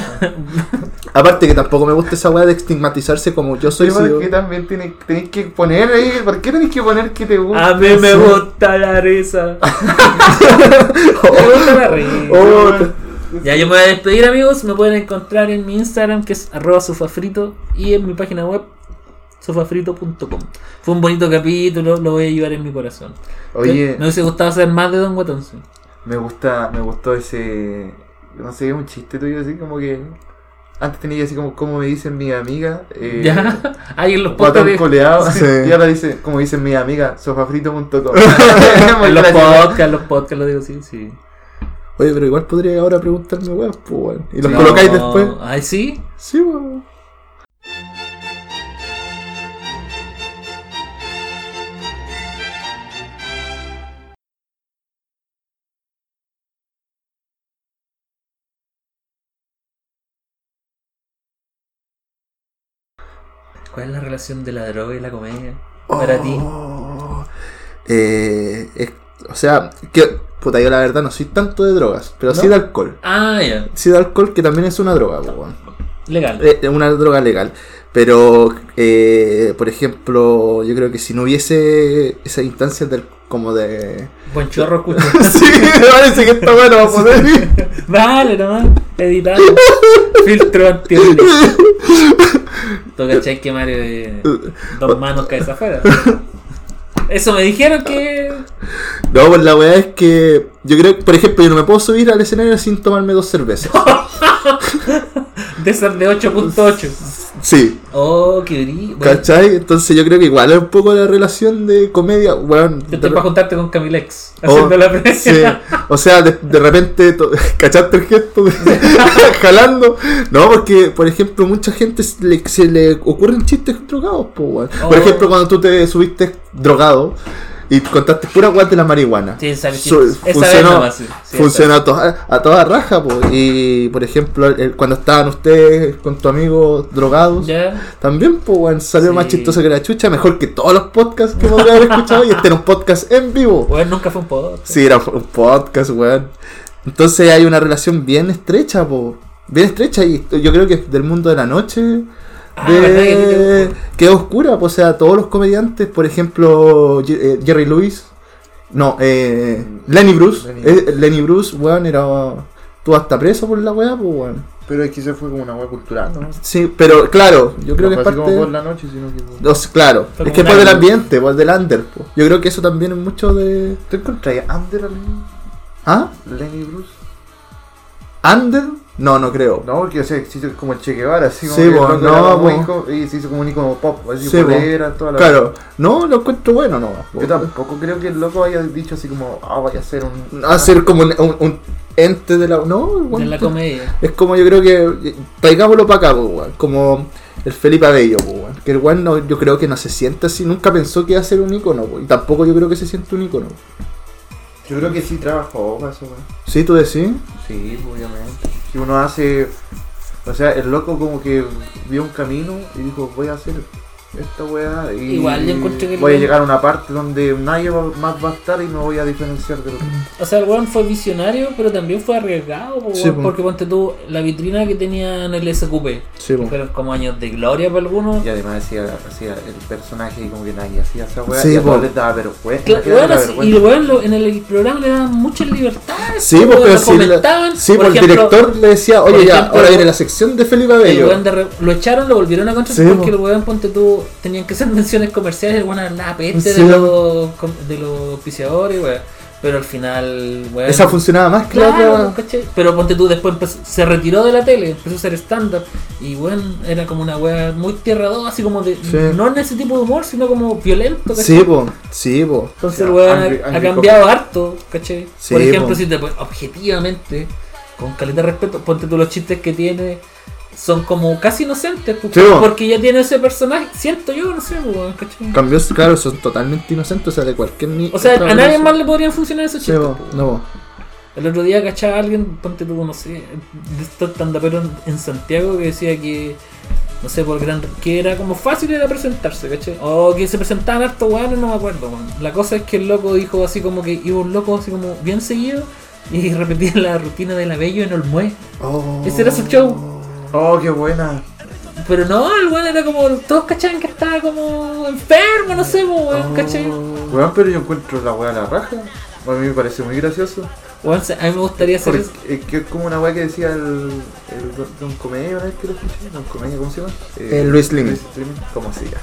Speaker 2: Aparte que tampoco me gusta esa weá de estigmatizarse como yo soy.
Speaker 3: Sí,
Speaker 2: si yo-
Speaker 3: porque también tenéis, tenéis que poner ahí. ¿Por qué tenéis que poner que te gusta?
Speaker 1: A mí me
Speaker 2: sí.
Speaker 1: gusta la risa. me gusta la risa.
Speaker 2: Oh,
Speaker 1: Ya yo me voy a despedir amigos, me pueden encontrar en mi Instagram que es arroba sofafrito y en mi página web sofafrito.com. Fue un bonito capítulo, lo voy a llevar en mi corazón.
Speaker 3: Oye,
Speaker 1: Me hubiese gustado hacer más de Don Guatón. sí.
Speaker 3: me gusta, me gustó ese. No sé, un chiste tuyo así como que. Antes tenía así como, como me dicen mi amiga. Eh,
Speaker 1: Ya, ahí en los podcasts.
Speaker 3: Guatón
Speaker 1: viejo.
Speaker 3: coleado.
Speaker 2: Sí.
Speaker 3: Y ahora dice, como dicen mi amiga, sofafrito.com.
Speaker 1: En los podcasts, los podcasts lo digo sí, sí.
Speaker 2: Oye, pero igual podría ahora preguntarme weas, pues weón. Y los
Speaker 1: No,
Speaker 2: colocáis después.
Speaker 1: Ay, sí.
Speaker 2: Sí, weón.
Speaker 1: ¿Cuál es la relación de la droga y la comedia?
Speaker 2: Oh.
Speaker 1: Para ti.
Speaker 2: Eh, es- o sea, que, puta, yo la verdad no soy tanto de drogas, pero sí de alcohol.
Speaker 1: Ah, ya.
Speaker 2: Sí de alcohol, que también es una droga, pues, weón.
Speaker 1: Legal.
Speaker 2: Eh, una droga legal. Pero, eh, por ejemplo, yo creo que si no hubiese esa instancia del, como de...
Speaker 1: Buen chorro escucha.
Speaker 2: sí, me parece que está bueno va a poder ir.
Speaker 1: Vale, nomás. Editado. Filtro antihuile. Tú cachai que Mario eh, dos manos caes afuera. Eso me dijeron que.
Speaker 2: No, pues la weá es que yo creo que, por ejemplo, yo no me puedo subir al escenario sin tomarme dos cervezas.
Speaker 1: De esas de 8.8.
Speaker 2: Sí,
Speaker 1: Oh, qué brillo. Bueno,
Speaker 2: ¿cachai? Entonces yo creo que igual es un poco la relación de comedia, weón.
Speaker 1: Yo
Speaker 2: de
Speaker 1: estoy para
Speaker 2: re-
Speaker 1: juntarte con Camilex.
Speaker 2: Oh,
Speaker 1: Haciendo la pre.
Speaker 2: sí. O sea, de, de repente, to- ¿cachaste el gesto? Jalando. No, porque, por ejemplo, mucha gente se le, se le ocurren chistes drogados, po, weón. Por
Speaker 1: Oh.
Speaker 2: ejemplo, cuando tú te subiste drogado y contaste pura weá de la marihuana.
Speaker 1: Sí, esa vez sí.
Speaker 2: Su-
Speaker 1: Esa vez
Speaker 2: funcionó,
Speaker 1: nomás, sí. Sí,
Speaker 2: funcionó a, toda, a toda raja, po. Y, por ejemplo, el- cuando estaban ustedes con tu amigo drogados.
Speaker 1: Ya.
Speaker 2: También, pues, weón, salió
Speaker 1: Sí.
Speaker 2: más chistoso que la chucha, mejor que todos los podcasts que podría haber escuchado. Y este era un podcast en vivo.
Speaker 1: Bueno, nunca fue un podcast.
Speaker 2: Sí, era un podcast, weón. Entonces hay una relación bien estrecha, po. Bien estrecha y yo creo que es del mundo de la noche.
Speaker 1: Ah, ¿verdad que a ti te
Speaker 2: de- que es oscura, po. o sea, todos los comediantes, por ejemplo, Ye- eh, Jerry Lewis, no, eh,
Speaker 1: Mm.
Speaker 2: Lenny Bruce,
Speaker 3: Lenny
Speaker 2: eh, Lenny. Bruce, weón, era, tú hasta preso por la weá, pues, weón.
Speaker 3: Pero es que eso fue como una hueá cultural, ¿no?
Speaker 2: Sí, pero claro, yo creo
Speaker 3: No
Speaker 2: que
Speaker 1: pues
Speaker 2: es
Speaker 3: fue así
Speaker 2: parte...
Speaker 3: como por la noche, sino que. por-
Speaker 2: No, sí, claro,
Speaker 1: Fue
Speaker 2: es
Speaker 1: como
Speaker 2: que
Speaker 1: un
Speaker 2: fue del
Speaker 1: under.
Speaker 2: ambiente, pues, del under, po. yo creo que eso también es mucho de...
Speaker 3: ¿Tú encontrarías Under a Lenny,
Speaker 2: ¿Ah?
Speaker 3: Lenny Bruce?
Speaker 2: ¿Under? No, no creo.
Speaker 3: No, porque o sea, se hizo como el Che Guevara, así como
Speaker 2: Sí,
Speaker 3: que
Speaker 2: bo,
Speaker 3: el loco
Speaker 2: no,
Speaker 3: era
Speaker 2: bo.
Speaker 3: muy co- y se hizo como un icono pop, así
Speaker 2: Sí, bo.
Speaker 3: polera, toda la
Speaker 2: Claro, no lo encuentro bueno, no.
Speaker 3: Yo tampoco creo que el loco haya dicho así como, ah, vaya a ser un...
Speaker 2: Hacer como un, un- un ente de la. No,
Speaker 1: De
Speaker 2: weón,
Speaker 1: la comedia.
Speaker 2: es como yo creo que. Traigámoslo para acá, po, weón, Como el Felipe Abello, po, weón, Que el weón no, yo creo que no se siente así, nunca pensó que iba a ser un icono, po, Y tampoco yo creo que se siente un icono.
Speaker 3: Yo creo que sí trabajó para eso, weón.
Speaker 2: ¿Sí, tú decís?
Speaker 3: Sí, obviamente. Si uno hace... O sea, el loco como que vio un camino y dijo, voy a hacer esta weá y
Speaker 1: Igual yo encuentro que el
Speaker 3: voy a
Speaker 1: weón-
Speaker 3: llegar a una parte donde nadie va- más va a estar y me voy a diferenciar de los...
Speaker 1: O sea, el weón fue visionario, pero también fue arriesgado, po,
Speaker 2: Sí,
Speaker 1: weón,
Speaker 2: po.
Speaker 1: porque ponte tú la vitrina que tenía en el SQP.
Speaker 2: Sí, po.
Speaker 1: Fueron como años de gloria para algunos.
Speaker 3: Y además hacía, hacía el personaje y como que nadie hacía esa weá
Speaker 2: Sí,
Speaker 3: y a todos
Speaker 2: po.
Speaker 3: les daba vergüenza.
Speaker 1: Cla-
Speaker 3: imagínate la
Speaker 1: weón, así- y
Speaker 3: vergüenza.
Speaker 1: el weón lo- en el programa le daban muchas libertades.
Speaker 2: Sí,
Speaker 1: po,
Speaker 2: po,
Speaker 1: weón,
Speaker 2: pero
Speaker 1: lo
Speaker 2: si, la-
Speaker 1: comentaban.
Speaker 2: sí, po, el
Speaker 1: ejemplo,
Speaker 2: director le decía, oye,
Speaker 1: por
Speaker 2: ya,
Speaker 1: ejemplo,
Speaker 2: ahora viene la sección de Felipe
Speaker 1: el
Speaker 2: Abello.
Speaker 1: weón de re- lo echaron, lo volvieron a contratar
Speaker 2: Sí, po.
Speaker 1: porque el weón, ponte tú, tenían que hacer menciones comerciales, el weón hablaba peste
Speaker 2: Sí.
Speaker 1: de, los, com- de los auspiciadores, weón. Pero al final, weón.
Speaker 2: Esa funcionaba más que la
Speaker 1: Claro,
Speaker 2: otra.
Speaker 1: ¿cachai? Pero ponte tú, después empezó- se retiró de la tele, empezó a hacer stand-up. Y bueno, era como una wea muy tierra 2, así como de.
Speaker 2: Sí.
Speaker 1: No en ese tipo de humor, sino como violento, ¿cachai?
Speaker 2: Sí, po, sí, po.
Speaker 1: Entonces
Speaker 3: Ya,
Speaker 1: el weón ha-
Speaker 3: angry-
Speaker 1: ha,
Speaker 3: angry
Speaker 1: cambiado harto, ¿cachai?
Speaker 2: Sí,
Speaker 1: Por ejemplo,
Speaker 2: po.
Speaker 1: si te pones objetivamente, con caleta de respeto, ponte tú los chistes que tiene. Son como casi inocentes, pues,
Speaker 2: Sí, po.
Speaker 1: porque ya tiene ese personaje. Siento yo, no sé, pues, weón, ¿cachai?
Speaker 2: Cambios, claro, son totalmente inocentes, o sea, de cualquier ni-
Speaker 1: O sea,
Speaker 2: otra
Speaker 1: a nadie
Speaker 2: relación.
Speaker 1: más le podrían funcionar esos
Speaker 2: Sí,
Speaker 1: chistes.
Speaker 2: po,
Speaker 1: po.
Speaker 2: no, po.
Speaker 1: El otro día cachaba a alguien, ponte tú, no sé, de estos tandaperos en Santiago que decía que No sé, por el gran. que era como fácil era presentarse, ¿cachai? O que se presentaban harto weones, no me acuerdo, weón. La cosa es que el loco dijo así como que iba un loco así como bien seguido y repetía la rutina de la Bello en Olmué.
Speaker 2: Oh.
Speaker 1: Ese era su show.
Speaker 3: Oh, qué buena.
Speaker 1: Pero no, el weón era como. Todos cachaban que estaba como enfermo, no sé,
Speaker 2: Oh.
Speaker 1: weón, ¿cachai?
Speaker 3: Weón, pero yo encuentro la weá a la raja. A mí me parece muy gracioso.
Speaker 1: Weón, se- a mí me gustaría hacer
Speaker 3: Porque
Speaker 1: eso.
Speaker 3: es que es como una weá que decía el, el don- Don Comedia, ¿verdad? Que lo escuché? Don Comedia, ¿cómo se llama? Eh,
Speaker 2: El Eh, Luis Lim.
Speaker 3: Lim, ¿Cómo se llama?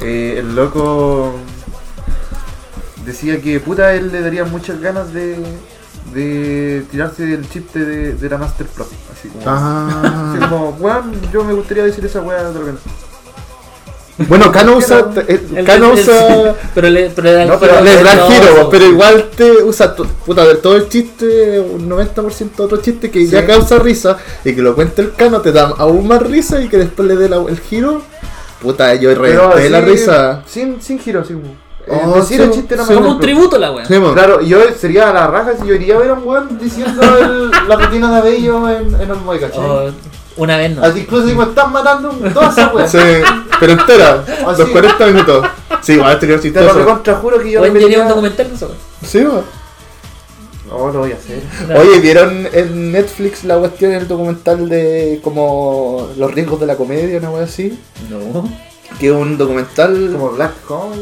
Speaker 3: Eh, el loco decía que puta él le daría muchas ganas de, de tirarse el chiste de, de la Master Pro. Así como, así
Speaker 2: Ah.
Speaker 3: como, weón, yo me gustaría decir esa weá de repente.
Speaker 2: bueno, Cano usa. eh,
Speaker 1: El-
Speaker 2: Cano
Speaker 1: el-
Speaker 2: usa.
Speaker 1: pero le, pero le da el
Speaker 2: No, pero
Speaker 1: giro
Speaker 2: le da el
Speaker 1: novedoso.
Speaker 2: giro, pero igual te usa tu- puta, de todo el chiste, un 90% otro chiste que ya
Speaker 3: Sí.
Speaker 2: causa risa y que lo cuente el cano te da aún más risa y que después le dé la- el giro. Puta, yo reventé
Speaker 3: así,
Speaker 2: la risa.
Speaker 3: Sin, sin giro, así como. eh,
Speaker 2: Oh,
Speaker 3: decir el
Speaker 2: sí,
Speaker 3: chiste de la
Speaker 2: sí,
Speaker 3: Master
Speaker 1: Como un
Speaker 3: Pro.
Speaker 1: tributo la weá.
Speaker 2: Sí, mo.
Speaker 3: Claro, yo sería a la raja si yo iría a ver a un weón diciendo el- la rutina de Bello en, en Olmoy, ¿cachai?
Speaker 1: O una vez Oh, no.
Speaker 3: pues, Así incluso digo, están matando todas esas weas.
Speaker 2: Sí, pero entera,
Speaker 3: Así.
Speaker 2: los 40 minutos. Sí, igual estaría
Speaker 3: Te lo
Speaker 2: chistoso.
Speaker 3: recontra, juro que yo
Speaker 1: Weón,
Speaker 3: me
Speaker 1: yo haría
Speaker 3: iría-
Speaker 1: un documental de eso, weón.
Speaker 2: Sí, mo.
Speaker 3: No, lo voy a hacer.
Speaker 2: Oye, ¿vieron en Netflix la cuestión del documental de como los riesgos de la comedia, una wea así?
Speaker 1: No.
Speaker 3: ah,
Speaker 2: Que es un documental
Speaker 3: Como Black Hole.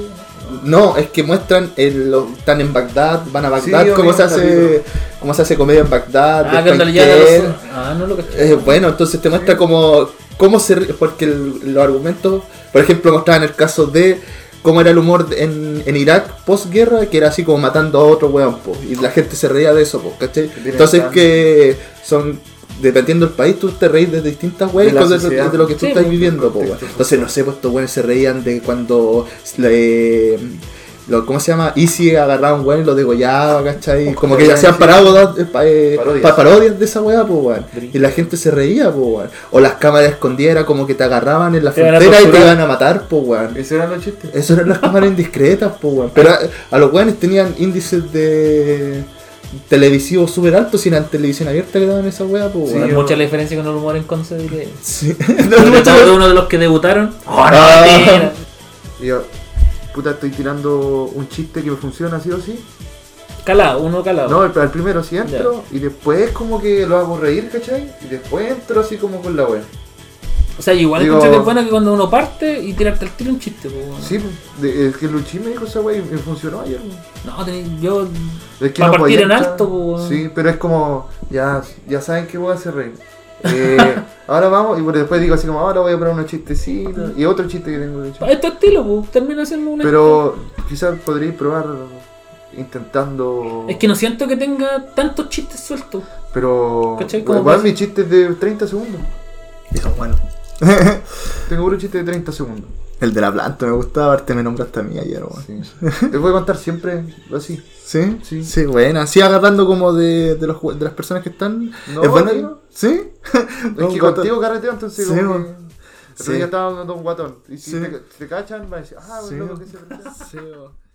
Speaker 2: No, es que muestran el- lo- están en Bagdad, van a
Speaker 3: Sí,
Speaker 2: Bagdad,
Speaker 3: yo
Speaker 2: cómo
Speaker 3: vi
Speaker 2: se
Speaker 3: un
Speaker 2: hace cómo se hace comedia en Bagdad,
Speaker 1: Ah, que
Speaker 2: después
Speaker 1: en realidad
Speaker 2: en
Speaker 1: ya
Speaker 2: Ken.
Speaker 1: lo sé. Ah, no lo caché.
Speaker 2: Eh, bueno, entonces te muestra cómo cómo se ri- porque el- los argumentos, por ejemplo, mostraban el caso de cómo era el humor de- en, en Irak posguerra, que era así como matando a otro weón, po, y la gente se reía de eso, po, ¿cachai?
Speaker 3: tiene
Speaker 2: Entonces
Speaker 3: tan-
Speaker 2: que son dependiendo del país, tú te reís de distintas weas
Speaker 3: De la
Speaker 2: cosas de,
Speaker 3: sociedad.
Speaker 2: de lo que tú
Speaker 1: Sí,
Speaker 2: estás
Speaker 1: po.
Speaker 2: viviendo, po, weón. Entonces, no sé, pues estos weones se reían de cuando le- lo- ¿Cómo se llama? Easy agarraba a un weón y lo degollaba, ¿cachai? Como que ya hacían parábolas, eh, pa- eh,
Speaker 3: Parodias.
Speaker 2: pa- parodias de esa weá, po, weón. Y la gente se reía, po, weón. O las cámaras escondidas era como que te agarraban en la
Speaker 1: Te iban a
Speaker 2: frontera y te
Speaker 1: torturar.
Speaker 2: iban a matar, po, weón.
Speaker 3: Ese eran los chistes.
Speaker 1: Eh,
Speaker 2: Eso eran las cámaras indiscretas, po, weón. Pero a, a los weones tenían índices de televisivos súper altos y en la televisión abierta le daban esa weá, po,
Speaker 1: No
Speaker 2: weón.
Speaker 1: es
Speaker 3: yo-
Speaker 1: mucha la diferencia con el humor en Conce de que.
Speaker 2: Sí.
Speaker 1: Sobre todo de uno de los que debutaron.
Speaker 2: Ah.
Speaker 1: Mira.
Speaker 3: Y yo, puta, estoy tirando un chiste que me funciona así o sí.
Speaker 1: Calado, uno calado.
Speaker 3: No, el, el primero sí entro y después como que lo hago reír, ¿cachai? Y después entro así como con la wea.
Speaker 1: o sea, igual
Speaker 3: digo-
Speaker 1: encuentro que es bueno que cuando uno parte y tirarte al tiro un chiste, pues, weón.
Speaker 3: Sí, de- es que Luchín me dijo esa wea y me funcionó ayer. weón.
Speaker 1: No, tenés- yo.
Speaker 3: Es que
Speaker 1: Va a partir
Speaker 3: no podía
Speaker 1: en
Speaker 3: entrar.
Speaker 1: alto, po, weón.
Speaker 3: Sí, pero es como, ya, ya saben que voy a hacer reír. Eh, ahora vamos, y bueno, después digo así como, ahora voy a poner unos chistecitos y otro chiste que tengo de hecho.
Speaker 1: Es tu estilo, pues. Termina siendo un
Speaker 3: Pero quizás podréis probar intentando.
Speaker 1: Es que no siento que tenga tantos chistes sueltos.
Speaker 3: Pero.
Speaker 1: ¿Cachai? Como
Speaker 3: Igual
Speaker 1: parece-
Speaker 3: mi chiste es de 30 segundos.
Speaker 2: Y son buenos.
Speaker 3: Tengo un chiste de 30 segundos.
Speaker 2: El de la planta me gustaba, aparte me nombraste a mí ayer, weón.
Speaker 3: Sí. Te voy a contar siempre así.
Speaker 2: ¿Sí?
Speaker 3: Sí.
Speaker 2: bueno, así agarrando como de, de, los, jue- de las personas que están.
Speaker 3: No,
Speaker 2: es bueno.
Speaker 3: tío.
Speaker 2: ¿Sí?
Speaker 3: Es que contigo carreteo, entonces.
Speaker 2: Sí,
Speaker 3: como
Speaker 2: bo.
Speaker 3: que... El otro
Speaker 2: Sí.
Speaker 3: día estaba hablando con un guatón. Y si
Speaker 2: Sí.
Speaker 3: te, te cachan, va a decir, ah,
Speaker 2: Sí.
Speaker 3: loco, que se
Speaker 2: Sí, bo.